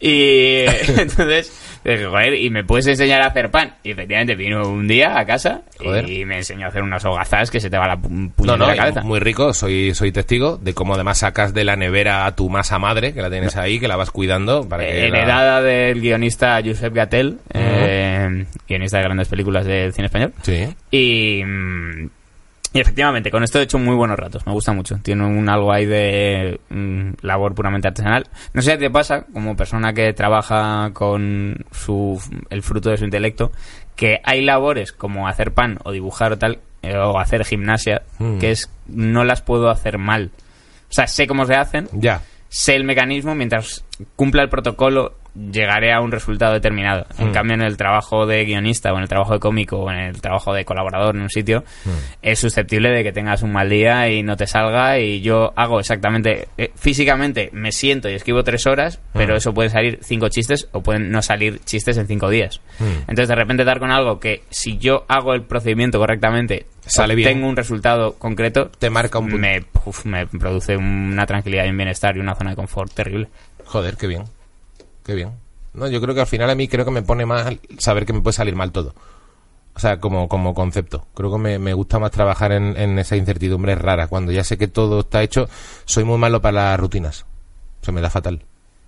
Y entonces, dije, joder, ¿y me puedes enseñar a hacer pan? Y efectivamente vino un día a casa
Joder.
y me enseñó a hacer unas hogazas que se te va la pu- puñetera
No, no, y
cabeza. Eh,
muy rico, soy, soy testigo de cómo además sacas de la nevera a tu masa madre, que la tienes ahí, que la vas cuidando para
Eh,
que... la-
heredada del guionista Josep Gatel, eh, guionista de grandes películas del cine español.
Sí.
Y, mm, y efectivamente, con esto he hecho muy buenos ratos, me gusta mucho. Tiene un algo ahí de mm, labor puramente artesanal. No sé si te pasa, como persona que trabaja con su, el fruto de su intelecto, que hay labores como hacer pan o dibujar o tal, eh, o hacer gimnasia,
Mm.
que es no las puedo hacer mal. O sea, sé cómo se hacen,
Ya.
sé el mecanismo, mientras cumpla el protocolo llegaré a un resultado determinado. En
Mm.
cambio, en el trabajo de guionista o en el trabajo de cómico o en el trabajo de colaborador en un sitio,
Mm.
es susceptible de que tengas un mal día y no te salga y yo hago exactamente, eh, físicamente me siento y escribo tres horas, pero
Mm.
eso pueden salir cinco chistes o pueden no salir chistes en cinco días.
Mm.
Entonces, de repente dar con algo que si yo hago el procedimiento correctamente,
Sale bien.
tengo un resultado concreto,
Te marca un punto.
me, uf, me produce una tranquilidad y un bienestar y una zona de confort terrible.
Joder, qué bien. Qué bien. No, yo creo que al final a mí creo que me pone mal saber que me puede salir mal todo. O sea, como, como concepto. Creo que me, me gusta más trabajar en, en esa incertidumbre rara. Cuando ya sé que todo está hecho, soy muy malo para las rutinas. Se me da fatal.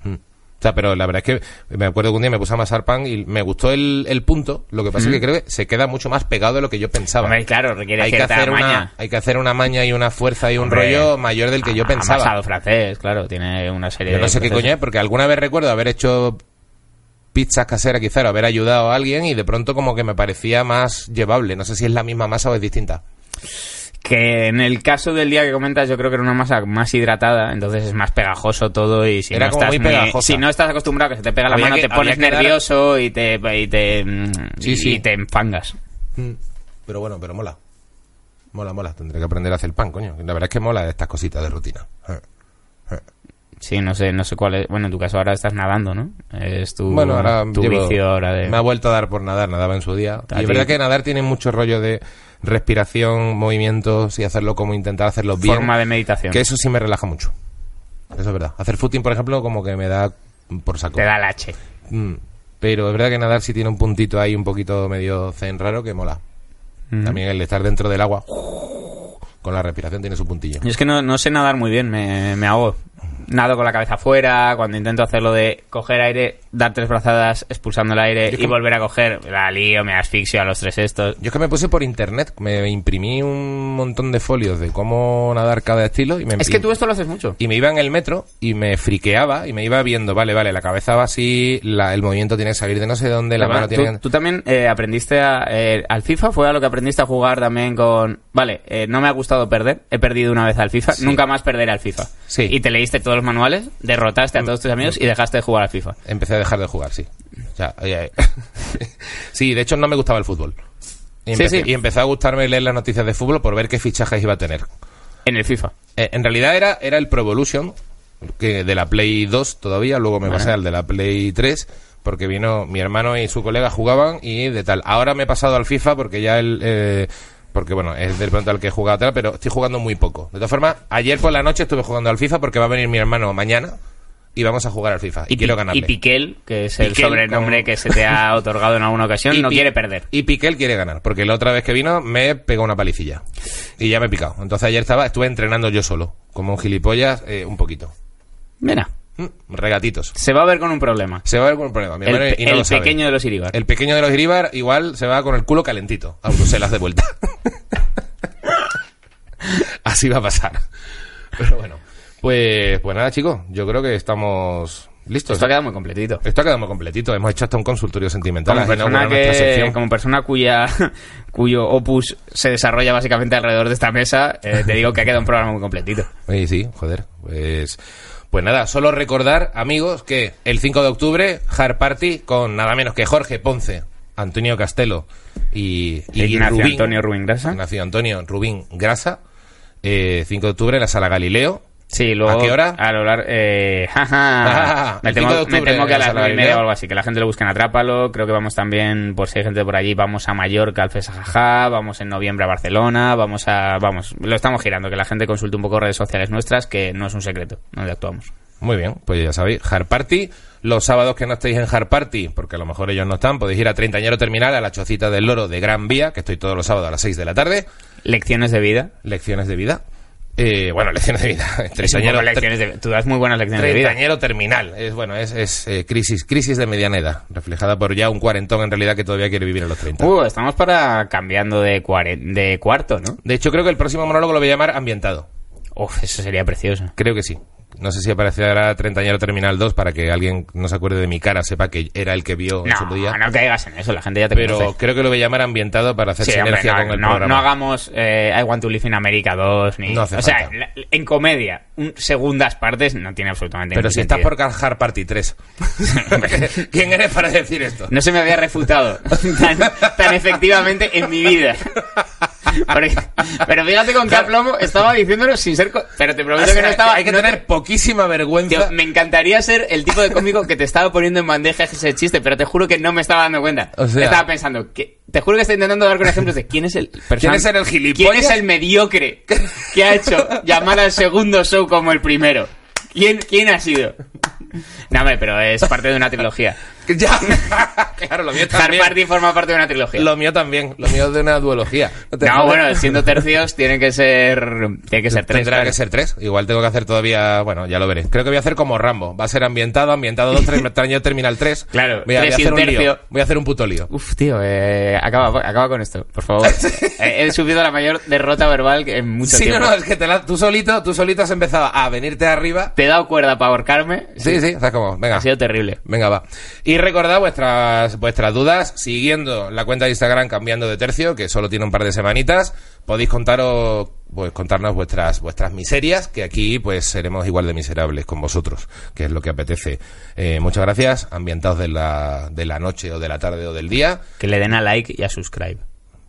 Mm. O sea, pero la verdad es que me acuerdo que un día me puse a amasar pan y me gustó el, el punto. Lo que pasa es que creo que se queda mucho más pegado de lo que yo pensaba.
Mm. Hombre, claro, requiere
hay que,
cierta
hacer una,
maña.
hay que hacer una maña y una fuerza y un
Hombre,
rollo mayor del que yo
Ha-
pensaba.
Amasado francés, claro, tiene una serie
Yo no
de
sé qué
procesos.
coño es, porque alguna vez recuerdo haber hecho pizzas caseras quizás, o haber ayudado a alguien y de pronto como que me parecía más llevable. No sé si es la misma masa o es distinta.
Que en el caso del día que comentas, yo creo que era una masa más hidratada, entonces es más pegajoso todo y si,
Era
no,
como
estás
muy pegajosa.
si no estás acostumbrado a que se te pega la
Había
mano,
que-
te
había
pones
que dar-
nervioso y te y te, mm,
Sí,
y-
sí.
y te enfangas. Hmm.
Pero bueno, pero mola. Mola, mola. Tendré que aprender a hacer pan, coño. La verdad es que mola estas cositas de rutina.
Ah.
Eh.
Sí, no sé, no sé cuál es. Bueno, en tu caso ahora estás nadando, ¿no? Es tu,
Uh, Bueno, ahora
tu
llevo-
vicio ahora de.
me ha vuelto a dar por nadar, nadaba en su día.
A
Y
ti-
es verdad que nadar tiene mucho rollo de, respiración, movimientos y hacerlo como intentar hacerlo bien.
Forma de meditación.
Que eso sí me relaja mucho. Eso es verdad. Hacer footing, por ejemplo, como que me da por saco.
Te da el H.
Mm. Pero es verdad que nadar sí tiene un puntito ahí un poquito medio zen raro que mola.
Mm.
También el de estar dentro del agua con la respiración tiene su puntillo.
Yo es que no, no sé nadar muy bien, me, me ahogo. Nado con la cabeza afuera, cuando intento hacerlo de coger aire, dar tres brazadas expulsando el aire
Yo
y
como-
volver a coger, la lío, me asfixio a los tres estos.
Yo es que me puse por internet, me imprimí un montón de folios de cómo nadar cada estilo y me
Es que tú esto lo haces mucho.
y me iba en el metro y me friqueaba y me iba viendo, vale, vale, la cabeza va así, la- el movimiento tiene que salir de no sé dónde, la mano
Además,
tiene
tú, tú también eh, aprendiste a, eh, al FIFA, fue a lo que aprendiste a jugar también con... Vale, eh, no me ha gustado perder, he perdido una vez al FIFA, nunca más perder al FIFA.
Sí. Mm.
Y te leíste todos los manuales, derrotaste a todos tus amigos y dejaste de jugar al FIFA.
Empecé a dejar de jugar, sí. O sea, eh, eh, sí, de hecho no me gustaba el fútbol. Y
Sí,
empecé,
sí.
y empecé a gustarme leer las noticias de fútbol por ver qué fichajes iba a tener.
En el FIFA.
Eh, en realidad era, era el Pro Evolution, que de la Play 2 todavía, luego me pasé al de la Play 3, porque vino mi hermano y su colega jugaban y de tal. Ahora me he pasado al FIFA porque ya el... eh, porque bueno, es de pronto al que he jugado tal, pero estoy jugando muy poco. De todas formas, ayer por la noche estuve jugando al FIFA porque va a venir mi hermano mañana y vamos a jugar al FIFA. Y,
Pi-
quiero ganarle.
y Piquel, que es el
Piquel,
sobrenombre
como-
que se te ha otorgado en alguna ocasión,
Y
no
Pi-
quiere perder.
Y Piquel quiere ganar, porque la otra vez que vino me pegó una palicilla. Y ya me he picado. Entonces ayer estaba, estuve entrenando yo solo, como un gilipollas, eh, un poquito.
Mira,
Mm, regatitos.
se va a ver con un problema.
Se va a ver con el problema, mi
El,
hermano,
pe-
y no
el
lo sabe.
pequeño de los Iribar.
El pequeño de los Iribar igual se va con el culo calentito a Bruselas de vuelta. Así va a pasar. Pero bueno. Pues, pues nada, chicos, yo creo que estamos listos.
Esto ha quedado muy completito.
Esto ha quedado muy completito. Hemos hecho hasta un consultorio sentimental.
Como
Así no,
persona,
bueno, nuestra
que,
sección.
como persona cuya cuyo opus se desarrolla básicamente alrededor de esta mesa, eh, te digo que ha quedado un programa muy completito.
Oye, sí, joder. Pues, pues nada, solo recordar, amigos, que el 5 de octubre, Hard Party con nada menos que Jorge Ponce, Antonio Castelo y, y
Ignacio Antonio Rubín Grasa.
Ignacio Antonio Rubín Grasa. Eh, 5 de octubre en la sala Galileo.
Sí, luego
¿A qué hora?
A lo largo, eh,
Ah,
jaja, me,
el 5 de
temo, me
octubre,
temo que a
en la
las
sala
nueve y
Galileo.
media o algo así, que la gente lo busque en Atrápalo. Creo que vamos también, por si hay gente por allí, vamos a Mallorca al Fesajajá, vamos en noviembre a Barcelona, vamos a. Vamos, lo estamos girando, que la gente consulte un poco redes sociales nuestras, que no es un secreto donde actuamos.
Muy bien, pues ya sabéis, Hard Party. Los sábados que no estéis en Hard Party, porque a lo mejor ellos no están, podéis ir a Treintañero Terminal, a la Chocita del Loro de Gran Vía, que estoy todos los sábados a las 6 de la tarde.
Lecciones de vida.
Lecciones de vida. Eh, bueno, lecciones de vida.
Es un
Treintañero-
poco lecciones de- tú das muy buenas lecciones de vida.
Treintañero terminal. Es bueno, es, es, eh, crisis, crisis de mediana edad, reflejada por ya un cuarentón en realidad que todavía quiere vivir a los 30.
Uh, estamos para cambiando de, cuare- de cuarto, ¿no?
De hecho, creo que el próximo monólogo lo voy a llamar ambientado.
Uf, eso sería precioso.
Creo que sí. No sé si aparecerá Treintañero Terminal 2 para que alguien no se acuerde de mi cara, sepa que era el que vio en
No,
su día.
no caigas en eso, la gente ya te
pero
conoce.
creo que lo voy a llamar ambientado para hacer
Sí, hombre,
sinergia
no,
con el
no-
programa.
no hagamos eh, I Want to Live in America 2 ni...
No hace
o sea,
falta.
la- en comedia, un- segundas partes no tiene absolutamente
pero
ningún
si estás por
sentido.
cargar Party 3. ¿Quién eres para decir esto?
No se me había refutado tan, tan efectivamente en mi vida. Porque- pero fíjate con qué aplomo estaba diciéndolo sin ser... co- Pero te prometo
O sea,
que no estaba...
hay que
no te-
tener poquísima vergüenza.
Tío, me encantaría ser el tipo de cómico que te estaba poniendo en bandeja ese chiste, pero te juro que no me estaba dando cuenta.
O sea-
estaba pensando, que, te juro que estoy intentando dar con ejemplos de quién es el persona-
¿Quién es el gilipollas?
¿Quién es el mediocre que ha hecho llamar al segundo show como el primero? ¿Quién, quién ha sido? No, hombre, pero es parte de una trilogía.
Ya. claro, lo mío
Hard
también.
Party forma parte de una trilogía.
Lo mío también. Lo mío es de una duología. te-
No, bueno, siendo tercios tiene que ser... Tiene que ser tres.
Tendrá
claro.
que ser tres. Igual tengo que hacer todavía. Bueno, ya lo veré. Creo que voy a hacer como Rambo. Va a ser ambientado, ambientado 2, terminal 3.
Claro,
voy a, voy a
tres y
hacer
un
un lío.
tercio.
Voy a hacer un puto lío.
Uf, tío, eh, acaba, acaba con esto, por favor. Eh, he subido la mayor derrota verbal que en mucho
Sí, no,
tiempo.
no, es que te la- tú solito, tú solito has empezado a venirte arriba.
Te he dado cuerda para ahorcarme.
Sí, sí, estás como, venga.
Ha sido terrible.
Venga, va. Y recordad vuestras, vuestras dudas siguiendo la cuenta de Instagram cambiando de tercio, que solo tiene un par de semanitas. Podéis contaros, pues, contarnos vuestras, vuestras miserias, que aquí pues seremos igual de miserables con vosotros, que es lo que apetece. Eh, muchas gracias, ambientados de la, de la noche o de la tarde o del día.
Que le den a like y a subscribe.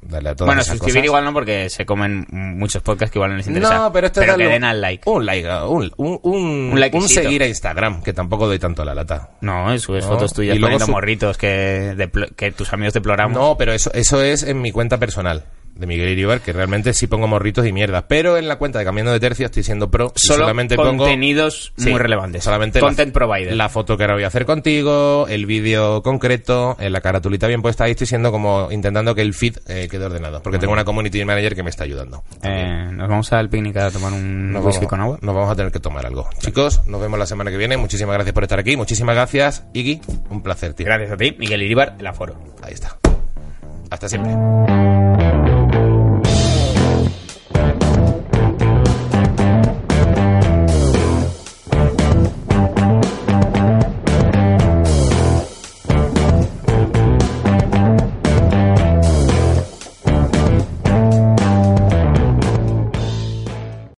Dale a todas
bueno,
esas
suscribir
cosas.
igual no, porque se comen muchos podcasts que igual no les interesa.
No, pero esto es
que
darle
den al like.
Un like, uh, un, un, un-
Un likecito.
un seguir a Instagram, que tampoco doy tanto a la lata.
No, eh, subes
No,
fotos tuyas
y luego
poniendo
su-
morritos que, deplo- que tus amigos deploramos.
No, pero eso, eso es en mi cuenta personal. de Miguel Iribar, que realmente sí pongo morritos y mierda. Pero en la cuenta de Cambiando de Tercio estoy siendo pro. y
Solo
solamente pongo
contenidos
Sí,
muy relevantes.
solamente la-
Content provider.
la foto que ahora voy a hacer contigo, el vídeo concreto, eh, la caratulita bien puesta. Ahí estoy siendo como intentando que el feed eh, quede ordenado. Porque tengo una community manager que me está ayudando.
Eh, nos vamos al picnic a tomar un
Nos
whisky
vamos-
con agua.
nos vamos a tener que tomar algo. Chicos, nos vemos la semana que viene. Muchísimas gracias por estar aquí. Muchísimas gracias, Iggy. Un placer, tío.
Gracias a ti, Miguel Iribar, el aforo.
Ahí está. Hasta siempre.